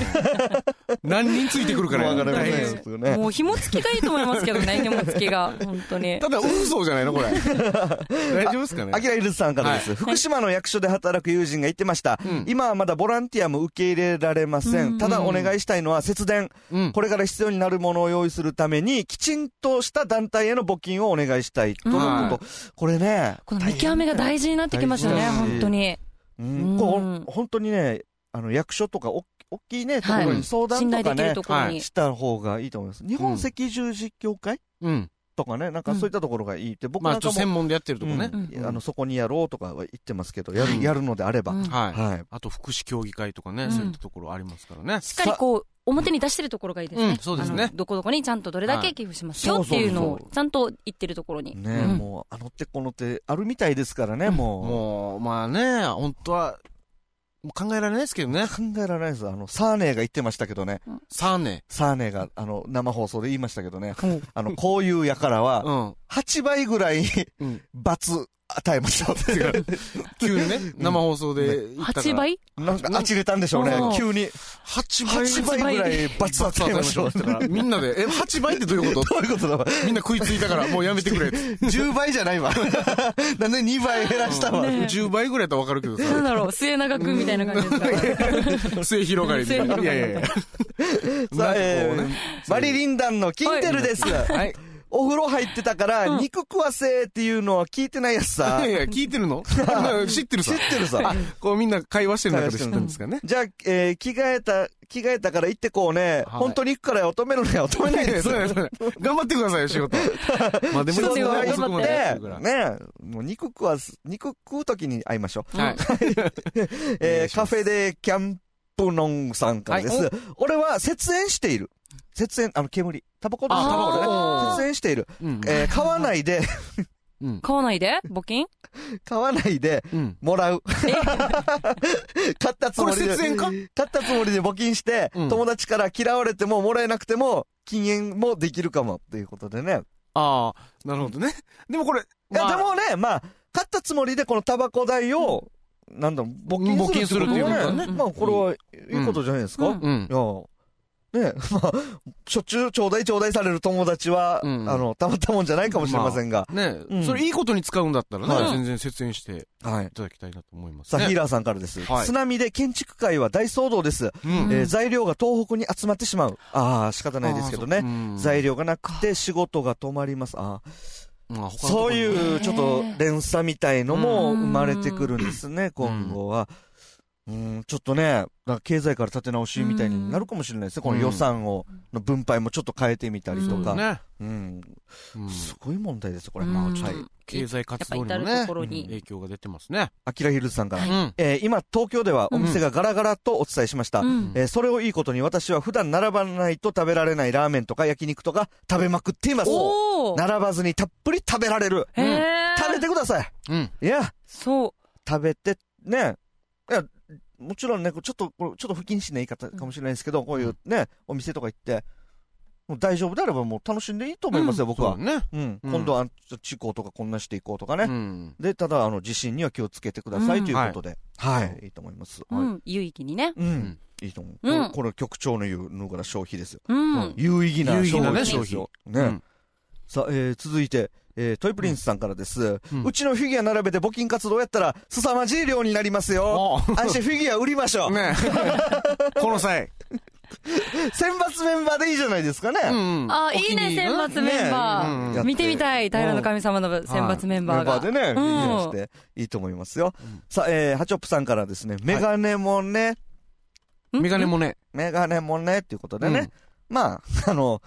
[SPEAKER 1] 何人ついてくるから
[SPEAKER 2] わか
[SPEAKER 1] や
[SPEAKER 2] りません
[SPEAKER 1] 大変
[SPEAKER 2] ね
[SPEAKER 1] です
[SPEAKER 2] そうね
[SPEAKER 3] もう紐付きがいいと思いますけどね、紐付きが。本当に。
[SPEAKER 1] ただ、嘘じゃないのこれ。
[SPEAKER 3] [laughs]
[SPEAKER 1] 大丈夫ですかね
[SPEAKER 2] アキライルズさんからです、福島の役所で働く友人が言ってました、
[SPEAKER 1] うん
[SPEAKER 2] 今はまだボランティアも受け入れられません。ただお願いしたいのは節電。
[SPEAKER 1] うん。
[SPEAKER 2] これから必要になるものを用意するために、きちんとした団体への募金をお願いしたたいとの
[SPEAKER 1] うん
[SPEAKER 2] こと。これね、
[SPEAKER 3] この見極めが大事になってきましたね、
[SPEAKER 1] 大事だし
[SPEAKER 3] 本当に。
[SPEAKER 2] うん、こう本当にね、あの、役所とか、お大きいね、とこ
[SPEAKER 3] はい
[SPEAKER 2] ろに相談
[SPEAKER 3] 信
[SPEAKER 2] と
[SPEAKER 3] 頼
[SPEAKER 2] か
[SPEAKER 3] でき
[SPEAKER 2] ね
[SPEAKER 3] ると、ころ
[SPEAKER 1] はい
[SPEAKER 3] に。
[SPEAKER 2] した方がいいと思います。日本赤十字協会
[SPEAKER 1] うん。
[SPEAKER 2] とかね、なんかそういったところがいいって、僕
[SPEAKER 1] ま
[SPEAKER 2] な
[SPEAKER 1] あ、
[SPEAKER 2] ん
[SPEAKER 1] ちょ
[SPEAKER 2] か
[SPEAKER 1] っと
[SPEAKER 2] も、
[SPEAKER 1] 専門でやってるとこね。
[SPEAKER 3] うん
[SPEAKER 2] うんあの、そこにやろうとかは言ってますけど、や
[SPEAKER 1] うん
[SPEAKER 2] る、やるのであれば。
[SPEAKER 3] うん
[SPEAKER 1] はい。
[SPEAKER 2] はい。
[SPEAKER 1] あと、福祉協議会とかね、
[SPEAKER 3] うん
[SPEAKER 1] そういったところありますからね。
[SPEAKER 3] しっかりこう、表に出してるところがいいですね。
[SPEAKER 1] うんそうですね
[SPEAKER 3] あのどこどこにちゃんとどれだけ寄付しますよっていうの
[SPEAKER 2] そうそう
[SPEAKER 3] を、ちゃんと言ってるところに。
[SPEAKER 2] ね、
[SPEAKER 1] うん
[SPEAKER 2] もう、あの手この手、あるみたいですからね、も
[SPEAKER 1] も
[SPEAKER 2] う。
[SPEAKER 1] う、まあね、本当は、もう考えられないですけどね。
[SPEAKER 2] 考えられないです。あの、サーネーが言ってましたけどね。
[SPEAKER 1] さあね。
[SPEAKER 2] サーネーが、あの、生放送で言いましたけどね。あの、こういうやからは、
[SPEAKER 1] うん。
[SPEAKER 2] 8倍ぐらい
[SPEAKER 1] うん、
[SPEAKER 2] 罰与えましたって。
[SPEAKER 1] 急にね、生放送で言ったから。
[SPEAKER 3] 8倍
[SPEAKER 2] なんか、あちれたんでしょうね
[SPEAKER 3] うん。
[SPEAKER 2] 急に。
[SPEAKER 1] 8倍
[SPEAKER 2] 8倍ぐらい罰与えましょうって。
[SPEAKER 1] [laughs]
[SPEAKER 2] ど
[SPEAKER 1] ら。みんなで、え、8倍ってどういうこと
[SPEAKER 2] ういうことだわ。
[SPEAKER 1] みんな食いついた
[SPEAKER 3] [laughs]
[SPEAKER 1] から、もうやめてくれって。
[SPEAKER 2] 10倍じゃな
[SPEAKER 1] [laughs]
[SPEAKER 2] いわ。なんで2倍減らしたわ。
[SPEAKER 3] ね
[SPEAKER 1] 10倍ぐらいだったらわかるけど
[SPEAKER 3] なん
[SPEAKER 1] さ。
[SPEAKER 3] だろう、末永くみたいな感じですか
[SPEAKER 1] 末広がりで。
[SPEAKER 3] 末
[SPEAKER 1] い
[SPEAKER 3] 広がり
[SPEAKER 1] やいや
[SPEAKER 3] [laughs]
[SPEAKER 1] いや。
[SPEAKER 2] さあ、え
[SPEAKER 1] なんかこう
[SPEAKER 2] ー
[SPEAKER 1] ね
[SPEAKER 2] マリリン団のキンテルです。
[SPEAKER 1] はい。
[SPEAKER 2] お風呂入ってたから、肉食わせっていうのは聞いてないやつ
[SPEAKER 1] [laughs]
[SPEAKER 2] さ
[SPEAKER 1] い。やいや、聞いてる
[SPEAKER 2] [laughs]
[SPEAKER 1] のなんか知ってる
[SPEAKER 2] 知
[SPEAKER 1] さ
[SPEAKER 2] っ。てるさ。
[SPEAKER 1] こうみんな会話してる中で知ったんですかね。
[SPEAKER 2] じゃあ、えー着替えた、着替えたから行ってこうね。
[SPEAKER 1] はい
[SPEAKER 2] 本当に行くからよ、止めるなよ、止めない
[SPEAKER 1] いやいや
[SPEAKER 2] です
[SPEAKER 1] [laughs] そう。やそうや頑張ってくださいよ、仕
[SPEAKER 2] [laughs]
[SPEAKER 1] 事。まあでも、
[SPEAKER 2] 仕
[SPEAKER 1] 遅く
[SPEAKER 2] 事が
[SPEAKER 1] まで
[SPEAKER 2] 終わっ
[SPEAKER 1] やって
[SPEAKER 2] て
[SPEAKER 1] るから、
[SPEAKER 2] ねもう肉食わす、肉食うときに会いましょう。
[SPEAKER 1] はい。お願い
[SPEAKER 2] えー
[SPEAKER 1] し
[SPEAKER 2] カ
[SPEAKER 1] ます
[SPEAKER 2] フェでキャンプノンさんからです。
[SPEAKER 1] はい
[SPEAKER 2] 俺は節煙している。節煙、あの煙。タバコですね、
[SPEAKER 1] あ
[SPEAKER 2] タバコね。
[SPEAKER 1] あー
[SPEAKER 2] 節煙している。
[SPEAKER 1] うん
[SPEAKER 2] えー買わないで、
[SPEAKER 1] うん。
[SPEAKER 3] 買わないで募金
[SPEAKER 2] 買わないで、
[SPEAKER 1] うん。
[SPEAKER 2] もらう。 [laughs] 買ったつ
[SPEAKER 1] こ
[SPEAKER 2] も
[SPEAKER 1] れ
[SPEAKER 2] りで。
[SPEAKER 1] 節煙か
[SPEAKER 2] 買ったつもりで募金して、
[SPEAKER 1] うん
[SPEAKER 2] 友達から嫌われてももらえなくても、禁煙もできるかも、ということでね。
[SPEAKER 1] ああ、なるほどね。でもこれ、
[SPEAKER 2] いや、
[SPEAKER 1] まあ
[SPEAKER 2] でもね、まあ、買ったつもりでこのタバコ代を、なんだろう、募金するってこと
[SPEAKER 3] 募金するっていうこと
[SPEAKER 2] は
[SPEAKER 3] は
[SPEAKER 2] ね。
[SPEAKER 3] ね
[SPEAKER 2] まあ、これはいいことじゃないですか。
[SPEAKER 3] うん
[SPEAKER 1] うん。
[SPEAKER 2] いや、ねまあ、しょっちゅうちょうだいちょうだいされる友達は、
[SPEAKER 1] うん
[SPEAKER 2] あの、たまったもんじゃないかもしれませんが。
[SPEAKER 1] ね
[SPEAKER 2] うん
[SPEAKER 1] それいいことに使うんだったらね、
[SPEAKER 2] はい
[SPEAKER 1] 全然節煙して
[SPEAKER 2] はい
[SPEAKER 1] い。ただきたいなと思います
[SPEAKER 2] さあ、ヒー
[SPEAKER 1] ね。
[SPEAKER 2] ラーさんからです。
[SPEAKER 1] はい
[SPEAKER 2] 津波で建築界は大騒動です。
[SPEAKER 1] うん
[SPEAKER 2] えー材料が東北に集まってしまう。ああ、仕方ないですけどね。材
[SPEAKER 1] 料。
[SPEAKER 2] 料がなくて仕事が止まります。あー
[SPEAKER 1] まあ他のとこ
[SPEAKER 2] そう
[SPEAKER 1] ろに
[SPEAKER 2] いうちょっと連鎖みたいのも
[SPEAKER 3] うん
[SPEAKER 2] 生まれてくるんですね、今後は。うん、ちょっとね、なんか経済から立て直しみたいになるかもしれないですね。この予算を、の分配もちょっと変えてみたりとか。
[SPEAKER 1] ね。
[SPEAKER 2] うん、
[SPEAKER 1] うん
[SPEAKER 2] すごい問題です、これ。
[SPEAKER 3] う
[SPEAKER 2] は
[SPEAKER 3] ん
[SPEAKER 2] い。
[SPEAKER 1] 経済活動に
[SPEAKER 3] やっ
[SPEAKER 1] も
[SPEAKER 3] ぱ至る
[SPEAKER 1] ね
[SPEAKER 3] ところ、
[SPEAKER 1] うん
[SPEAKER 3] に
[SPEAKER 1] 影響が出てますね。
[SPEAKER 2] アキラヒルズさんから。
[SPEAKER 1] うん。
[SPEAKER 2] えー今、東京ではお店がガラガラとお伝えしました。
[SPEAKER 3] うん
[SPEAKER 2] えーそれをいいことに私は普段並ばないと食べられないラーメンとか焼肉とか食べまくっています。
[SPEAKER 3] おー
[SPEAKER 2] 並ばずにたっぷり食べられる。
[SPEAKER 3] へー
[SPEAKER 2] 食べてください。
[SPEAKER 1] うん。
[SPEAKER 2] いや、
[SPEAKER 3] そ
[SPEAKER 2] 食べて、ね。いや、もちろんね、こうちょっと、これちょっと不謹慎な言い方かもしれないですけど、こういうね、お店とか行って、もう大丈夫であればもう楽しんでいいと思いますよ、僕
[SPEAKER 1] そう
[SPEAKER 2] は。
[SPEAKER 1] ね。
[SPEAKER 2] うん。
[SPEAKER 1] うん
[SPEAKER 2] 今度は、ちょっと地行とかこんなしていこうとかね
[SPEAKER 1] う。ん。
[SPEAKER 2] で、ただ、あの、地震には気をつけてください
[SPEAKER 3] うん
[SPEAKER 2] ということで。
[SPEAKER 1] は
[SPEAKER 2] はいい。いいと思います。
[SPEAKER 3] う。うん。有意義にね。
[SPEAKER 2] うんん。いいと思う。
[SPEAKER 3] うん
[SPEAKER 2] これこれ、局長の言うのが消費ですよ。
[SPEAKER 3] うん。
[SPEAKER 2] 有意義な
[SPEAKER 1] 有意義
[SPEAKER 2] 消
[SPEAKER 1] な
[SPEAKER 2] 費
[SPEAKER 1] ね
[SPEAKER 2] ですよ。
[SPEAKER 1] う
[SPEAKER 2] ね
[SPEAKER 1] ん。
[SPEAKER 2] さあ、えー続いて、えートイプリンスさんからです。
[SPEAKER 1] うん
[SPEAKER 2] うちのフィギュア並べて募金活動やったら、凄まじい量になりますよ。
[SPEAKER 1] あ
[SPEAKER 2] 安心フィギュア売りまし
[SPEAKER 1] あ。
[SPEAKER 2] ょう。
[SPEAKER 1] ね [laughs] この際。
[SPEAKER 2] 選抜メンバーでいいじゃないですかね。
[SPEAKER 1] うんうん
[SPEAKER 3] あ、
[SPEAKER 1] お気
[SPEAKER 3] いいね、
[SPEAKER 1] に
[SPEAKER 3] 選
[SPEAKER 1] 入り
[SPEAKER 3] 抜メン
[SPEAKER 1] ねうん
[SPEAKER 3] バ
[SPEAKER 2] やっ
[SPEAKER 3] ー。
[SPEAKER 2] て
[SPEAKER 3] 見てみたい、平の神様の選抜メン
[SPEAKER 2] メ
[SPEAKER 3] バー
[SPEAKER 2] ンバ
[SPEAKER 3] が
[SPEAKER 2] ー。でね、フ
[SPEAKER 3] うん
[SPEAKER 2] ィギュアしていいと思いますよ。さあ、えーハチョップさんからですね、メガネもね、
[SPEAKER 1] うんメガネもね。
[SPEAKER 2] メガネもね、っていうことでね。まあ、あの、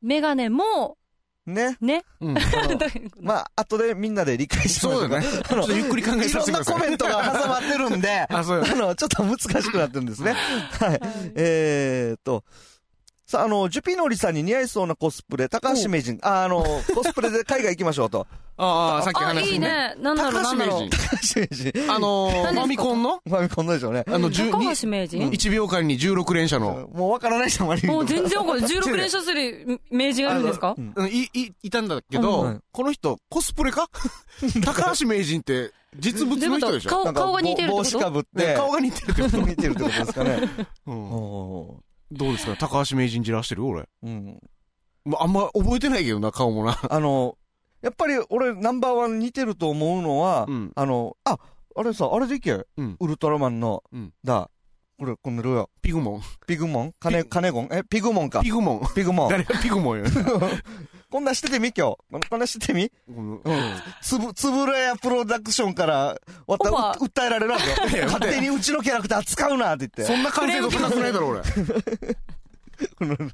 [SPEAKER 3] メガネも、
[SPEAKER 1] [laughs]
[SPEAKER 2] ね。
[SPEAKER 3] ね。
[SPEAKER 1] うん。うん
[SPEAKER 3] [laughs]
[SPEAKER 2] あのまあ、後でみんなで理解しても
[SPEAKER 1] そうだね。ちょっとゆっくり考え
[SPEAKER 2] い
[SPEAKER 1] さ
[SPEAKER 2] ろ
[SPEAKER 1] せ
[SPEAKER 2] ん
[SPEAKER 1] てくだ
[SPEAKER 2] な
[SPEAKER 1] さい。
[SPEAKER 2] コメントが挟まってるんで、 [laughs] あ
[SPEAKER 1] あ、そうよ。
[SPEAKER 2] の、ちょっと難しくなってるんですね。はい。えーっと、さあ、あの、ジュピノリさんに似合いそうなコスプレ、高橋名人、あ、あの、コスプレで海外行きましょうと。
[SPEAKER 1] ああ、さっき
[SPEAKER 3] あ、
[SPEAKER 1] 話し
[SPEAKER 3] い
[SPEAKER 1] た
[SPEAKER 3] い
[SPEAKER 1] ね。
[SPEAKER 3] ね。なんだろう、
[SPEAKER 1] 高橋
[SPEAKER 3] なんだ
[SPEAKER 1] 名
[SPEAKER 3] ろう
[SPEAKER 1] 人。。
[SPEAKER 2] 高橋名人。
[SPEAKER 1] あのー、
[SPEAKER 3] 何ですか
[SPEAKER 1] ファミコンの
[SPEAKER 2] ファミコンのでしょうね。
[SPEAKER 1] あの、12
[SPEAKER 3] 高橋名人
[SPEAKER 1] 1秒間に16連射の。
[SPEAKER 2] もうわからない人もあり
[SPEAKER 3] もう全然
[SPEAKER 1] [laughs]
[SPEAKER 3] わかんない。16連射する名人がいるんですか
[SPEAKER 2] うん
[SPEAKER 1] うん、い、い、いたんだけ
[SPEAKER 2] う
[SPEAKER 1] ど
[SPEAKER 2] ん、
[SPEAKER 1] この人、コスプレ [laughs] か高橋名人って、実物の人でし
[SPEAKER 3] どういうこ
[SPEAKER 1] ょ
[SPEAKER 2] なんか
[SPEAKER 3] 顔が似てるってこと
[SPEAKER 2] 帽子かぶっ
[SPEAKER 1] ね
[SPEAKER 2] て、
[SPEAKER 1] 顔が似てるってこ
[SPEAKER 2] 似てるってことですかね。
[SPEAKER 1] と。うん
[SPEAKER 2] [laughs] お
[SPEAKER 1] どうですか高橋名人じらしてる俺。
[SPEAKER 2] ーうん。
[SPEAKER 1] まあ、あんま覚えてないけどな、顔もな。
[SPEAKER 2] あの、やっぱり俺ナンバーワン似てると思うのは、
[SPEAKER 1] うん。
[SPEAKER 2] あの、あ、あれさ、あれでいけ、
[SPEAKER 1] うん
[SPEAKER 2] ウルトラマンの、
[SPEAKER 1] うん
[SPEAKER 2] だ、これ、このルアー、
[SPEAKER 1] ピグモン。
[SPEAKER 2] ピグモンカネ、カネゴンえ、ピグモンか。
[SPEAKER 1] ピグモン。
[SPEAKER 2] ピグモン。
[SPEAKER 1] 誰がピグモンよ。
[SPEAKER 2] [laughs] こんなんしててみ今日。こんこんなんしててみつぶ、つぶらやプロダクションから、わた、
[SPEAKER 3] オファー
[SPEAKER 2] う訴えられるわけよ。勝手にうちのキャラクター使うなって言っ
[SPEAKER 1] そんな完成度高くないだろ、俺。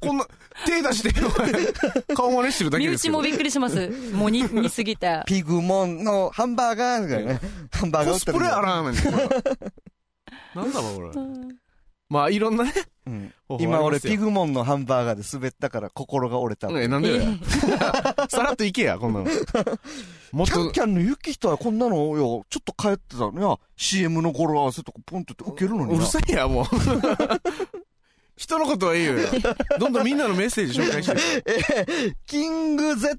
[SPEAKER 1] こんな、手出して、顔真似してるだ
[SPEAKER 3] 身
[SPEAKER 1] けです
[SPEAKER 3] 内
[SPEAKER 1] け
[SPEAKER 3] も
[SPEAKER 1] ど。
[SPEAKER 3] びっくりします。
[SPEAKER 1] [laughs]
[SPEAKER 3] もうに、見すぎて
[SPEAKER 2] て。。ピグモンのハンバーガーみたいなね。ハンバーガー売
[SPEAKER 1] コ
[SPEAKER 2] っ
[SPEAKER 1] ス
[SPEAKER 2] て
[SPEAKER 1] プ
[SPEAKER 2] るん
[SPEAKER 1] レ
[SPEAKER 2] だよ
[SPEAKER 1] アラーメンこれ。なんだろう、これ。まあ、いろんなね。
[SPEAKER 2] うん
[SPEAKER 1] 方法
[SPEAKER 2] 今
[SPEAKER 1] ありま
[SPEAKER 2] 俺
[SPEAKER 1] すよ
[SPEAKER 2] ピグモンのハンバーガーで滑ったから心が折れた。
[SPEAKER 1] え、なんでだよ。さらっといけや、こんなの。もっ
[SPEAKER 2] キャン
[SPEAKER 1] と、
[SPEAKER 2] キャンのユキ人はこんなのよ、ちょっと帰ってたのや、CM の語呂合わせとかポンって受けるのに
[SPEAKER 1] う
[SPEAKER 2] な
[SPEAKER 1] る。さいや、もう。人のことはいいよ。どんどんみんなのメッセージ紹介して。
[SPEAKER 2] キング Z。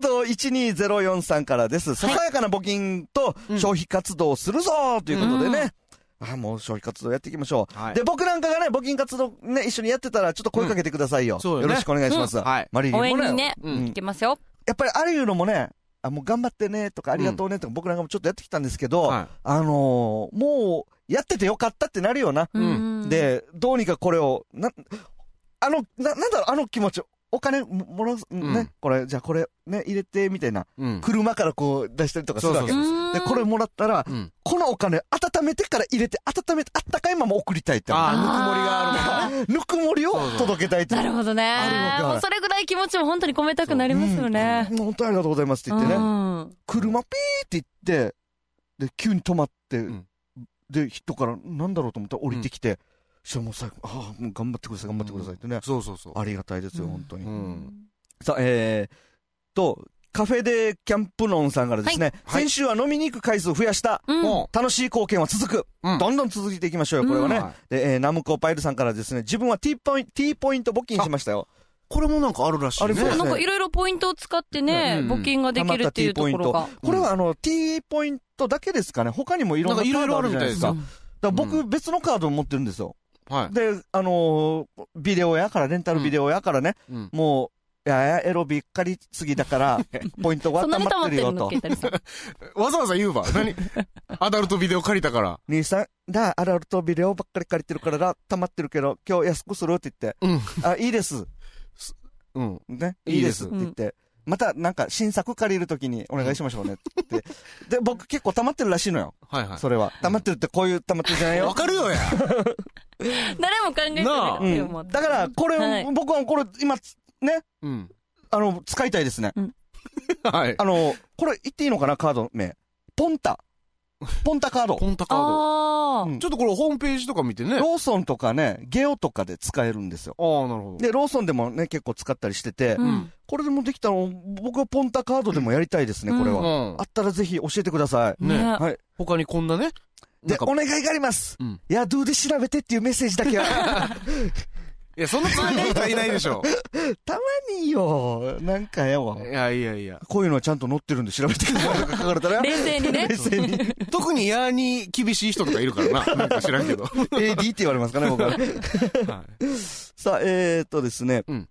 [SPEAKER 2] 1204さんからです。ささやかな募金と
[SPEAKER 1] うん
[SPEAKER 2] 消費活動をするぞということでね。あ、もう消費活動やっていきましょう。
[SPEAKER 1] はい
[SPEAKER 2] で、僕なんかがね、募金活動ね、一緒にやってたらちょっと声かけてくださいよ。
[SPEAKER 1] んそうよね
[SPEAKER 2] ろしくお願いします。
[SPEAKER 1] うんはい
[SPEAKER 2] マリリンも
[SPEAKER 3] 応
[SPEAKER 2] ね
[SPEAKER 3] 援にね、
[SPEAKER 1] うん
[SPEAKER 3] いけますよ。
[SPEAKER 2] やっぱりあるいうのもね、あ、もう頑張ってねとかありがとうねとか、僕なんかもちょっとやってきたんですけど、
[SPEAKER 1] はい
[SPEAKER 2] あのーもう、やっててよかったってなるよな。
[SPEAKER 1] うん
[SPEAKER 3] うん、
[SPEAKER 2] で、どうにかこれを、な、あの、な、なんだろう、あの気持ち、お金ももらう、
[SPEAKER 1] ん
[SPEAKER 2] ね、これ、じゃあこれ、ね、入れて、みたいな。
[SPEAKER 1] うん。
[SPEAKER 2] 車からこう出したりとかするわけ。
[SPEAKER 1] そう
[SPEAKER 2] で、これもらったら、
[SPEAKER 1] うん
[SPEAKER 2] このお金温めてから入れて、温めて、あったかいまま送りたいって。
[SPEAKER 1] あ
[SPEAKER 2] [laughs] ぬくもりがあるか
[SPEAKER 3] あ
[SPEAKER 2] ら、ぬくもりを届けたいって。
[SPEAKER 3] なるほどね
[SPEAKER 2] あるの。か
[SPEAKER 3] もうそれぐらい気持ちも本当に込めたくなりますよね。
[SPEAKER 2] うん本当にありがとうございますって言ってね。
[SPEAKER 3] うん
[SPEAKER 2] 車ピーって行って、で、急に止まって、
[SPEAKER 1] ん
[SPEAKER 2] で、人からなんだろうと思ったら降りてきて、そしたらもう最後、ああ、もう頑張ってください、頑張ってくださいってね。
[SPEAKER 1] そうそうそう。
[SPEAKER 2] ありがたいですよ、
[SPEAKER 3] うん
[SPEAKER 2] 本当に。
[SPEAKER 1] うん。
[SPEAKER 2] さあ、えー、と、カフェでキャンプノンさんからですね、
[SPEAKER 1] はい
[SPEAKER 2] 先週は飲みに行く回数を増やした、
[SPEAKER 3] うん
[SPEAKER 1] も
[SPEAKER 2] 楽しい貢献は続く、
[SPEAKER 1] うん
[SPEAKER 2] どんどん続いていきましょうよ、これはね。
[SPEAKER 1] うんはい
[SPEAKER 2] で、えーナムコパイルさんからですね、自分は T ポイント、T ポイント募金しましたよ。
[SPEAKER 1] これもなんかあるらしい
[SPEAKER 2] あ
[SPEAKER 1] ね
[SPEAKER 2] れそう。
[SPEAKER 3] なんかいろいろポイントを使ってね、
[SPEAKER 1] うん
[SPEAKER 3] 募金ができるっていうところが。
[SPEAKER 2] これはあの、T ポイントだけですかね他にもいろんなカ
[SPEAKER 1] なんか
[SPEAKER 2] ー
[SPEAKER 1] いろいろ
[SPEAKER 2] ドあ
[SPEAKER 1] あ
[SPEAKER 2] る
[SPEAKER 1] る
[SPEAKER 2] じ
[SPEAKER 1] み
[SPEAKER 2] ゃ
[SPEAKER 1] た
[SPEAKER 2] な
[SPEAKER 1] い
[SPEAKER 2] いで
[SPEAKER 1] ですす
[SPEAKER 2] か。
[SPEAKER 1] う
[SPEAKER 2] だから
[SPEAKER 1] う
[SPEAKER 2] 僕、別のカードを持ってるんですよ。
[SPEAKER 1] はい。
[SPEAKER 2] で、あのービデオやから、レンタルビデオやからね、
[SPEAKER 1] うん
[SPEAKER 2] もう、いやいや、エロびっかりすぎだから、ポイントが
[SPEAKER 3] そんな
[SPEAKER 2] 溜
[SPEAKER 3] に溜
[SPEAKER 2] まっ
[SPEAKER 3] まってて
[SPEAKER 2] る
[SPEAKER 3] る
[SPEAKER 2] よ
[SPEAKER 3] の
[SPEAKER 2] と
[SPEAKER 3] ケ。イタリさん。
[SPEAKER 1] わざわざ言うわ。何アダルトビデオ借りたから。
[SPEAKER 2] 兄さん、だ、アダルトビデオばっかり借りてるからだ、溜まってるけど、今日安くするって言って、
[SPEAKER 1] うん。
[SPEAKER 2] あ、いいです。
[SPEAKER 1] うん。
[SPEAKER 2] ね、
[SPEAKER 1] い
[SPEAKER 2] い
[SPEAKER 1] い
[SPEAKER 2] い
[SPEAKER 1] で
[SPEAKER 2] ですすって言って、またなんか新作借りるときにお願いしましょうねって。で、僕結構溜まってるらしいのよ。
[SPEAKER 1] はいはい。
[SPEAKER 2] それは。溜まってるってこういう溜まってるじゃない
[SPEAKER 1] わ
[SPEAKER 2] よ。
[SPEAKER 1] かるよや。
[SPEAKER 3] 誰も考えてなかったよ、も
[SPEAKER 2] うん。だから、これ、
[SPEAKER 3] はい
[SPEAKER 2] 僕はこれ、今、ね、
[SPEAKER 1] うん。
[SPEAKER 2] あの、使いたいですね。
[SPEAKER 1] はい。
[SPEAKER 2] あの、これ言っていいのかな、カード名。ポンタ。ポンタカード。
[SPEAKER 1] ポンタカード。
[SPEAKER 3] あ
[SPEAKER 2] う
[SPEAKER 3] ー
[SPEAKER 2] ん
[SPEAKER 1] ちょっとこれホームページとか見てね。ああ、なる
[SPEAKER 2] [laughs] ローソンとかね、ゲオとかで使えるんですよ。
[SPEAKER 1] ほど。
[SPEAKER 2] で、ローソンでもね、結構使ったりしてて、
[SPEAKER 3] うん。
[SPEAKER 2] これでもできたの、僕はポンタカードでもやりたいですね、
[SPEAKER 3] うん
[SPEAKER 2] これ
[SPEAKER 1] う
[SPEAKER 2] は。
[SPEAKER 1] ん
[SPEAKER 2] あ。ったらぜひ教えてください。
[SPEAKER 1] ね
[SPEAKER 3] ね
[SPEAKER 2] はい。
[SPEAKER 1] 他にこんなね。な
[SPEAKER 2] で
[SPEAKER 1] ん、か
[SPEAKER 2] お願いがあります。
[SPEAKER 1] うん
[SPEAKER 2] いや、ドゥで調べてっていうメッセージだけは。
[SPEAKER 1] [laughs] いや、そんなつもりない人はいないでしょ。
[SPEAKER 2] たまによ、なんかやわ
[SPEAKER 1] い。やいやいや。
[SPEAKER 2] こういうのはちゃんと載ってるんで調べてくだ
[SPEAKER 1] [laughs]
[SPEAKER 2] さいとか書かれたら、
[SPEAKER 3] 冷静にね
[SPEAKER 2] 冷。静に AD
[SPEAKER 1] 特にヤーに厳しい人とかいるからな。なんか知らんけど。は
[SPEAKER 2] って言われますかね、
[SPEAKER 1] [laughs]
[SPEAKER 2] 僕は。
[SPEAKER 1] い
[SPEAKER 2] さあ、えー、っとですね。
[SPEAKER 1] うん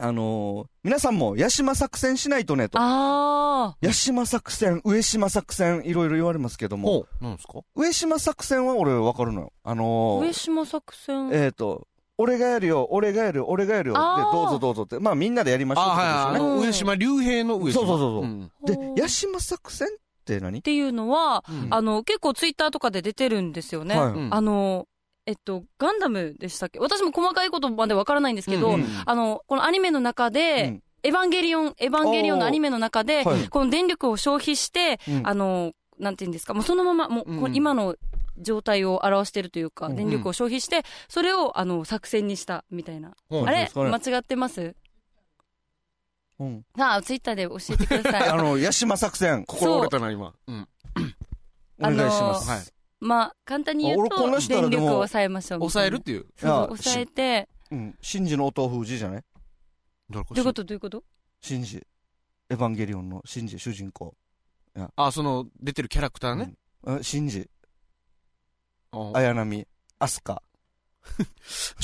[SPEAKER 2] あのー皆さんも、八島作戦しないとね、と。
[SPEAKER 3] あ
[SPEAKER 2] 八島作戦、上島作戦、いろいろ言われますけども、
[SPEAKER 1] ほう。なんですか
[SPEAKER 2] 上島作戦は俺わかるのよ。あ
[SPEAKER 3] ー。
[SPEAKER 2] のー
[SPEAKER 3] 上島作戦。
[SPEAKER 2] えー、っと、俺がやるよ、俺がやるよ、俺がやるよ、で、
[SPEAKER 3] あー
[SPEAKER 2] どうぞどうぞって、まあみんなでやりましょうってことで
[SPEAKER 1] あ、
[SPEAKER 2] すよ
[SPEAKER 1] はいはい。あ
[SPEAKER 2] ね。
[SPEAKER 1] の、上島竜兵の上島。
[SPEAKER 2] そうそうそうそうんで
[SPEAKER 3] ほ、う
[SPEAKER 2] 八島作戦って何
[SPEAKER 3] っていうのは、
[SPEAKER 1] うん
[SPEAKER 3] あの、結構ツイッターとかで出てるんですよね。
[SPEAKER 2] はい
[SPEAKER 1] うん
[SPEAKER 3] あの、えっと、ガンダムでしたっけ私も細かいことまでわからないんですけ
[SPEAKER 1] う
[SPEAKER 3] ど、
[SPEAKER 1] んうん
[SPEAKER 3] あの、このアニメの中で、
[SPEAKER 2] うん
[SPEAKER 3] エヴァンゲリオン、エヴァンゲリオンのアニメの中で、
[SPEAKER 2] はい
[SPEAKER 3] この電力を消費して、
[SPEAKER 2] うん
[SPEAKER 3] あの、なんて言うんですか、もうそのまま、もう、
[SPEAKER 1] うん
[SPEAKER 3] これ今の状態を表してるというか、
[SPEAKER 2] うん
[SPEAKER 3] 電力を消費して、それを、あの、作戦にした、みたいな。
[SPEAKER 1] うん
[SPEAKER 3] あれ
[SPEAKER 2] そうで
[SPEAKER 3] 間違ってます
[SPEAKER 2] うん。
[SPEAKER 3] さあ、ツイッターで教えてくださ
[SPEAKER 2] [laughs]
[SPEAKER 3] い。
[SPEAKER 2] あの、八島作戦、
[SPEAKER 1] 心折れたな、今。うん。
[SPEAKER 2] お願いします。
[SPEAKER 1] はい。
[SPEAKER 3] まあ、簡単に言う
[SPEAKER 2] あ俺こんな
[SPEAKER 3] と、
[SPEAKER 2] 人なら
[SPEAKER 3] 電
[SPEAKER 2] でも
[SPEAKER 3] 力を抑えましょうみ
[SPEAKER 1] 抑
[SPEAKER 3] たいな。
[SPEAKER 1] えるっていう。
[SPEAKER 3] そうそう
[SPEAKER 2] いや
[SPEAKER 3] 抑えて、
[SPEAKER 2] うん。真珠のお豆腐じじゃない
[SPEAKER 1] ど
[SPEAKER 3] どういうことどういうこと
[SPEAKER 2] 真珠。エヴァンゲリオンの真珠、主人公。
[SPEAKER 1] あ、その、出てるキャラクターね。
[SPEAKER 2] うん。あ真珠、
[SPEAKER 1] あ
[SPEAKER 2] 綾波、アスカ。
[SPEAKER 1] ちょ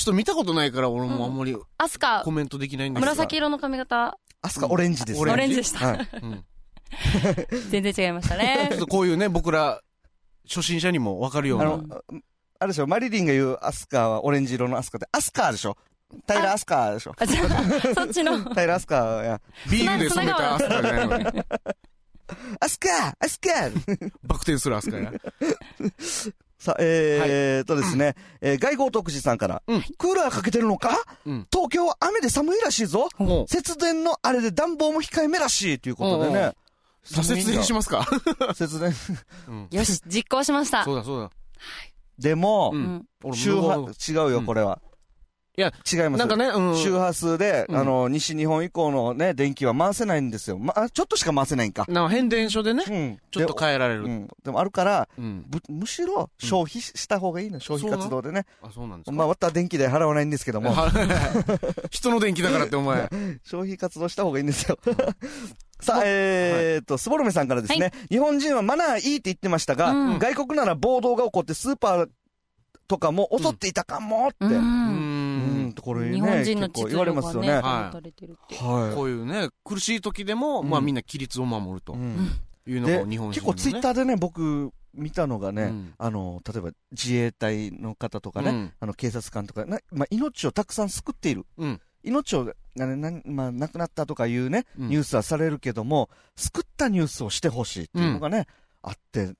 [SPEAKER 1] っと見たことないから、俺もあんまり
[SPEAKER 3] アスカ
[SPEAKER 1] コ、メントできないんですが。
[SPEAKER 3] 紫色の髪型、
[SPEAKER 2] アスカオレンジですね。
[SPEAKER 3] オレンジでした。
[SPEAKER 2] はい。
[SPEAKER 1] うん
[SPEAKER 3] 全然違いました
[SPEAKER 1] ちょっ
[SPEAKER 2] [laughs]
[SPEAKER 3] ね。
[SPEAKER 1] とこういうね、僕ら、初心者にもわかるよう
[SPEAKER 2] あ
[SPEAKER 1] な。
[SPEAKER 2] の、ああれでしょ、マリリンが言うアスカはオレンジ色のアスカって、アスカーでしょ平飛鳥でしょ。
[SPEAKER 3] あ、じゃあ、そっちの。
[SPEAKER 2] 平飛鳥や。
[SPEAKER 1] ビールで染めたアスカじゃないのに。
[SPEAKER 2] 飛鳥
[SPEAKER 1] [laughs]
[SPEAKER 2] 飛鳥
[SPEAKER 1] バク転するアスカや。
[SPEAKER 2] さあ、えーっとですね、えー外交特使さんから、
[SPEAKER 1] うん
[SPEAKER 2] クーラーかけてるのか、
[SPEAKER 1] うん
[SPEAKER 2] 東京は雨で寒いらしいぞ。
[SPEAKER 1] [laughs] も
[SPEAKER 2] 節電のあれで暖房も控えめらしいということで
[SPEAKER 1] うんう
[SPEAKER 2] ね。
[SPEAKER 1] う、挫折しますか。
[SPEAKER 2] ます。節電。
[SPEAKER 3] よし、実行しました。
[SPEAKER 1] そうだそうだ。
[SPEAKER 2] でも、
[SPEAKER 1] うん
[SPEAKER 3] うん
[SPEAKER 1] 俺
[SPEAKER 2] 周
[SPEAKER 1] 無
[SPEAKER 2] 波
[SPEAKER 1] 謀、
[SPEAKER 2] 違うよ、これは。
[SPEAKER 1] いや、
[SPEAKER 2] 違います。
[SPEAKER 1] なんかね、うん。
[SPEAKER 2] 周波数で、
[SPEAKER 1] うん
[SPEAKER 2] あの、西日本以降のね、電気は回せないんですよ。ま、あちょっとしか回せないんか。
[SPEAKER 1] なんか変電所でね、
[SPEAKER 2] うん。
[SPEAKER 1] ちょっと
[SPEAKER 2] で
[SPEAKER 1] 変えられ
[SPEAKER 2] う
[SPEAKER 1] る。
[SPEAKER 2] ん。でもあるから、
[SPEAKER 1] うん。
[SPEAKER 2] ぶむしろ消費しした方がいいの、消費活動でね。
[SPEAKER 1] あ、そうなんですか。
[SPEAKER 2] まあ、たは電気で払わないんですけども、
[SPEAKER 1] [laughs] 人の電気だからってお前。
[SPEAKER 2] 消費活動した方がいいんですよ。 [laughs] さあ、えーっと、スボルメさんからですね、
[SPEAKER 3] は
[SPEAKER 2] 日本人はマナーいいって言ってましたが、
[SPEAKER 3] うん
[SPEAKER 2] 外国なら暴動が起こってスーパーとかも襲っていたかもって、
[SPEAKER 3] う。
[SPEAKER 2] うん、
[SPEAKER 1] うんん。
[SPEAKER 2] これね、
[SPEAKER 3] 日本人の
[SPEAKER 2] 結構
[SPEAKER 3] 秩
[SPEAKER 2] 言われ
[SPEAKER 3] 序
[SPEAKER 2] ます
[SPEAKER 3] が
[SPEAKER 2] よ
[SPEAKER 3] ね、
[SPEAKER 2] ね。
[SPEAKER 1] はい
[SPEAKER 3] 保たれてるって。
[SPEAKER 2] は
[SPEAKER 1] こういうね、苦しい時でも、
[SPEAKER 2] うん
[SPEAKER 1] まあみんな規律を守る
[SPEAKER 2] い。
[SPEAKER 1] と
[SPEAKER 2] うん
[SPEAKER 1] いうの
[SPEAKER 2] で
[SPEAKER 1] が、日本人
[SPEAKER 2] 結構ツイッ
[SPEAKER 1] ー
[SPEAKER 2] ターでね、僕見たのがね、
[SPEAKER 1] うん
[SPEAKER 2] あの、例えば自衛隊の方とか
[SPEAKER 1] と
[SPEAKER 2] ね、
[SPEAKER 1] ね。
[SPEAKER 2] あの、警察官とか、なまあ、命をたくさん救っている。
[SPEAKER 1] うん
[SPEAKER 2] 命を、な、な、まあ、亡くなったとかいうね、
[SPEAKER 1] うん
[SPEAKER 2] ニュースはされるけども、救ったニュースをしてほしいっていうのがね、あって、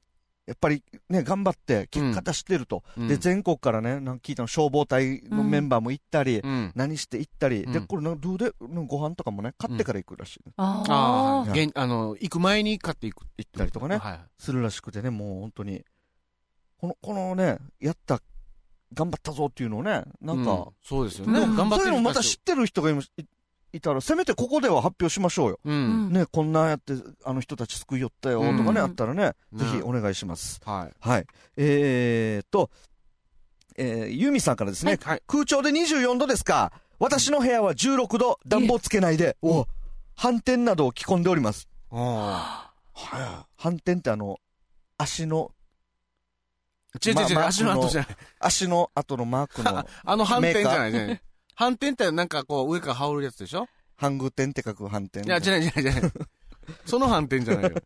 [SPEAKER 2] やっぱりね、頑張って結果出してると。
[SPEAKER 1] うん
[SPEAKER 2] で、全国からね、なんか聞いたの消防隊のメンバーも行ったり、
[SPEAKER 1] うん。
[SPEAKER 2] 何して行ったり、で、
[SPEAKER 1] うん
[SPEAKER 2] これな、どうで、なんかご飯とかもね、買ってから行くらしい、
[SPEAKER 3] あ
[SPEAKER 1] ああ、
[SPEAKER 2] はい
[SPEAKER 1] 現あの、行く前に買っていく。行った
[SPEAKER 2] りとかね
[SPEAKER 1] はい。
[SPEAKER 2] するらしくてね、もう本当に、この、このね、やった、頑張ったぞっていうのをね、なんか、
[SPEAKER 1] うそうですよね。
[SPEAKER 3] うん
[SPEAKER 1] 頑張っ
[SPEAKER 2] そ
[SPEAKER 1] て
[SPEAKER 2] れ
[SPEAKER 1] る
[SPEAKER 2] もまた
[SPEAKER 1] 人
[SPEAKER 2] 知ってる人がいまいいたら、せめてここでは発表しましょうよ。
[SPEAKER 1] う。
[SPEAKER 3] うんん
[SPEAKER 2] ね、こんなやって、あの人たち救いよったよとか
[SPEAKER 1] うん
[SPEAKER 2] ね、あったらね、
[SPEAKER 1] ね
[SPEAKER 2] ぜひお願いします。
[SPEAKER 1] はい。
[SPEAKER 2] はい。えーっと、えー、ユミさんからですね、
[SPEAKER 1] はい。
[SPEAKER 2] 空調で24度ですか私の部屋は16度、暖房つけないで、お反転などを着込んでおります。
[SPEAKER 1] あ
[SPEAKER 2] はい。反転ってあの、足の、
[SPEAKER 1] あ。違う違う違う、
[SPEAKER 2] まあ
[SPEAKER 1] 足の
[SPEAKER 2] あの
[SPEAKER 1] 跡じゃない。
[SPEAKER 2] 足の後のマークの
[SPEAKER 1] あ、あの反転じゃない
[SPEAKER 2] メ
[SPEAKER 1] じゃない。反転ってなんかこう上から羽織るやつでしょ
[SPEAKER 2] 半グ点って書く反転。
[SPEAKER 1] いや、違う違う違う。その反転じゃないよ。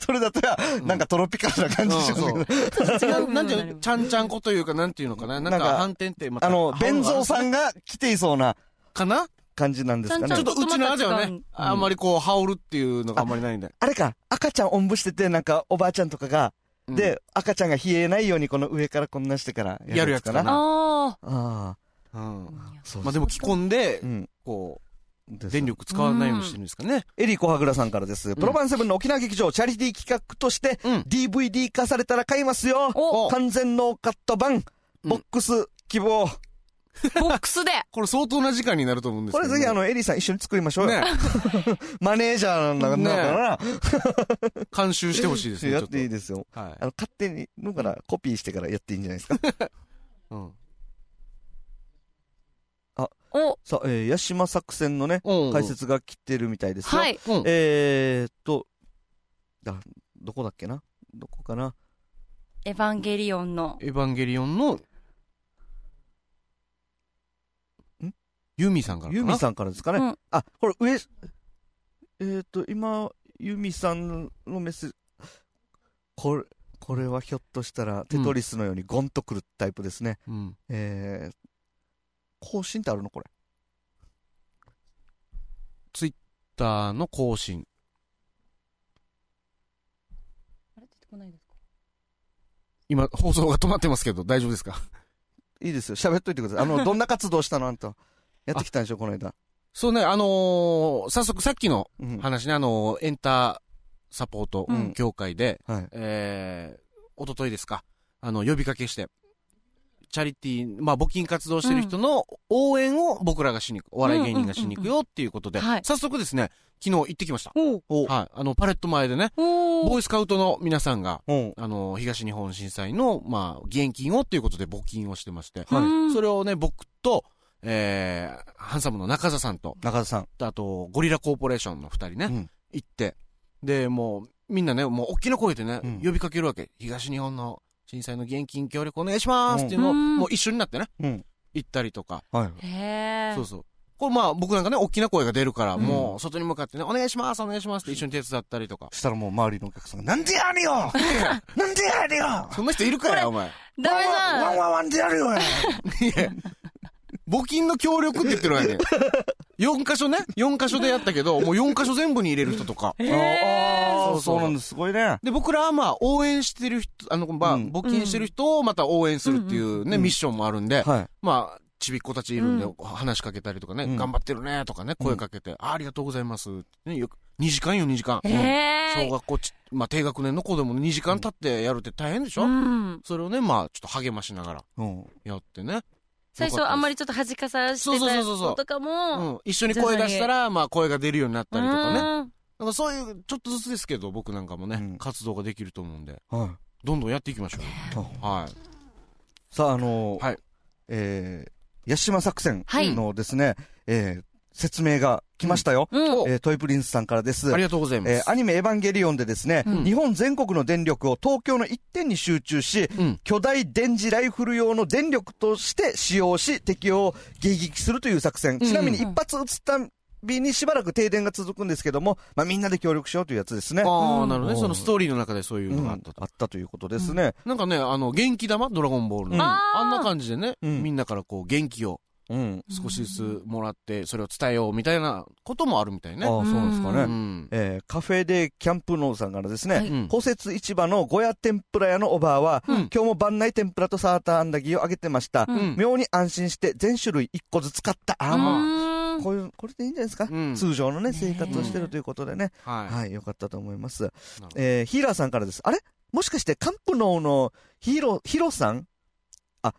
[SPEAKER 2] それだったら、なんかトロピカ [laughs] ルな感じしますけど
[SPEAKER 1] うん違
[SPEAKER 2] [laughs]
[SPEAKER 1] う、なんていうのちゃんちゃんこというか、なんていうのかな。なん
[SPEAKER 2] なんか
[SPEAKER 1] か、反転って、また。
[SPEAKER 2] あの、弁蔵さんが来ていそうな
[SPEAKER 1] かな
[SPEAKER 2] 感じなんですかね
[SPEAKER 3] ち
[SPEAKER 1] ちょ
[SPEAKER 3] ゃ
[SPEAKER 1] っ
[SPEAKER 3] ん
[SPEAKER 1] と、うちの味は
[SPEAKER 3] ちょっとまた違
[SPEAKER 1] ね
[SPEAKER 3] う、
[SPEAKER 1] あんまりこう、羽織るっていうのがあんまりないんで。
[SPEAKER 2] あれか、赤ちゃんおんぶしてて、なんかおばあちゃんとかが、
[SPEAKER 1] うん、
[SPEAKER 2] で、赤ちゃんが冷えないようにこの上からこんなしてから
[SPEAKER 1] やるやつかな
[SPEAKER 3] あ
[SPEAKER 2] ああ、
[SPEAKER 1] うん。
[SPEAKER 2] そう
[SPEAKER 1] まあでも着込んで
[SPEAKER 2] う、ん。
[SPEAKER 1] こ
[SPEAKER 2] で
[SPEAKER 1] う、
[SPEAKER 2] す
[SPEAKER 1] 電力使わないようにしてるんですかね。
[SPEAKER 2] エリー小はぐらさんからです。プロバンセブンの沖縄劇場チャリティー企画として、
[SPEAKER 1] うん
[SPEAKER 2] DVD 化されたら買いますよ
[SPEAKER 3] お
[SPEAKER 2] 完全ノーカット版、
[SPEAKER 1] うん
[SPEAKER 2] ボックス希望、
[SPEAKER 3] ーボックス
[SPEAKER 1] [laughs]
[SPEAKER 3] で
[SPEAKER 1] これ相当な時間になると思うんです
[SPEAKER 2] こ
[SPEAKER 1] けど
[SPEAKER 2] れ
[SPEAKER 1] ね。
[SPEAKER 2] ぜひあの、エリーさん一緒に作りましょうよ。
[SPEAKER 1] ね、
[SPEAKER 2] マネージャーなんだからな、
[SPEAKER 1] 監修してほしい [laughs] ですね、ち
[SPEAKER 2] や
[SPEAKER 1] ょ
[SPEAKER 2] っ
[SPEAKER 1] っと
[SPEAKER 2] ていい。ですよ。
[SPEAKER 1] はい
[SPEAKER 2] あ。の、勝手に、のからコピーしてからやっていいんじゃないですか。
[SPEAKER 1] うん。
[SPEAKER 3] お
[SPEAKER 2] さあ、えー、八島作戦のね、
[SPEAKER 1] うん
[SPEAKER 2] 解。説が来てるみたいですよ。
[SPEAKER 3] はい。
[SPEAKER 1] うん。
[SPEAKER 2] えーっと、だ、どこだっけなどこかな
[SPEAKER 3] エヴァンゲリオンの。
[SPEAKER 1] エヴァンゲリオンの、ユミさんからか
[SPEAKER 2] ユ
[SPEAKER 1] な。
[SPEAKER 2] ミさんからですかね、
[SPEAKER 3] うん
[SPEAKER 2] あ、これ上、えーっと、今、ユミさんのメッセージ、これ、これはひょっとしたら、テトリスのようにゴンとくるタイプですね。
[SPEAKER 1] うん。
[SPEAKER 2] えー、更新ってあるのこれ。
[SPEAKER 1] だの更新。
[SPEAKER 3] あれ出てこないですか
[SPEAKER 1] 今、放送が止まってますけど、大丈夫ですか
[SPEAKER 2] いいですよ。喋っといてください。あの、どんな活動したのあんた。やってきたんでしょこの間。
[SPEAKER 1] [laughs] そうね、あのー早速さっきの
[SPEAKER 2] うん。
[SPEAKER 1] 話ね、あのーエンターサポート
[SPEAKER 2] うん
[SPEAKER 1] 協会で、
[SPEAKER 2] はい。
[SPEAKER 1] えー、一昨日ですか、あの、呼びかけして、チャリティー、まあ、募金活動してる人の応援を僕らがしに行く、お笑い芸人がしに行くよっていうことで、
[SPEAKER 3] うんうんうんうんはい
[SPEAKER 1] 早速ですね、昨日行ってきました。
[SPEAKER 3] お
[SPEAKER 2] お、
[SPEAKER 1] はい。あの、パレット前でね、
[SPEAKER 3] お
[SPEAKER 1] ボー
[SPEAKER 3] ー
[SPEAKER 1] イスカウトの皆さんが、
[SPEAKER 2] うん。
[SPEAKER 1] あの、東日本震災の、まあ、義援金をということで募金をしてまして、
[SPEAKER 2] はい
[SPEAKER 3] うん
[SPEAKER 1] それをね、僕と、えー、ハンサムの中田さんと、
[SPEAKER 2] 中田さん。
[SPEAKER 1] あと、ゴリラコーポレーションの二人ね、
[SPEAKER 2] うん
[SPEAKER 1] 行って、で、もう、みんなね、もう、大きな声でね、
[SPEAKER 2] うん
[SPEAKER 1] 呼びかけるわけ。東日本の震災の義援金協力お願いしますっていうのを、
[SPEAKER 3] うん
[SPEAKER 1] もう一緒になってね、
[SPEAKER 2] うん
[SPEAKER 1] 行ったりとか、
[SPEAKER 2] はい。
[SPEAKER 3] へ
[SPEAKER 1] そう
[SPEAKER 3] ー。
[SPEAKER 1] そう。これまあ、僕なんかね、大きな声が出るから、
[SPEAKER 3] うん
[SPEAKER 1] もう、外に向かってね、お願いします、お願いしますって一緒に手伝ったり
[SPEAKER 2] [laughs]
[SPEAKER 1] とか。
[SPEAKER 2] したらもう周りのお客さんが、なんでや [laughs] るよなんでやるよ
[SPEAKER 1] そんな人いるかよ、お前。
[SPEAKER 3] ダメ
[SPEAKER 2] ワン
[SPEAKER 3] だ
[SPEAKER 2] ワンワンでやるよ
[SPEAKER 1] いや、募金の協力って言ってるわけ
[SPEAKER 2] [laughs]
[SPEAKER 1] ね。4箇所ね、4箇所でやったけど、もう4箇所全部に入れる人とか。そう
[SPEAKER 2] ああ、
[SPEAKER 1] そう
[SPEAKER 2] そうなんです。すごいね。
[SPEAKER 1] で、僕らはまあ、応援してる人、あの、まあ、
[SPEAKER 2] うん
[SPEAKER 1] 募金してる人をまた応援するっていうね、
[SPEAKER 2] うん
[SPEAKER 1] ミッションもあるんで、
[SPEAKER 2] はい。
[SPEAKER 1] まあ、ちびっ子たちいるんで
[SPEAKER 3] うん、
[SPEAKER 1] 話しかけたりとかね、
[SPEAKER 2] うん
[SPEAKER 1] 頑張ってるねとかね、声かけて、あありがとうございます。ね、よく2時間よ、2時間。
[SPEAKER 3] え
[SPEAKER 1] 小学校ち、まあ、低学年の子でも2時間経ってやるって大変でし
[SPEAKER 3] ー
[SPEAKER 1] ょ、
[SPEAKER 3] うん。
[SPEAKER 1] それをね、まあ、ちょっと励ましながら
[SPEAKER 2] うん。
[SPEAKER 1] やってね。
[SPEAKER 3] 最初あんまりちょっと弾かさして
[SPEAKER 1] そうそう
[SPEAKER 3] た
[SPEAKER 1] そうそう
[SPEAKER 3] 子とか
[SPEAKER 1] う
[SPEAKER 3] も、
[SPEAKER 1] ん、一緒に声出したら、まあ、声が出るようになったりとかね。
[SPEAKER 3] うん
[SPEAKER 1] なんかそういう、ちょっとずつですけど、僕なんかもね、
[SPEAKER 2] うん
[SPEAKER 1] 活動ができると思うんで、
[SPEAKER 2] は
[SPEAKER 1] どんどんやっていきましょ
[SPEAKER 2] い。
[SPEAKER 1] う。はい。
[SPEAKER 2] さあ、あのー、
[SPEAKER 1] はい
[SPEAKER 2] えー、八島作戦
[SPEAKER 3] はい
[SPEAKER 2] のですね、えー、説明が来ましたよ。
[SPEAKER 3] うん。
[SPEAKER 1] お
[SPEAKER 2] えー、トイプリンスさんからです。
[SPEAKER 1] ありがとうございます。
[SPEAKER 2] えーアニメエヴァンゲリオンでですね、
[SPEAKER 3] うん
[SPEAKER 2] 日本全国の電力を東京の一点に集中し、
[SPEAKER 1] うん
[SPEAKER 2] 巨大電磁ライフル用の電力として使用し、敵を迎撃するという作戦。
[SPEAKER 1] うん
[SPEAKER 2] ちなみに一発撃つたびにしばらく停電が続くんですけども、まあみんなで協力しようというやつですね。
[SPEAKER 1] あ
[SPEAKER 3] う
[SPEAKER 1] あ、
[SPEAKER 3] ん
[SPEAKER 1] なるほどね。そのストーリーの中でそういう
[SPEAKER 2] う
[SPEAKER 1] の
[SPEAKER 2] ん
[SPEAKER 1] があ
[SPEAKER 2] あ
[SPEAKER 1] ったと。
[SPEAKER 2] ったということですね。
[SPEAKER 1] なんかね、あの、元気玉ドラゴンボールの。
[SPEAKER 2] うん
[SPEAKER 1] あ
[SPEAKER 3] あー
[SPEAKER 1] んな感じでね、
[SPEAKER 2] うん
[SPEAKER 1] みんなからこう、元気を
[SPEAKER 2] うん。
[SPEAKER 1] 少しずつもらって、それを伝えようみたいなこともあるみたい
[SPEAKER 2] ああ、
[SPEAKER 1] ね。
[SPEAKER 2] そうなんですかね。
[SPEAKER 1] うん。
[SPEAKER 2] えーカフェでキャンプノーさんからです
[SPEAKER 3] は
[SPEAKER 2] ね、
[SPEAKER 3] い
[SPEAKER 1] うん
[SPEAKER 2] 公設市場のゴヤ天ぷら屋のおばあは、
[SPEAKER 1] うん
[SPEAKER 2] 今日も番内天ぷらとサーターアンダギーをあげてました。
[SPEAKER 3] うん
[SPEAKER 2] 妙に安心して全種類1個ずつ買った。あーまあ
[SPEAKER 3] うん
[SPEAKER 2] こういう、これでいいんじゃないですか、
[SPEAKER 1] うん
[SPEAKER 2] 通常のね、
[SPEAKER 3] ね
[SPEAKER 2] 生活をしてるということでね。
[SPEAKER 1] は
[SPEAKER 2] はい、よかったと思いま
[SPEAKER 1] い
[SPEAKER 2] す。
[SPEAKER 1] なるほど。
[SPEAKER 2] えー、ヒーラーさんからです。あれもしかして、カンプノーのヒーロー、ヒロさんあ、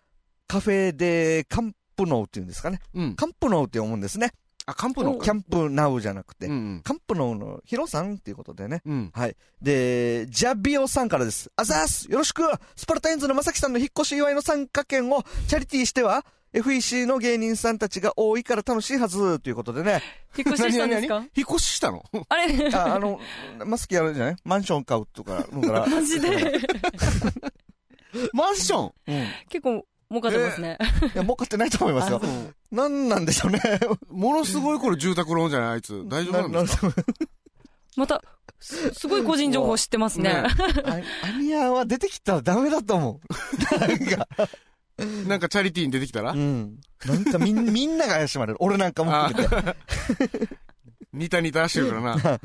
[SPEAKER 2] カフェでカンプノーっていうんですかね。
[SPEAKER 1] うん。
[SPEAKER 2] カンプノーって思うんですね。
[SPEAKER 1] あ、カンプの
[SPEAKER 2] キャンプナウじゃなくて、
[SPEAKER 1] うんうん。
[SPEAKER 2] カンプノーのヒロさんっていうことでね。
[SPEAKER 1] うん。
[SPEAKER 2] はい。で、ジャビオさんからです。あざーすよろしくスパルタインズのまさきさんの引っ越し祝いの参加券をチャリティーしては、FEC の芸人さんたちが多いから楽しいはずということでね。
[SPEAKER 3] 引っ越ししたんで
[SPEAKER 1] 何
[SPEAKER 3] すか
[SPEAKER 1] 引っ越ししたの
[SPEAKER 3] あれ [laughs]
[SPEAKER 2] あ、あの、マスキやるじゃないマンション買うとか、のから。
[SPEAKER 3] [laughs] マジで
[SPEAKER 1] マンション
[SPEAKER 3] 結構儲かってますね。
[SPEAKER 2] いや、儲かってないと思いますよ。なんなんでしょうね。
[SPEAKER 1] ものすごいこれ住宅ローンじゃないあいつ。大丈夫なんですか
[SPEAKER 2] か
[SPEAKER 3] また、すすごい個人情報知ってますね。
[SPEAKER 2] アニアは出てきたらダメだと思う。なんか、
[SPEAKER 1] なんかチャリティーに出てきたら
[SPEAKER 2] うん。なんかみん、みんなが怪しまれる。俺なんかも含めて。
[SPEAKER 1] [laughs] ニタニタしてるからな。うん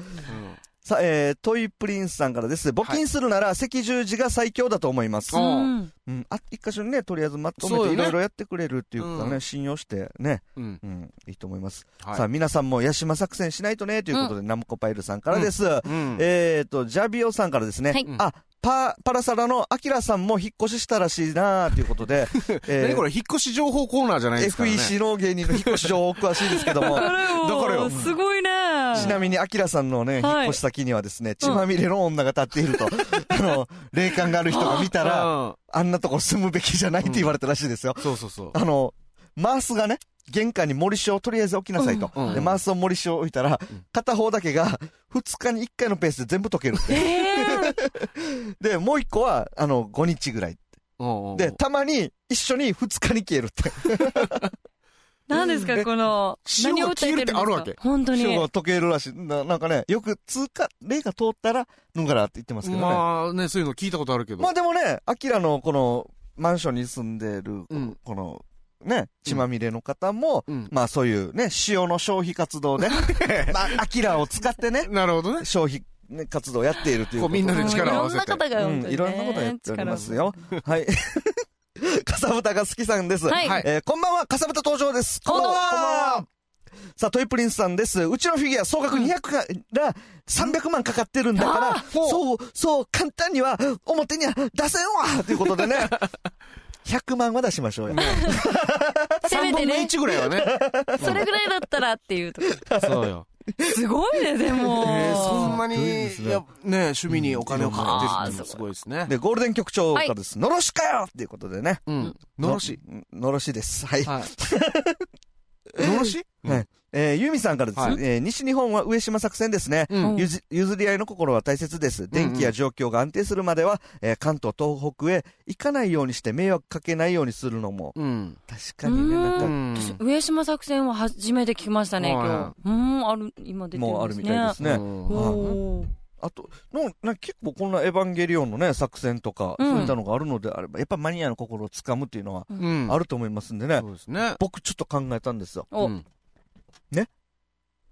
[SPEAKER 2] さあ、えー、トイプリンスさんからです。募金するなら赤十字が最強だと思います。
[SPEAKER 1] あ
[SPEAKER 3] う
[SPEAKER 1] ー
[SPEAKER 3] ん。
[SPEAKER 2] うん。あ、一箇所にね、とりあえずまと
[SPEAKER 1] そ
[SPEAKER 2] め
[SPEAKER 1] うよ
[SPEAKER 2] てい
[SPEAKER 1] ね
[SPEAKER 2] ろいろやってくれるっていうことは
[SPEAKER 1] う
[SPEAKER 2] ね、信用してね、
[SPEAKER 1] うん。
[SPEAKER 2] うん、いいと思います。
[SPEAKER 1] はい
[SPEAKER 2] さあ、皆さんもヤシマ作戦しないとね、ということで、ナムコパイルさんからです。
[SPEAKER 1] うん。
[SPEAKER 2] えーと、ジャビオさんからですね。
[SPEAKER 3] はい
[SPEAKER 2] あ、パ、パラサラのアキラさんも引っ越ししたらしいなーというこ
[SPEAKER 1] [laughs]
[SPEAKER 2] とで、え
[SPEAKER 1] 何これ引っ越し情報コーナーじゃないですからね。
[SPEAKER 2] FEC の芸人の引っ越し情報お詳しいですけど
[SPEAKER 1] [laughs]
[SPEAKER 2] も
[SPEAKER 3] こ、れ
[SPEAKER 1] だから
[SPEAKER 3] も
[SPEAKER 1] よ
[SPEAKER 3] すごいね。
[SPEAKER 2] ちなみにアキラさんのね、引
[SPEAKER 3] はい
[SPEAKER 2] っ越し先にはですね、血まみれの女が立っていると、あの、霊感がある人が見たら、
[SPEAKER 1] うん
[SPEAKER 2] あんなとこ住むべきじゃないって言われたらしいですよ。
[SPEAKER 1] そうそうそう。
[SPEAKER 2] あの、マースがね、玄関に森塩をとりあえず置きなさいと。
[SPEAKER 1] うん
[SPEAKER 2] で、マースを森塩を置いたら、片方だけが、2日に1回のペースで全部溶けるって。で、もう1個は、あの、5日ぐらい。
[SPEAKER 1] うんうんうん
[SPEAKER 2] で、たまに一緒に二日に消えるって。
[SPEAKER 3] 何ですか、この、
[SPEAKER 1] 塩
[SPEAKER 3] 何
[SPEAKER 1] が
[SPEAKER 3] を訴えてる
[SPEAKER 1] 消
[SPEAKER 3] んです
[SPEAKER 1] えるってあるわ
[SPEAKER 3] か
[SPEAKER 1] け
[SPEAKER 3] 本当に。
[SPEAKER 2] 塩が溶けるらしい。ななんかね、よく通過、霊が通ったら、脱がらって言ってますけどね。まあ、
[SPEAKER 1] まあね、そういうの聞いたことあるけど。
[SPEAKER 2] でもね、アキラのこの、マンションに住んでる、
[SPEAKER 1] うん
[SPEAKER 2] この、ね、血まみれの方も、
[SPEAKER 1] うん
[SPEAKER 2] まあそういうね、塩の消費活動
[SPEAKER 1] [laughs]
[SPEAKER 2] で、まあ、アキラを使ってね、
[SPEAKER 1] なるほどね。
[SPEAKER 2] 消費ね活動をやっているという
[SPEAKER 1] こう
[SPEAKER 2] こと
[SPEAKER 1] みんなで力を合わせて
[SPEAKER 3] いろんな方が、
[SPEAKER 2] うん、いろんなことやっておりますよ。はい。 [laughs] かさぶたが好きさんです。
[SPEAKER 3] はい
[SPEAKER 1] はい
[SPEAKER 2] えーこんばんは、かさぶた登場です。
[SPEAKER 3] こんばんは
[SPEAKER 2] さあ、トイプリンスさんです。うちのフィギュア、総額200から300万かかってるんだから、そう、そう、簡単には、表には出せんわということでね。100万は出しましょうよ。
[SPEAKER 3] せ
[SPEAKER 1] 3
[SPEAKER 3] め
[SPEAKER 1] 分
[SPEAKER 3] て
[SPEAKER 1] の
[SPEAKER 3] ね、
[SPEAKER 1] 1ぐらいはね。
[SPEAKER 3] それぐらいだったらっていう
[SPEAKER 1] [laughs]
[SPEAKER 3] とこ。
[SPEAKER 1] そうよ。
[SPEAKER 3] すごいね、でも。
[SPEAKER 1] えーそんなに、
[SPEAKER 2] すごいですね
[SPEAKER 1] いや、ね、趣味にお金をかけてるっていうの
[SPEAKER 3] う
[SPEAKER 1] も
[SPEAKER 3] ん
[SPEAKER 1] すごいですね。
[SPEAKER 2] で、ゴールデン局長からです。のろしかよっていうことでね。
[SPEAKER 1] うん。のろし。。
[SPEAKER 2] のろしです。はい。
[SPEAKER 1] はい。のろし
[SPEAKER 2] はい。えー、ユミさんからです、
[SPEAKER 1] はい
[SPEAKER 2] えー西日本は上島作戦ですね。
[SPEAKER 1] うん。
[SPEAKER 2] ゆず譲り合いの心は大切です。電気や状況が安定するまでは、えー関東、東北へ行かないようにして迷惑かけないようにするのも。
[SPEAKER 1] うん。
[SPEAKER 2] 確かにね、
[SPEAKER 3] うーん
[SPEAKER 2] なんか
[SPEAKER 3] 私上島作戦は初めて聞きましたね、
[SPEAKER 1] はい
[SPEAKER 3] 今日。うーん、ある、今出てるんですね。
[SPEAKER 2] もうあるみたいですね。
[SPEAKER 1] うん
[SPEAKER 3] おー
[SPEAKER 2] あと、の、なんか結構こんなエヴァンゲリオンのね、作戦とか、
[SPEAKER 3] うん
[SPEAKER 2] そういったのがあるのであれば、やっぱマニアの心をつかむっていうのは
[SPEAKER 1] うん。
[SPEAKER 2] あると思いますんでね。
[SPEAKER 1] そうですね。
[SPEAKER 2] 僕ちょっと考えたんですよ。
[SPEAKER 3] お、
[SPEAKER 1] うん。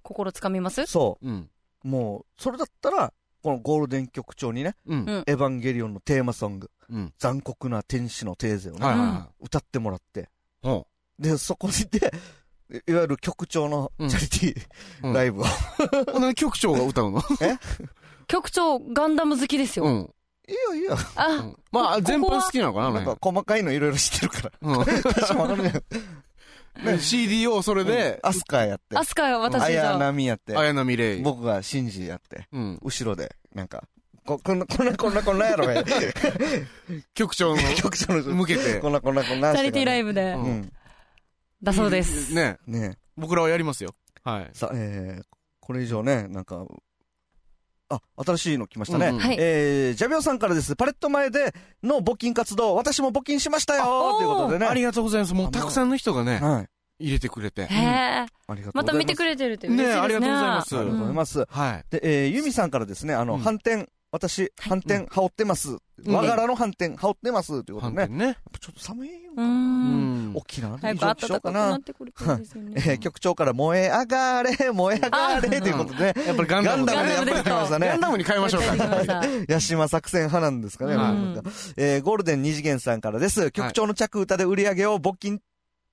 [SPEAKER 3] 心つかみます
[SPEAKER 2] そ
[SPEAKER 1] うん。
[SPEAKER 2] う。もう、それだったら、このゴールデン局長にね、
[SPEAKER 1] うん。
[SPEAKER 3] うん
[SPEAKER 2] エヴァンゲリオンのテーマソング、
[SPEAKER 1] うん。
[SPEAKER 2] 残酷な天使のテーゼをね、
[SPEAKER 1] はいはいは
[SPEAKER 2] 歌ってもらって、
[SPEAKER 1] い。ほ
[SPEAKER 2] で、そこで、いいわゆる局長のチャリティー、
[SPEAKER 1] うん
[SPEAKER 2] ライブを。
[SPEAKER 1] う。なんで局長が歌うの
[SPEAKER 3] 局長、ガンダム好きですよ。
[SPEAKER 1] うん。
[SPEAKER 2] いいよいいよ。
[SPEAKER 1] う
[SPEAKER 3] あ、
[SPEAKER 1] んまあ、
[SPEAKER 3] ここは
[SPEAKER 1] 全般好きなのかな
[SPEAKER 2] なんか細かいのいろいろ知ってるから。
[SPEAKER 1] [laughs] あの辺
[SPEAKER 2] 私もわかるじゃん。
[SPEAKER 1] うん CD をそれで、
[SPEAKER 2] アスカやって。
[SPEAKER 3] アスカは私じ
[SPEAKER 2] 綾
[SPEAKER 3] ゃあ、
[SPEAKER 2] 波やって。
[SPEAKER 1] 綾波レイ。
[SPEAKER 2] 僕がシンジやって。
[SPEAKER 1] うん。
[SPEAKER 2] 後ろで、なんか、こ、こんな、こんな、こんな、こんなやろが、
[SPEAKER 1] 局長の
[SPEAKER 2] 局長の人
[SPEAKER 1] 向けて
[SPEAKER 2] [laughs] こ。んな、こんな、こんな。
[SPEAKER 3] チャリティーラ
[SPEAKER 2] イ
[SPEAKER 3] イブで
[SPEAKER 1] う、
[SPEAKER 2] うん。
[SPEAKER 3] だそうです。
[SPEAKER 1] ね。
[SPEAKER 2] ね
[SPEAKER 1] 僕らはやりますよ。はい。
[SPEAKER 2] さ、えー、これ以上ね、なんか、あ、新しいの来ましたね。
[SPEAKER 1] うんうん
[SPEAKER 3] はい
[SPEAKER 2] えー、ジャビオさんからです。パレット前での募金活動、私も募金しましたよ
[SPEAKER 3] おー
[SPEAKER 2] ということでね。
[SPEAKER 1] ありがとうございます。もうたくさんの人がね、
[SPEAKER 2] はい。
[SPEAKER 1] 入れてくれて。
[SPEAKER 3] へえ。
[SPEAKER 2] ありがとうございます。
[SPEAKER 3] また見てく
[SPEAKER 2] れ。
[SPEAKER 3] れてるって嬉しいですね。
[SPEAKER 1] ねありがとうございます
[SPEAKER 2] ありがとうございます。
[SPEAKER 1] はい。
[SPEAKER 2] で、えー、ユミさんからですね、あの、
[SPEAKER 1] うん
[SPEAKER 2] 反転、私、反転、羽織ってます。
[SPEAKER 1] うん
[SPEAKER 2] 和柄の反転、羽織ってます。ということ
[SPEAKER 1] 反
[SPEAKER 2] で
[SPEAKER 1] 転
[SPEAKER 2] ね。
[SPEAKER 1] ね。
[SPEAKER 2] ちょっと寒いよ
[SPEAKER 3] うー。。
[SPEAKER 1] うんん
[SPEAKER 2] 沖縄で
[SPEAKER 3] 早
[SPEAKER 2] 以
[SPEAKER 3] く暖
[SPEAKER 2] 上
[SPEAKER 3] か
[SPEAKER 2] しよう
[SPEAKER 3] く
[SPEAKER 2] か
[SPEAKER 3] な
[SPEAKER 2] な
[SPEAKER 3] っ。てくるといいですよ
[SPEAKER 2] [laughs]
[SPEAKER 3] ね。
[SPEAKER 2] えー、局長から、燃え上がれ、燃え上がれ、ということでね。
[SPEAKER 1] やっぱりガン
[SPEAKER 2] ガ
[SPEAKER 1] ダ
[SPEAKER 2] ン
[SPEAKER 1] ム
[SPEAKER 2] ダ
[SPEAKER 1] だ
[SPEAKER 2] ムで
[SPEAKER 1] ね
[SPEAKER 2] やっぱり来ました
[SPEAKER 1] ガ
[SPEAKER 2] ね
[SPEAKER 1] ン。ダムに変えましょう
[SPEAKER 3] 絶対
[SPEAKER 1] か。
[SPEAKER 3] 行きましょう
[SPEAKER 2] 八島作戦派なんですかね、
[SPEAKER 3] うん
[SPEAKER 2] なんかえーゴールデン二次元さんからです。局長の着歌で売り上げを募金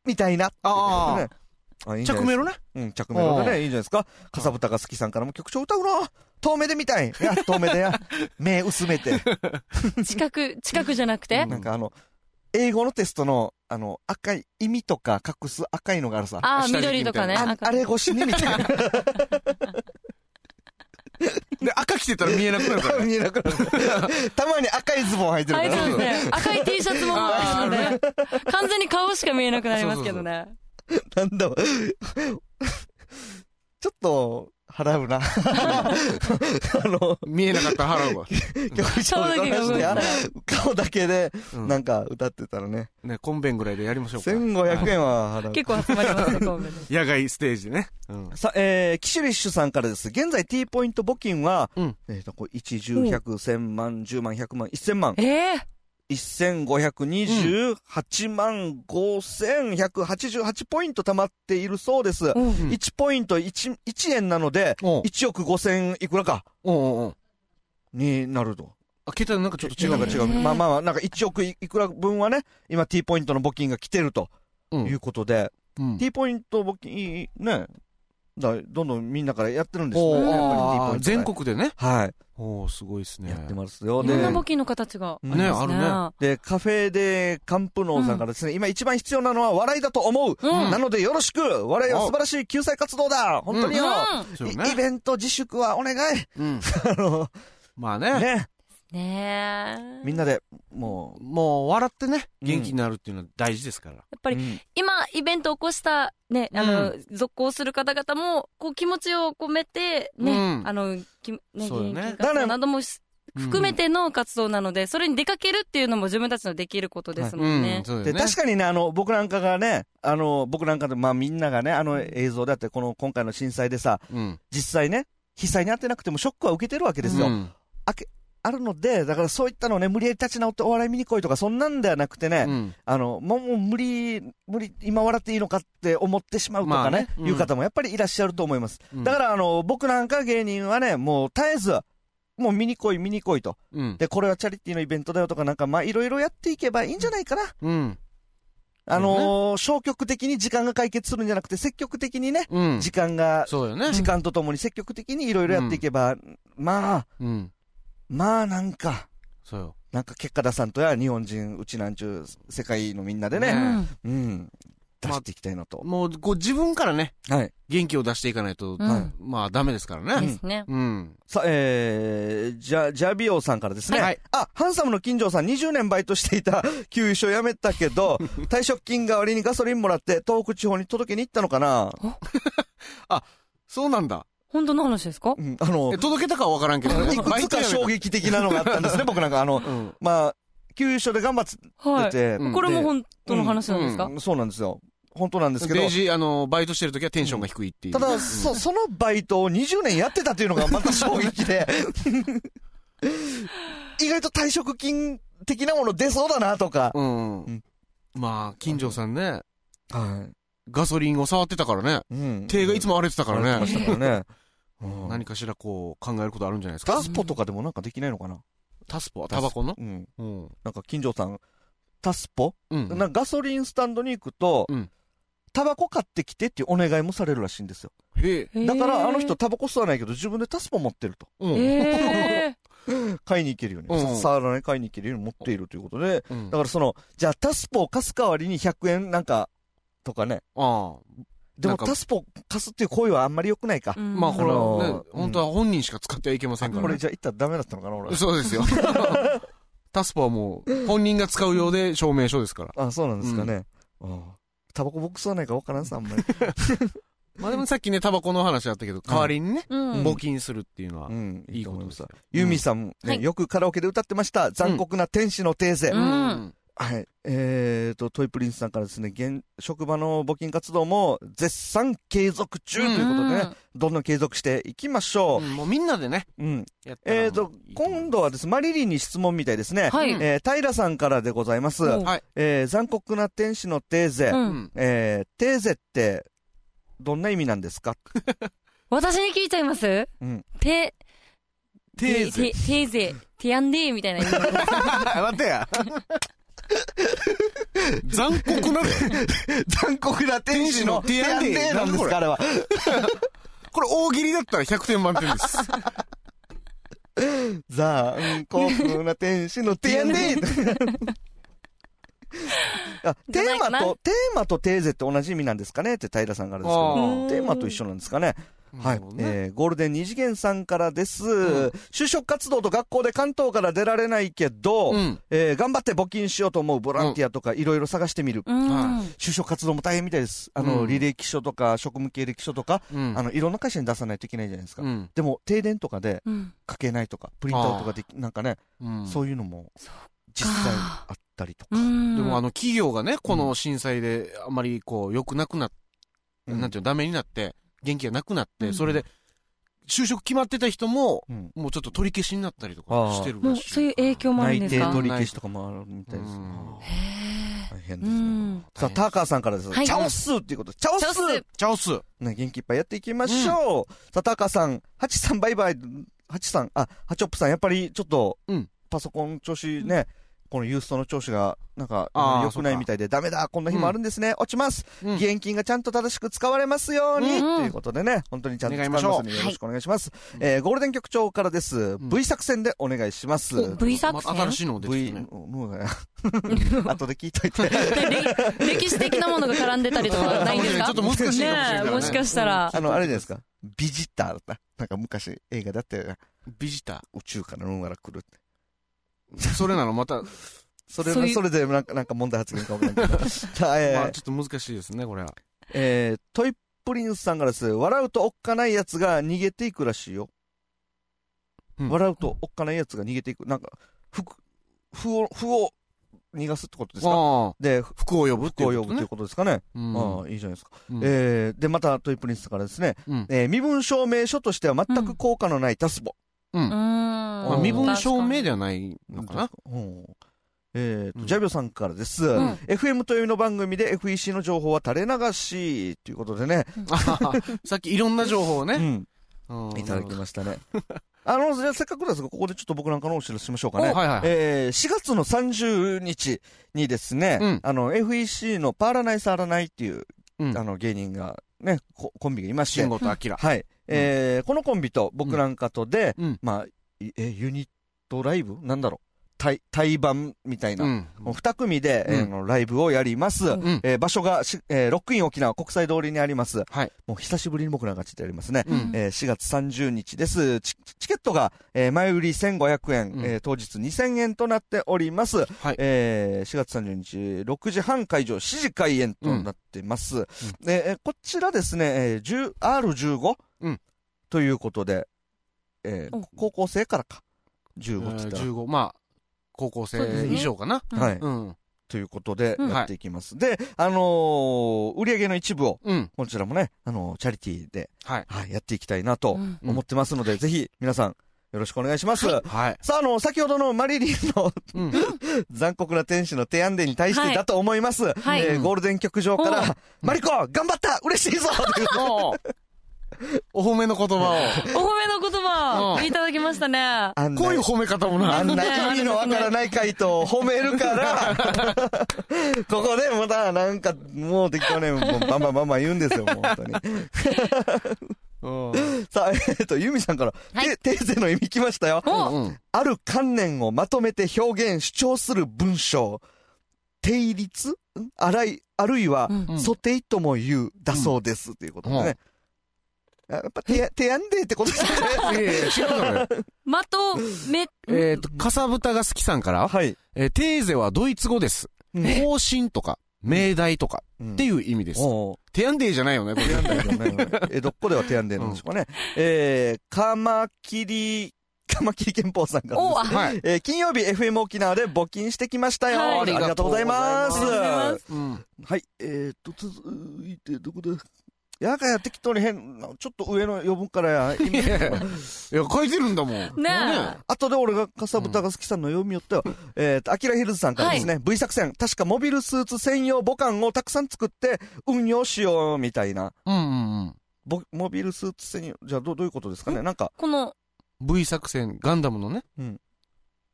[SPEAKER 2] みたいな。
[SPEAKER 1] あー
[SPEAKER 2] ってことでねあいいんじゃな
[SPEAKER 1] 着
[SPEAKER 2] いで
[SPEAKER 1] メ
[SPEAKER 2] す
[SPEAKER 1] ロね。
[SPEAKER 2] うん、着メロでね、いいんじゃないですか。かさぶたが好きさんからも曲調歌うな遠目で見たいいや、遠目で
[SPEAKER 1] [laughs]
[SPEAKER 2] や。目薄めて。
[SPEAKER 3] 近く、近くじゃなくて
[SPEAKER 2] なんかあの、英語のテストの、あの、赤い、意味とか隠す赤いのがあるさ。あ
[SPEAKER 3] あ
[SPEAKER 1] 下
[SPEAKER 3] あ、
[SPEAKER 1] 敷き
[SPEAKER 3] 緑とかね。
[SPEAKER 1] み
[SPEAKER 3] 赤
[SPEAKER 2] あれ越しにみた
[SPEAKER 1] [laughs]
[SPEAKER 2] いな。
[SPEAKER 1] で、赤着てたら見えなくなるからね。
[SPEAKER 2] [laughs] 見えなくなる。たまに赤いズボン履いてるか
[SPEAKER 3] はい、
[SPEAKER 2] ら。
[SPEAKER 3] そうですね。赤い T シャツも持ってるので、完全に顔しか見えなくなりますけどね。
[SPEAKER 2] なんだろうちょっと、払うな。あの、
[SPEAKER 1] 見えなかったら払うわ。
[SPEAKER 2] 局長の話で、あの顔だけで、
[SPEAKER 1] うん
[SPEAKER 2] なんか歌ってたらね、
[SPEAKER 1] ね、コンベンぐらいでやりましょうか。
[SPEAKER 2] 1500
[SPEAKER 1] はい
[SPEAKER 2] 円は払う。
[SPEAKER 3] 結構集まりますね、神戸で。
[SPEAKER 1] 野外ステージでね。うん。
[SPEAKER 2] さ、えー、キシュリッシュさんからです。現在 T ポイント募金は、
[SPEAKER 1] うん
[SPEAKER 2] えっ、と、こう、1、10、100、1000万、10万、100万、1000万、
[SPEAKER 3] ええ
[SPEAKER 2] 1528万5188ポイント貯まっているそうです。
[SPEAKER 3] うん
[SPEAKER 1] うん
[SPEAKER 2] 1ポイント 1, 1円なので、
[SPEAKER 1] おう
[SPEAKER 2] 1億5000いくらか
[SPEAKER 1] おうおう
[SPEAKER 2] になると。
[SPEAKER 1] あ、桁なんかちょっと違う
[SPEAKER 2] なんか
[SPEAKER 1] ね。
[SPEAKER 2] 違う。
[SPEAKER 3] ね
[SPEAKER 2] まあまあまあ、なんか1億いくら分はね、今 T ポイントの募金が来てると
[SPEAKER 1] うん
[SPEAKER 2] いうことで、
[SPEAKER 1] うん。
[SPEAKER 2] T ポイント募金、ね、だどんどんみんなからやってるんです
[SPEAKER 1] お
[SPEAKER 2] よ
[SPEAKER 1] う
[SPEAKER 2] ね。
[SPEAKER 1] おう
[SPEAKER 2] やっぱり
[SPEAKER 1] あ
[SPEAKER 2] T ポイ
[SPEAKER 1] ー
[SPEAKER 2] ント
[SPEAKER 1] 全。国でね。
[SPEAKER 2] は
[SPEAKER 1] おおすごいです
[SPEAKER 2] い。
[SPEAKER 1] ね。
[SPEAKER 2] やってますよ。
[SPEAKER 3] い
[SPEAKER 2] で
[SPEAKER 3] ろんな募金の形が。
[SPEAKER 2] うん
[SPEAKER 1] ね、
[SPEAKER 2] で
[SPEAKER 1] あるね。
[SPEAKER 2] で、カフェで、カンプノーさんからですね、今一番必要なのは笑いだと思う。
[SPEAKER 3] うん
[SPEAKER 2] なのでよろしく笑いは素晴らしい救済活動だ本当によ、
[SPEAKER 3] う
[SPEAKER 1] そう
[SPEAKER 2] い
[SPEAKER 1] ね
[SPEAKER 2] イ。ベント自粛はお願い
[SPEAKER 1] うん。
[SPEAKER 2] あの、
[SPEAKER 1] まあね。
[SPEAKER 2] ね、
[SPEAKER 3] ん。ねえ。
[SPEAKER 2] みんなで、も
[SPEAKER 1] もう笑ってね、
[SPEAKER 2] うん
[SPEAKER 1] 元気になるっていうのは大事ですから。
[SPEAKER 3] やっぱ
[SPEAKER 2] う、う
[SPEAKER 3] り、
[SPEAKER 2] ん
[SPEAKER 3] 今、イベントを起こした、ね、あの、続行する方々も、こう、気持ちを込めて、ね、
[SPEAKER 1] うん
[SPEAKER 3] あの、きね、
[SPEAKER 1] そうよね
[SPEAKER 3] 現役活動などもし
[SPEAKER 1] うん
[SPEAKER 3] 含めての活動なので、それに出かけるっていうのも自分たちのできることですもんね。
[SPEAKER 1] そうだ
[SPEAKER 2] で、
[SPEAKER 1] よね。
[SPEAKER 2] 確かにね、あの、僕なんかがね、あの、僕なんかで、まあみんながね、あの映像であって、この今回の震災でさ、
[SPEAKER 1] うん。
[SPEAKER 2] 実際ね、被災に遭ってなくてもショックは受けてるわけですよ。
[SPEAKER 1] うん
[SPEAKER 2] あるので、だからそういったのをね、無理やり立ち直ってお笑い見に来いとか、そんなんではなくてね、
[SPEAKER 1] うん
[SPEAKER 2] あの、もうもう無理、無理、今笑っていいのかって思ってしまうとかね、
[SPEAKER 1] まあねうん
[SPEAKER 2] いう方もやっぱりいらっしゃると思います。
[SPEAKER 1] うん
[SPEAKER 2] だから、あの、僕なんか芸人はね、もう絶えず、もう見に来い、見に来いと。
[SPEAKER 1] うん。
[SPEAKER 2] で、これはチャリティーのイベントだよとか、なんか、まあ、いろいろやっていけばいいんじゃないかな。
[SPEAKER 1] うん。
[SPEAKER 2] あのー消極的に時間が解決するんじゃなくて、積極的にね、
[SPEAKER 1] うん。
[SPEAKER 2] 時間が、
[SPEAKER 1] そうよね。
[SPEAKER 2] 時間とともに積極的にいろいろやっていけば、まあ、
[SPEAKER 1] うん。
[SPEAKER 2] まあなんか、
[SPEAKER 1] そうよ。
[SPEAKER 2] なんか結果出さんとや、日本人、うちなんちゅう、世界のみんなでね、
[SPEAKER 1] ね
[SPEAKER 2] うん、出していきたいなと。
[SPEAKER 1] もう、こう自分からね、
[SPEAKER 2] はい。
[SPEAKER 1] 元気を出していかないと、
[SPEAKER 3] うん
[SPEAKER 2] はい
[SPEAKER 1] まあダメですから
[SPEAKER 3] で
[SPEAKER 1] ね。
[SPEAKER 3] すね。
[SPEAKER 1] うん。
[SPEAKER 2] さあ、えー、ジャ、ジャビオさんからですね。
[SPEAKER 1] はい
[SPEAKER 2] あ、ハンサムの金城さん20年バイトしてい
[SPEAKER 1] [laughs]
[SPEAKER 2] た給油所辞めたけど、退職金代わりにガソリンもらって東北地方に届けに行ったのかな
[SPEAKER 1] そうなんだ。
[SPEAKER 3] 本当の話ですか
[SPEAKER 2] うん、あの
[SPEAKER 1] え、届けたかはわからんけどね。
[SPEAKER 2] いくつか衝撃的なのがあった
[SPEAKER 1] [laughs]
[SPEAKER 2] んですね、僕なんか。あの、
[SPEAKER 1] うん。
[SPEAKER 2] まあ、給油所で頑張って
[SPEAKER 3] はい。
[SPEAKER 2] て、
[SPEAKER 1] うん
[SPEAKER 3] これも本当の話なんですか、
[SPEAKER 2] うんそうなんですよ。本当なんですけど
[SPEAKER 1] デイ、ジー、あの、バイトしてる時はテンションが低いっていう。
[SPEAKER 2] ただ、そ、そのバイトを20年やってたっていうのがまた衝撃で、 [laughs] 意外と退職金的なもの出そうだなとか、
[SPEAKER 1] うん。
[SPEAKER 2] うん
[SPEAKER 1] まあ、金城さんね、
[SPEAKER 2] は
[SPEAKER 1] ガソリンを触ってたからね。
[SPEAKER 2] い。うん
[SPEAKER 1] 手がいつも荒れてたから
[SPEAKER 2] ま
[SPEAKER 1] ね。
[SPEAKER 2] したからね。う
[SPEAKER 1] [laughs]
[SPEAKER 2] ん
[SPEAKER 1] 何かしらこう、考えることあるんじゃないですか
[SPEAKER 2] ガスポとかでもなんかできないのかな
[SPEAKER 1] タスポタバコの
[SPEAKER 2] うん。
[SPEAKER 1] うん。
[SPEAKER 2] なんか金城さん、タスポ、
[SPEAKER 1] うん。
[SPEAKER 2] なんかガソリンスタンドに行くと、
[SPEAKER 1] うん
[SPEAKER 2] タバコ買ってきてっていうお願いもされるらしいんですよ。
[SPEAKER 1] え、
[SPEAKER 2] だから、あの人、タバコ吸わないけど自分でタスポ持ってると。
[SPEAKER 1] うん。
[SPEAKER 3] え
[SPEAKER 2] 買いに行けるように、
[SPEAKER 1] うん
[SPEAKER 2] 触らない買いに行けるように持っているということで、
[SPEAKER 1] うん
[SPEAKER 2] だからその、じゃあタスポを貸す代わりに100円なんか、とかね。
[SPEAKER 1] ああ。な
[SPEAKER 2] でも
[SPEAKER 1] んか
[SPEAKER 2] タスポ貸すっていう行為はあんまり良くないか。
[SPEAKER 3] ー
[SPEAKER 1] まあ、これ
[SPEAKER 2] あのー
[SPEAKER 1] はね、
[SPEAKER 2] うん
[SPEAKER 1] 本当は本人しか使ってはいけませんか
[SPEAKER 2] こ
[SPEAKER 1] ら
[SPEAKER 2] れ
[SPEAKER 1] ね。
[SPEAKER 2] じゃあ行ったらダメだったのかな、俺。
[SPEAKER 1] そう
[SPEAKER 2] [laughs]
[SPEAKER 1] ですよ。タスポはもう、本人が使うようで証明書ですから。
[SPEAKER 2] あ、そうなんですかね。うんタバコ僕吸わないか分からんさ、あんまり。
[SPEAKER 1] まあでもさっきね、タバコの話あったけど、代わりにね、
[SPEAKER 3] うん
[SPEAKER 1] 募金するっていうのは
[SPEAKER 2] う、ん、
[SPEAKER 1] いいことですよ。
[SPEAKER 2] ユーミンさん、
[SPEAKER 3] は
[SPEAKER 2] ね、
[SPEAKER 3] い
[SPEAKER 2] よくカラオケで歌ってました。残酷な天使のテーゼ
[SPEAKER 3] う。ん。
[SPEAKER 2] はい。えーと、トイプリンスさんからですね、現、職場の募金活動も絶賛継続中ということでね、どんどん継続していきましょ
[SPEAKER 1] うんもうみんなでね、
[SPEAKER 2] う。うん。
[SPEAKER 1] やったら
[SPEAKER 2] えーと
[SPEAKER 1] もうい、い思います
[SPEAKER 2] 今度はですね、マリリンに質問みたいですね。
[SPEAKER 3] はい。
[SPEAKER 2] えー、平さんからでございます。
[SPEAKER 3] お
[SPEAKER 1] はい。
[SPEAKER 2] えー、残酷な天使のテーゼ。
[SPEAKER 3] う。
[SPEAKER 1] うんん。
[SPEAKER 2] えー、テーゼって、どんな意味なんですか
[SPEAKER 3] 私に聞いちゃいます
[SPEAKER 2] うん。
[SPEAKER 3] て、
[SPEAKER 1] テーゼ。
[SPEAKER 3] て、てーぜ、てやんでーみたいな意味。
[SPEAKER 2] [laughs]
[SPEAKER 1] 待てや。残酷なの
[SPEAKER 2] [laughs] 残酷な
[SPEAKER 1] 天使のテアンデー
[SPEAKER 2] なんですか、あれは。
[SPEAKER 1] これ大喜利だったら100点満点です。
[SPEAKER 2] 残酷な天使のテアンデーあテーマと、テーマとテーゼって同じ意味なんですかねって平さんからです
[SPEAKER 1] あ
[SPEAKER 2] けど、
[SPEAKER 1] ー
[SPEAKER 2] テーマと一緒なんですかね。はい、
[SPEAKER 1] ね。
[SPEAKER 2] えー、ゴールデン二次元さんからです、
[SPEAKER 1] ん
[SPEAKER 2] 就職活動と学校で関東から出られないけど、
[SPEAKER 1] うん。
[SPEAKER 2] えー頑張って募金しようと思うボランティアとかいろいろ探してみる。
[SPEAKER 3] うん。
[SPEAKER 2] 就職活動も大変みたいです。あの、
[SPEAKER 1] うん
[SPEAKER 2] 履歴書とか職務経歴書とか、
[SPEAKER 1] うん
[SPEAKER 2] あの、いろんな会社に出さないといけないじゃないですか。
[SPEAKER 1] うん。
[SPEAKER 2] でも、停電とかで
[SPEAKER 3] うん。
[SPEAKER 2] 書けないとか、プリントアウトができ、なんかね、
[SPEAKER 1] うん
[SPEAKER 2] そういうのも実際あったりとか
[SPEAKER 3] う。ん。
[SPEAKER 1] でもあの企業がね、この震災であまりこう良くなくなっ
[SPEAKER 2] うん
[SPEAKER 1] なんていうの、ダメになって、元気がなくなっ
[SPEAKER 3] う
[SPEAKER 1] て、
[SPEAKER 3] ん
[SPEAKER 1] それで、就職決まってた人も、
[SPEAKER 2] うん
[SPEAKER 1] もうちょっと取り消しになったりとかしてる
[SPEAKER 3] も
[SPEAKER 1] ら
[SPEAKER 3] う、
[SPEAKER 1] しい。
[SPEAKER 3] そういう影響もあるん
[SPEAKER 2] 内
[SPEAKER 3] です
[SPEAKER 2] 定
[SPEAKER 3] か
[SPEAKER 2] 取り消しとかもあるみたいです
[SPEAKER 1] う
[SPEAKER 2] ね
[SPEAKER 1] ん。
[SPEAKER 3] へ
[SPEAKER 2] 大変
[SPEAKER 3] ーう
[SPEAKER 2] ですね。
[SPEAKER 3] ん。
[SPEAKER 2] さあ、ターカーさんからです。
[SPEAKER 3] はい
[SPEAKER 2] チャオスーっていうことで。チャオ
[SPEAKER 3] チャオ
[SPEAKER 2] ス
[SPEAKER 3] ス
[SPEAKER 2] ー
[SPEAKER 1] チャオス。
[SPEAKER 2] ね、元気いっぱいやっていきましょう。さあ、ターカーさん、ハチさんバイバイ、ハチさん、あ、ハチョップさん、やっぱりちょっと
[SPEAKER 1] うん、
[SPEAKER 2] パソコン調子ね、このユーストの調子が、なんか、
[SPEAKER 1] あー
[SPEAKER 2] 良くないみたいで、ダメだ、こんな日もあるんですね、落ちます。
[SPEAKER 1] うん
[SPEAKER 2] 義援金がちゃんと正しく使われますように、
[SPEAKER 3] うん
[SPEAKER 2] ということでね、本当にちゃんと使いますの
[SPEAKER 1] 願い
[SPEAKER 2] で、
[SPEAKER 1] ま
[SPEAKER 2] よろしくお願いします。えー、ゴールデン局長からです。
[SPEAKER 1] ん
[SPEAKER 2] V 作戦でお願いします。
[SPEAKER 3] お V 作
[SPEAKER 1] また新
[SPEAKER 3] 戦
[SPEAKER 1] しいの出て
[SPEAKER 2] V
[SPEAKER 1] きたね。、
[SPEAKER 2] もうね、後で聞いといて。
[SPEAKER 3] で [laughs] 歴歴史的なものが絡んでたりとかないんですか
[SPEAKER 1] ちょっと難しいかもしれないからね
[SPEAKER 3] ねえもしかしたら。
[SPEAKER 2] あの、あれじゃないですか。ビジターだった。なんか昔映画だったよな。
[SPEAKER 1] ビジタ
[SPEAKER 2] 宇宙からうんがら来るって。
[SPEAKER 1] ー。それなのまた、
[SPEAKER 2] それ、
[SPEAKER 3] そ
[SPEAKER 2] そう
[SPEAKER 3] いう
[SPEAKER 2] れでなんか、なんか問題発言かもしれ [laughs] ないけど。さあ、えー
[SPEAKER 1] まあちょっと難しいですね、これは。
[SPEAKER 2] [laughs] えートイプリンスさんからです。笑うとおっかないやつが逃げていくらしいよ。
[SPEAKER 1] うん
[SPEAKER 2] 笑うとおっかないやつが逃げていく。なんか、ふく、ふを、ふを逃がすってことですか
[SPEAKER 1] ああ。
[SPEAKER 2] で、ふ
[SPEAKER 1] 服を呼ぶって
[SPEAKER 2] 服
[SPEAKER 1] い
[SPEAKER 2] を
[SPEAKER 1] う
[SPEAKER 2] 呼
[SPEAKER 1] こと
[SPEAKER 2] ぶとい
[SPEAKER 1] ね
[SPEAKER 2] う。ことですかね。
[SPEAKER 1] うん
[SPEAKER 2] ああ、いいじゃないですか。
[SPEAKER 1] うん
[SPEAKER 2] えーで、またトイプリンスさんからですね。
[SPEAKER 1] うん
[SPEAKER 2] えー身分証明書としては全く効果のないタスボ。
[SPEAKER 1] うんま
[SPEAKER 3] ま
[SPEAKER 1] あ身分証明
[SPEAKER 3] で。
[SPEAKER 1] ではないのかな
[SPEAKER 2] うんえーと、
[SPEAKER 1] うん
[SPEAKER 2] ジャビオさんからです。
[SPEAKER 3] ん
[SPEAKER 2] FM というの番組で FEC の情報は垂れ流しということでね。
[SPEAKER 1] あーさっきいろんな情報を
[SPEAKER 2] う
[SPEAKER 1] ね。
[SPEAKER 2] ん。
[SPEAKER 1] うん
[SPEAKER 2] いただきましたね。 [laughs] あの、じゃあせっかくですが、ここでちょっと僕なんかのお知らせしましょうかね
[SPEAKER 1] お。はいはいはい
[SPEAKER 2] えー4月の30日にですね、
[SPEAKER 1] うん
[SPEAKER 2] あの、FEC のパーラナイサーラナイっていう、
[SPEAKER 1] うん
[SPEAKER 2] あの、芸人が、ね、こコンビがいまして
[SPEAKER 1] 慎、吾とアキラ。
[SPEAKER 2] はい。えーこのコンビと僕なんかとで、
[SPEAKER 1] うん
[SPEAKER 2] まあ、いえ、ユニットライブなんだろう対、対バンみたいな。
[SPEAKER 1] うん。
[SPEAKER 2] もう二組で、
[SPEAKER 1] うん
[SPEAKER 2] えーあのライブをやります。
[SPEAKER 1] ん
[SPEAKER 2] えー場所がし、えーロックイン沖縄国際通りにあります。
[SPEAKER 1] はい
[SPEAKER 2] もう久しぶりに僕らがちってやりますね。
[SPEAKER 1] うん
[SPEAKER 2] えー4月30日です。チチケットが、えー前売り1500円、
[SPEAKER 1] うん
[SPEAKER 2] えー当日2000円となっております。
[SPEAKER 1] はい
[SPEAKER 2] えー4月30日、6時半会場、7時開演となってます。でえーこちらですね、えー10 R15、
[SPEAKER 1] うん
[SPEAKER 2] ということで、えー
[SPEAKER 3] お
[SPEAKER 2] 高校生からか。
[SPEAKER 1] え
[SPEAKER 2] 15って言
[SPEAKER 1] ー
[SPEAKER 2] ったら。
[SPEAKER 1] 15、まあ、高校
[SPEAKER 3] そうです
[SPEAKER 1] 生
[SPEAKER 3] ね
[SPEAKER 1] 以上かな。
[SPEAKER 3] うん
[SPEAKER 2] はい。
[SPEAKER 1] うん。
[SPEAKER 2] ということで、
[SPEAKER 3] うん
[SPEAKER 2] やっていきます。で、あのー売り上げの一部を、
[SPEAKER 1] うん。
[SPEAKER 2] こちらもね、あのーチャリティーで、
[SPEAKER 1] はい。
[SPEAKER 2] はい、やっていきたいなと
[SPEAKER 3] うん
[SPEAKER 2] 思ってますので、ぜひ、皆さん、よろしくお願いします。
[SPEAKER 1] はい。
[SPEAKER 2] さあ、あの、先ほどのマリリンの [laughs]
[SPEAKER 1] うん。 [laughs]
[SPEAKER 2] 残酷な天使の提案伝に対し
[SPEAKER 3] は
[SPEAKER 2] て
[SPEAKER 3] い
[SPEAKER 2] だと思います。
[SPEAKER 3] はい
[SPEAKER 2] えーゴールデン局上か
[SPEAKER 3] お
[SPEAKER 2] ら、マリコ、頑張った嬉しいぞという
[SPEAKER 1] おうお褒めの言葉
[SPEAKER 3] お褒めの言葉、
[SPEAKER 1] うん
[SPEAKER 3] いただきましたね。
[SPEAKER 2] あん
[SPEAKER 1] を。[laughs]
[SPEAKER 2] な
[SPEAKER 1] こういう褒め方もな
[SPEAKER 2] あ。んな
[SPEAKER 3] ね
[SPEAKER 2] 意味のわからない回答を褒めるから、ここでまたなんか、もう適当ね、もうバンバンバンバン言うんですよ、もう本当に。
[SPEAKER 1] うん。
[SPEAKER 2] さあ、え [laughs] ーっと、ユミさんから、
[SPEAKER 3] はい
[SPEAKER 2] て、テーゼの意味来ましたよ。
[SPEAKER 3] お、
[SPEAKER 1] うん。
[SPEAKER 2] ある観念をまとめて表現、主張する文章。定律んあらい、あるいは、
[SPEAKER 3] うん
[SPEAKER 2] ソテイとも言う、だそうです、っていうことでね。やっぱ、て、てやんでってことですよね。
[SPEAKER 1] いやいや違うだろよ。
[SPEAKER 3] まとめ、
[SPEAKER 1] えっと、かさぶたが好きさんから、
[SPEAKER 2] はい。
[SPEAKER 1] えーテーゼはドイツ語です。
[SPEAKER 2] うん
[SPEAKER 1] 方針とか、命題とか
[SPEAKER 2] うん
[SPEAKER 1] っていう意味です。
[SPEAKER 2] おう
[SPEAKER 1] テヤンデーじゃないよね、これ。
[SPEAKER 2] テアンデーだよね。え、どこではテアンデーなんでしょうかね。えー、カマキリ、カマキリ憲法さんから
[SPEAKER 3] お、
[SPEAKER 2] です。
[SPEAKER 3] あ、
[SPEAKER 1] はい。
[SPEAKER 2] えー、金曜日 FM 沖縄で募金してきましたよ。
[SPEAKER 3] はい
[SPEAKER 2] ありがとうございます。
[SPEAKER 1] ありが
[SPEAKER 3] とうございま
[SPEAKER 1] うん。
[SPEAKER 2] はい、えー、っと、続いて、どこだやかや適当に変な、ちょっと上の余分から [laughs] や、意味
[SPEAKER 1] いや、書いてるんだもん。ね
[SPEAKER 3] ね
[SPEAKER 2] 後で俺がかさぶたが好きさんの読みよっては、えーと、アキラヒルズさんからですね、V 作戦、確かモビルスーツ専用母艦をたくさん作って運用しようみたいな。
[SPEAKER 1] うんうん
[SPEAKER 2] ぼモビルスーツ専用、じゃあどどういうことですかねなんか、
[SPEAKER 3] この、
[SPEAKER 1] うん。V 作戦、ガンダムのね、
[SPEAKER 2] うん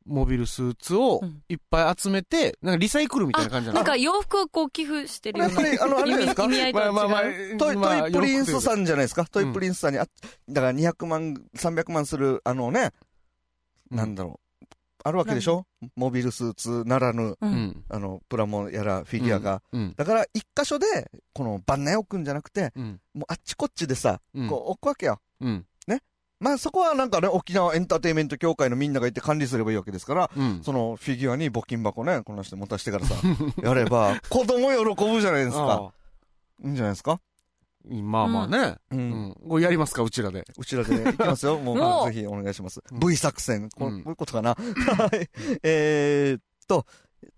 [SPEAKER 1] モビルスーツを
[SPEAKER 3] うん
[SPEAKER 1] いっぱい集めて、なんかリサイクルみたいな感じじゃな
[SPEAKER 3] ないんか洋服をこう寄付してる
[SPEAKER 2] や
[SPEAKER 3] よ
[SPEAKER 2] っ
[SPEAKER 3] う
[SPEAKER 2] ぱ
[SPEAKER 3] な
[SPEAKER 2] り、あの、あれですか
[SPEAKER 3] 意味合いとは違う。
[SPEAKER 2] トイ、トイプリンスさ
[SPEAKER 1] ん。
[SPEAKER 2] んじゃないですかト
[SPEAKER 1] う
[SPEAKER 2] イ
[SPEAKER 1] ん
[SPEAKER 2] プリンスさんに、あ、だから200万、300万する、あのね、なんだろう。あるわけでしょモビルスーツならぬ、
[SPEAKER 3] う。
[SPEAKER 1] うんん。
[SPEAKER 2] あの、プラモやらフィギュアが。
[SPEAKER 1] うん。
[SPEAKER 2] だから、一箇所で、この、バンナイ置くんじゃなくて、
[SPEAKER 1] うん。
[SPEAKER 2] もうあっちこっちでさ、
[SPEAKER 1] うん
[SPEAKER 2] こう置くわけよ。
[SPEAKER 1] うん。
[SPEAKER 2] まあそこはなんかね、沖縄エンターテインメント協会のみんながいて管理すればいいわけですから、
[SPEAKER 1] うん。
[SPEAKER 2] そのフィギュアに募金箱ね、こんなして持たしてか
[SPEAKER 1] [laughs]
[SPEAKER 2] らさ、やれば、子供喜ぶじゃないですか。
[SPEAKER 1] あ
[SPEAKER 2] いいんじゃないですか
[SPEAKER 1] あまあまあね。
[SPEAKER 2] う
[SPEAKER 1] うんん。これやりますか、うちらで。
[SPEAKER 2] うちらでね、いきま
[SPEAKER 1] [laughs]
[SPEAKER 2] すよ。もう、
[SPEAKER 3] もう
[SPEAKER 2] ぜひお願いします。
[SPEAKER 1] うん
[SPEAKER 2] V 作戦。こ
[SPEAKER 1] うん
[SPEAKER 2] こういうことかな。 [laughs] はい。えーっと、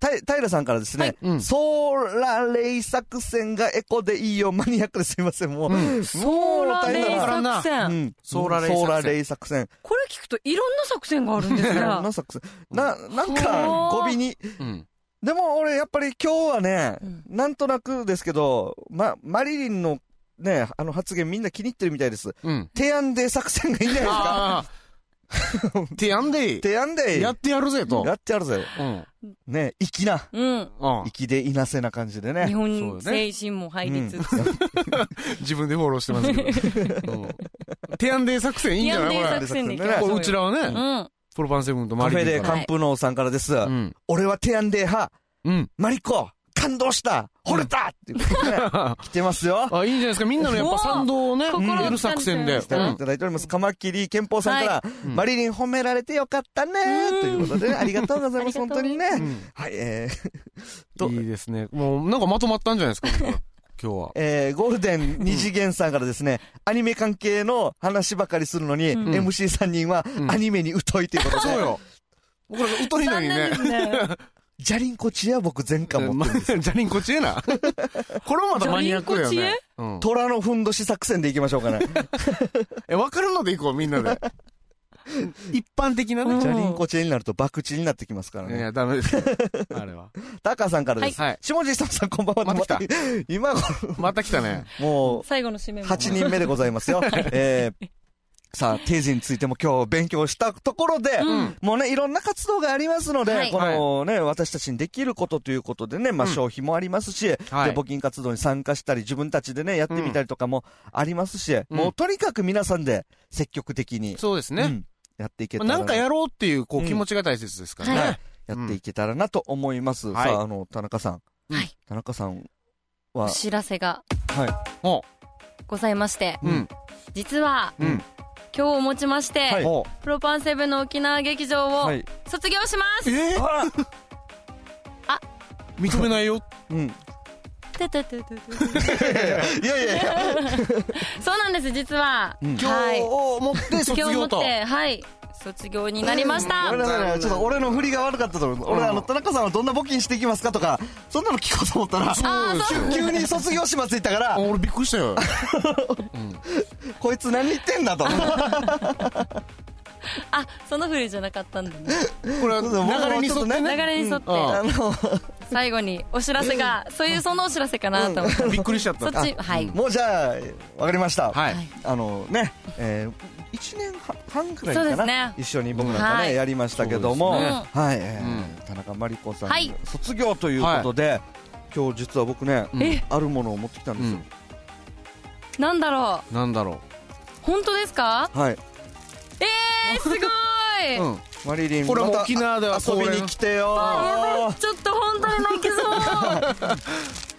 [SPEAKER 2] た、平さんからですね、
[SPEAKER 1] うん。
[SPEAKER 2] ソーラレイ作戦がエコでいいよ。マニアックですいません。もう、
[SPEAKER 1] うん
[SPEAKER 3] ソーラーレイ作
[SPEAKER 2] う
[SPEAKER 3] 戦。
[SPEAKER 2] ん
[SPEAKER 1] ソーラレイ作戦
[SPEAKER 2] ソーラレイ作戦。
[SPEAKER 3] これ聞くといろんな作戦があるんです
[SPEAKER 1] [laughs]
[SPEAKER 3] ね。
[SPEAKER 2] な作戦。な、なんか、
[SPEAKER 3] ほ
[SPEAKER 2] 語尾
[SPEAKER 3] う
[SPEAKER 2] に。
[SPEAKER 1] うん。
[SPEAKER 2] でも俺、やっぱり今日はね
[SPEAKER 3] う、ん
[SPEAKER 2] なんとなくですけど、ま、マリリンのね、あの発言みんな気に入ってるみたいです。
[SPEAKER 1] うん。
[SPEAKER 2] 提案で作戦がいいんじゃないですか [laughs]
[SPEAKER 1] ああ。てやんでい
[SPEAKER 2] 提案で、
[SPEAKER 1] やってやるぜと。
[SPEAKER 2] やってやるぜ。
[SPEAKER 1] うん。
[SPEAKER 2] ね、粋な。
[SPEAKER 3] うん。
[SPEAKER 1] ああ
[SPEAKER 2] 粋でいなせな感じで
[SPEAKER 3] 日
[SPEAKER 2] ね。
[SPEAKER 3] 本精神も入り [laughs] つつ。
[SPEAKER 1] 自分でフォローしてますけど。うんテヤンデー作戦いいんじゃない
[SPEAKER 3] テ
[SPEAKER 1] こ
[SPEAKER 3] ヤンデー
[SPEAKER 1] れ
[SPEAKER 3] 作戦でいきましょ
[SPEAKER 2] 戦
[SPEAKER 1] こ
[SPEAKER 3] う
[SPEAKER 1] れ
[SPEAKER 3] よ。
[SPEAKER 1] うちらは
[SPEAKER 3] う
[SPEAKER 1] ね、
[SPEAKER 3] ん。
[SPEAKER 1] プロパンセブンと
[SPEAKER 2] カ
[SPEAKER 1] マ
[SPEAKER 2] フ
[SPEAKER 1] リ
[SPEAKER 2] ェ
[SPEAKER 1] リ
[SPEAKER 2] で
[SPEAKER 1] ンか
[SPEAKER 2] カンプノーさんからです。
[SPEAKER 1] ら。うん。
[SPEAKER 2] 俺はテアンデー派。
[SPEAKER 1] うん。
[SPEAKER 2] マリコ、感動した惚れた、っていうことでね
[SPEAKER 1] [laughs]
[SPEAKER 2] 来てますよ。
[SPEAKER 1] あ、いいんじゃないですか。みんなのやっぱ賛同をね、
[SPEAKER 3] おー
[SPEAKER 1] 得る作戦で。
[SPEAKER 3] 心をつ
[SPEAKER 2] い
[SPEAKER 3] か
[SPEAKER 1] う
[SPEAKER 3] み
[SPEAKER 1] ん
[SPEAKER 2] ただいております。カマキリ憲法さんから、
[SPEAKER 1] い
[SPEAKER 2] マリリン褒められてよかったねということ
[SPEAKER 1] [laughs]
[SPEAKER 2] でね、ありがとうございます。
[SPEAKER 5] あ
[SPEAKER 2] 本
[SPEAKER 5] りが
[SPEAKER 2] 当
[SPEAKER 5] とう
[SPEAKER 2] に
[SPEAKER 5] ご
[SPEAKER 2] ね。
[SPEAKER 1] うん
[SPEAKER 2] はい、えー、と
[SPEAKER 1] いいですね。もう、なんかまとまったんじゃないですか、僕は今日は。
[SPEAKER 2] えー、ゴールデン二次元さんからですね、アニメ関係の話ばかりするのに、
[SPEAKER 3] うん
[SPEAKER 2] MC3 人は
[SPEAKER 1] うん
[SPEAKER 2] アニメに疎いということで、
[SPEAKER 1] そうよ。僕らが疎いのに
[SPEAKER 3] 残念
[SPEAKER 1] ね
[SPEAKER 3] で。すね。
[SPEAKER 2] ジャリンコチア僕全巻持ってる
[SPEAKER 1] まジャリンコチエな。これもまたマニアックだよ
[SPEAKER 3] ジャリン
[SPEAKER 1] ね。うん
[SPEAKER 2] 虎のふんどし作戦でいきましょうかね。
[SPEAKER 1] え、わかるのでいこう、みんなで。一般的なね。
[SPEAKER 2] ジャリンコチェになると博打になってきますから
[SPEAKER 1] い
[SPEAKER 2] ね。
[SPEAKER 1] や、ダメです。あれは。
[SPEAKER 2] タカさんからです。
[SPEAKER 1] はい。
[SPEAKER 2] 下地さんさんこんばんは。
[SPEAKER 1] また来
[SPEAKER 2] 今頃、
[SPEAKER 1] また来たね。
[SPEAKER 2] も
[SPEAKER 3] 最後の締め
[SPEAKER 2] う、
[SPEAKER 3] も。
[SPEAKER 2] 8人目でござい
[SPEAKER 1] [laughs]
[SPEAKER 2] ますよ。えーさあ、定時についても今日勉強したところで、
[SPEAKER 3] うん。
[SPEAKER 2] もうね、いろんな活動がありますので、
[SPEAKER 3] はい
[SPEAKER 2] このね、私たちにできることということでね、まあ、
[SPEAKER 1] うん
[SPEAKER 2] 消費もありますし、
[SPEAKER 1] はい
[SPEAKER 2] で、募金活動に参加したり、自分たちでね、やってみたりとかもありますし、
[SPEAKER 1] うん
[SPEAKER 2] もうとにかく皆さんで積極的に、
[SPEAKER 1] そうです
[SPEAKER 2] う
[SPEAKER 1] ね。
[SPEAKER 2] んやっていけ
[SPEAKER 1] まあ
[SPEAKER 2] たら
[SPEAKER 1] なんかやろうっていう、こ
[SPEAKER 2] う
[SPEAKER 1] う、
[SPEAKER 2] ん
[SPEAKER 1] 気持ちが大切ですから
[SPEAKER 3] は
[SPEAKER 1] ね。
[SPEAKER 2] やっていけたらなと思います。
[SPEAKER 1] はい
[SPEAKER 2] さあ、あの、田中さん。
[SPEAKER 3] はい
[SPEAKER 2] 田中さん
[SPEAKER 3] お
[SPEAKER 2] は、
[SPEAKER 3] 知らせが
[SPEAKER 2] はい。
[SPEAKER 1] お
[SPEAKER 3] ございまして、
[SPEAKER 1] うん。
[SPEAKER 3] 実は、
[SPEAKER 1] うん。
[SPEAKER 3] 今日をもちまして、
[SPEAKER 2] はい
[SPEAKER 1] お
[SPEAKER 3] プロパンセブンの沖縄劇場
[SPEAKER 2] は
[SPEAKER 3] を
[SPEAKER 2] い。
[SPEAKER 3] 卒業します、
[SPEAKER 1] えー
[SPEAKER 2] あ
[SPEAKER 1] 認めないよ。
[SPEAKER 2] うん。
[SPEAKER 3] ててててて
[SPEAKER 2] いやいやいや。
[SPEAKER 3] そうなんです実は、
[SPEAKER 2] うん
[SPEAKER 1] 今
[SPEAKER 3] は
[SPEAKER 1] 日
[SPEAKER 3] い
[SPEAKER 1] をもって卒
[SPEAKER 3] 今日をも
[SPEAKER 1] 業
[SPEAKER 3] っ
[SPEAKER 1] と。
[SPEAKER 3] てはい卒業になりまし
[SPEAKER 2] ご
[SPEAKER 3] た
[SPEAKER 2] めんなさいね。ちょっと俺の振りが悪かったと思う。俺、あの、田中さんはどんな募金していきますかとか、そんなの聞こうと思ったら、
[SPEAKER 3] あそう
[SPEAKER 2] 急に卒業しますって言ったから、
[SPEAKER 1] 俺びっくりしたよ。
[SPEAKER 2] こいつ何言ってんだと。
[SPEAKER 3] あそのふりじゃなかったんだね
[SPEAKER 1] これは流れに沿って
[SPEAKER 3] 流
[SPEAKER 1] ね。
[SPEAKER 3] れに沿って
[SPEAKER 1] うん
[SPEAKER 2] あの、
[SPEAKER 3] 最後にお知らせがそういうそのお知らせかなと思って
[SPEAKER 1] びっくりしちゃっ
[SPEAKER 3] そ
[SPEAKER 1] た
[SPEAKER 3] っ。ちはい
[SPEAKER 2] もうじゃあ、わかりました。
[SPEAKER 1] はい。
[SPEAKER 2] あのね、えー、1年半くらい
[SPEAKER 3] そうで
[SPEAKER 2] かな、
[SPEAKER 3] すね
[SPEAKER 2] 一緒に僕なん
[SPEAKER 3] うん
[SPEAKER 2] か
[SPEAKER 3] は
[SPEAKER 2] ね、
[SPEAKER 3] い
[SPEAKER 2] やりましたけども、
[SPEAKER 3] そうですね
[SPEAKER 2] はい、えー
[SPEAKER 1] う
[SPEAKER 2] 田中真理子さん、
[SPEAKER 3] はい
[SPEAKER 2] 卒業ということで、今日実は僕ね、
[SPEAKER 1] うん
[SPEAKER 3] え
[SPEAKER 2] あるものを持ってきたんですよ。
[SPEAKER 3] なんだろう
[SPEAKER 1] なんだろ
[SPEAKER 3] 本当ですか
[SPEAKER 2] はい。
[SPEAKER 3] えーすご
[SPEAKER 1] う。
[SPEAKER 3] い
[SPEAKER 1] うん。
[SPEAKER 2] マリリン、
[SPEAKER 1] これも
[SPEAKER 2] また
[SPEAKER 1] 沖縄では
[SPEAKER 2] 遊びに来てよ。
[SPEAKER 3] ちょっと本当に泣きそう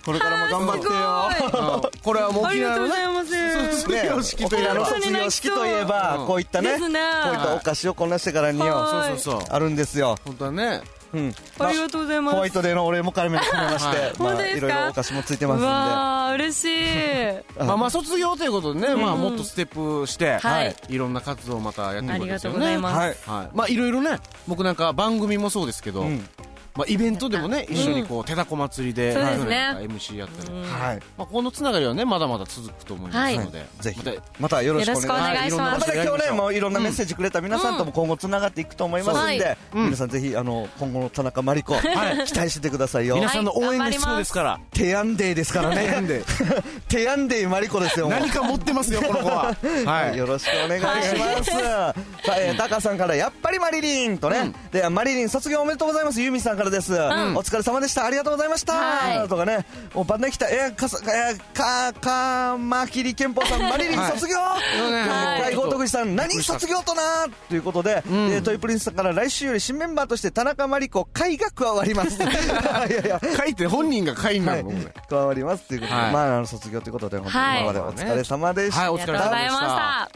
[SPEAKER 2] これからも [laughs] 頑張ってよ。
[SPEAKER 1] うんこれはもう
[SPEAKER 3] あ
[SPEAKER 1] 沖
[SPEAKER 3] りが
[SPEAKER 1] 縄
[SPEAKER 3] と
[SPEAKER 1] の
[SPEAKER 3] うござ
[SPEAKER 1] ね。
[SPEAKER 3] います
[SPEAKER 1] そう
[SPEAKER 2] ね
[SPEAKER 1] 卒業式という
[SPEAKER 2] 沖縄
[SPEAKER 1] の
[SPEAKER 2] の
[SPEAKER 1] は
[SPEAKER 2] 卒業式といえ
[SPEAKER 1] う
[SPEAKER 2] ば、
[SPEAKER 1] ん
[SPEAKER 2] こういったね、
[SPEAKER 3] で
[SPEAKER 2] こ
[SPEAKER 3] すね
[SPEAKER 2] ういったお菓子をこなしてからによ、
[SPEAKER 1] そ
[SPEAKER 3] は
[SPEAKER 1] うそうそう。
[SPEAKER 2] あるんですよ。
[SPEAKER 1] 本当はね。
[SPEAKER 2] うん。
[SPEAKER 3] ありがとうござ
[SPEAKER 2] ま
[SPEAKER 3] いま
[SPEAKER 2] あ
[SPEAKER 3] す
[SPEAKER 2] ホワイトデーのお礼も絡め込めまし
[SPEAKER 1] はい
[SPEAKER 2] て、ま
[SPEAKER 3] 本当
[SPEAKER 2] あ、
[SPEAKER 3] ですか
[SPEAKER 2] いろいろお菓子もついて
[SPEAKER 3] う
[SPEAKER 2] ますんで。
[SPEAKER 3] わー嬉しい
[SPEAKER 1] まあまあ卒業ということでね、まあもっとステップして、
[SPEAKER 3] は
[SPEAKER 1] は
[SPEAKER 3] い
[SPEAKER 1] いいろんな活動をまたやっていく
[SPEAKER 3] あ
[SPEAKER 1] わ
[SPEAKER 3] り
[SPEAKER 1] けで
[SPEAKER 3] が
[SPEAKER 1] す
[SPEAKER 3] とう
[SPEAKER 1] よ
[SPEAKER 3] ござい
[SPEAKER 1] ね。
[SPEAKER 3] ます
[SPEAKER 2] はい。
[SPEAKER 1] はい、まあいろいろね僕なんか番組もそうですけど、
[SPEAKER 2] うん
[SPEAKER 1] まあ、イベントでもね一緒にこう、手だこ祭りで
[SPEAKER 3] そうですね
[SPEAKER 1] はい MC やったり、ま
[SPEAKER 2] はい。
[SPEAKER 1] あ、このつながりはねまだまだ続くと思いますので、
[SPEAKER 2] ぜひ
[SPEAKER 1] また
[SPEAKER 2] またよろしくお願いします。
[SPEAKER 3] お願いします
[SPEAKER 2] またね
[SPEAKER 1] いろ
[SPEAKER 2] 今
[SPEAKER 1] んな
[SPEAKER 2] 日ねも
[SPEAKER 1] こ
[SPEAKER 2] ういろんなメッセージくれた皆さんとも今後つながっていくと思いますん
[SPEAKER 3] うんは
[SPEAKER 2] で、
[SPEAKER 1] うん
[SPEAKER 2] 皆さんぜひあの今後の田中真理子、期待しててください
[SPEAKER 1] と
[SPEAKER 2] よ
[SPEAKER 1] やりま。しょう皆さんの応援が必要ですから、
[SPEAKER 2] テヤンデーですからね。テヤンデー。 [laughs] テヤンデー真理子ですよ。もう
[SPEAKER 1] 何か持ってますよこの子はは
[SPEAKER 2] はい、
[SPEAKER 1] い
[SPEAKER 2] よろしくお願いします。さあ、えー、タカさんからやっぱりマリリンとね、でマリリン卒業おめでとうございますユーミンさんからです。お疲れ様でしたありがとうございました、
[SPEAKER 3] はい
[SPEAKER 2] とかね、もう晩年来たえー、かさえー、かかまきり憲法さんマリリン
[SPEAKER 1] はい
[SPEAKER 2] 卒業。
[SPEAKER 1] はい
[SPEAKER 2] 大豪徳寺さん何卒業となということ
[SPEAKER 1] ん
[SPEAKER 2] で、えートイプリンスさんから来週より新メンバーとして田中真理子会が加わります。いや [laughs] いや。
[SPEAKER 1] 書いて本人が書いにな
[SPEAKER 2] はい
[SPEAKER 1] るの、これ、
[SPEAKER 2] 加わりますということで、
[SPEAKER 1] はい
[SPEAKER 2] まああの卒業ということで本当に
[SPEAKER 3] はい
[SPEAKER 2] 今までお疲れ様でした、
[SPEAKER 1] はいお
[SPEAKER 3] あ
[SPEAKER 1] 疲
[SPEAKER 3] り
[SPEAKER 1] れ様でした
[SPEAKER 3] がとうございました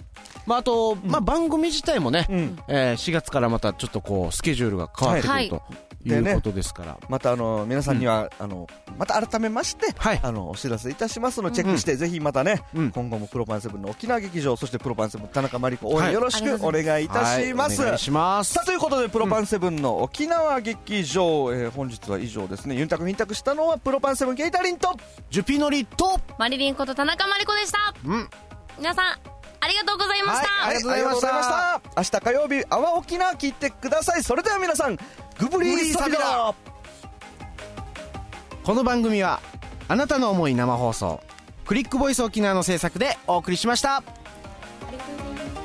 [SPEAKER 1] まあ、あと、まあ、番組自体もね、
[SPEAKER 2] うん
[SPEAKER 1] えー4月からまたちょっとこうスケジュールが変わってく
[SPEAKER 3] は
[SPEAKER 1] る
[SPEAKER 3] い
[SPEAKER 1] とい
[SPEAKER 2] で
[SPEAKER 1] う
[SPEAKER 2] ね
[SPEAKER 1] ことですから、
[SPEAKER 2] またあの皆さんには、あのまた改めまして、
[SPEAKER 1] はい
[SPEAKER 2] あのお知らせいたしますのでチェックして、ぜひまたね、
[SPEAKER 1] うん
[SPEAKER 2] 今後もプロパンセブンの沖縄劇場そしてプロパンセブン田中真理子応
[SPEAKER 1] はい
[SPEAKER 2] 援よろしくお願いいたします。
[SPEAKER 1] はいお願いします
[SPEAKER 2] さあということでプロパンセブンの沖縄劇場、えー本日は以上ですねユンタクフィンタクしたのはプロパンセブンケイタリンと
[SPEAKER 1] ジュピノリと
[SPEAKER 3] マリリンこと田中真理子でした
[SPEAKER 1] うん
[SPEAKER 3] 皆さんありがとうございまし
[SPEAKER 2] は
[SPEAKER 3] た
[SPEAKER 2] いありがとうございました明日火曜日阿波沖縄聞いてくださいそれでは皆さんグブリーサビラ
[SPEAKER 1] この番組はあなたの思い生放送クリックボイス沖縄の制作でお送りしました
[SPEAKER 5] ありがとうございます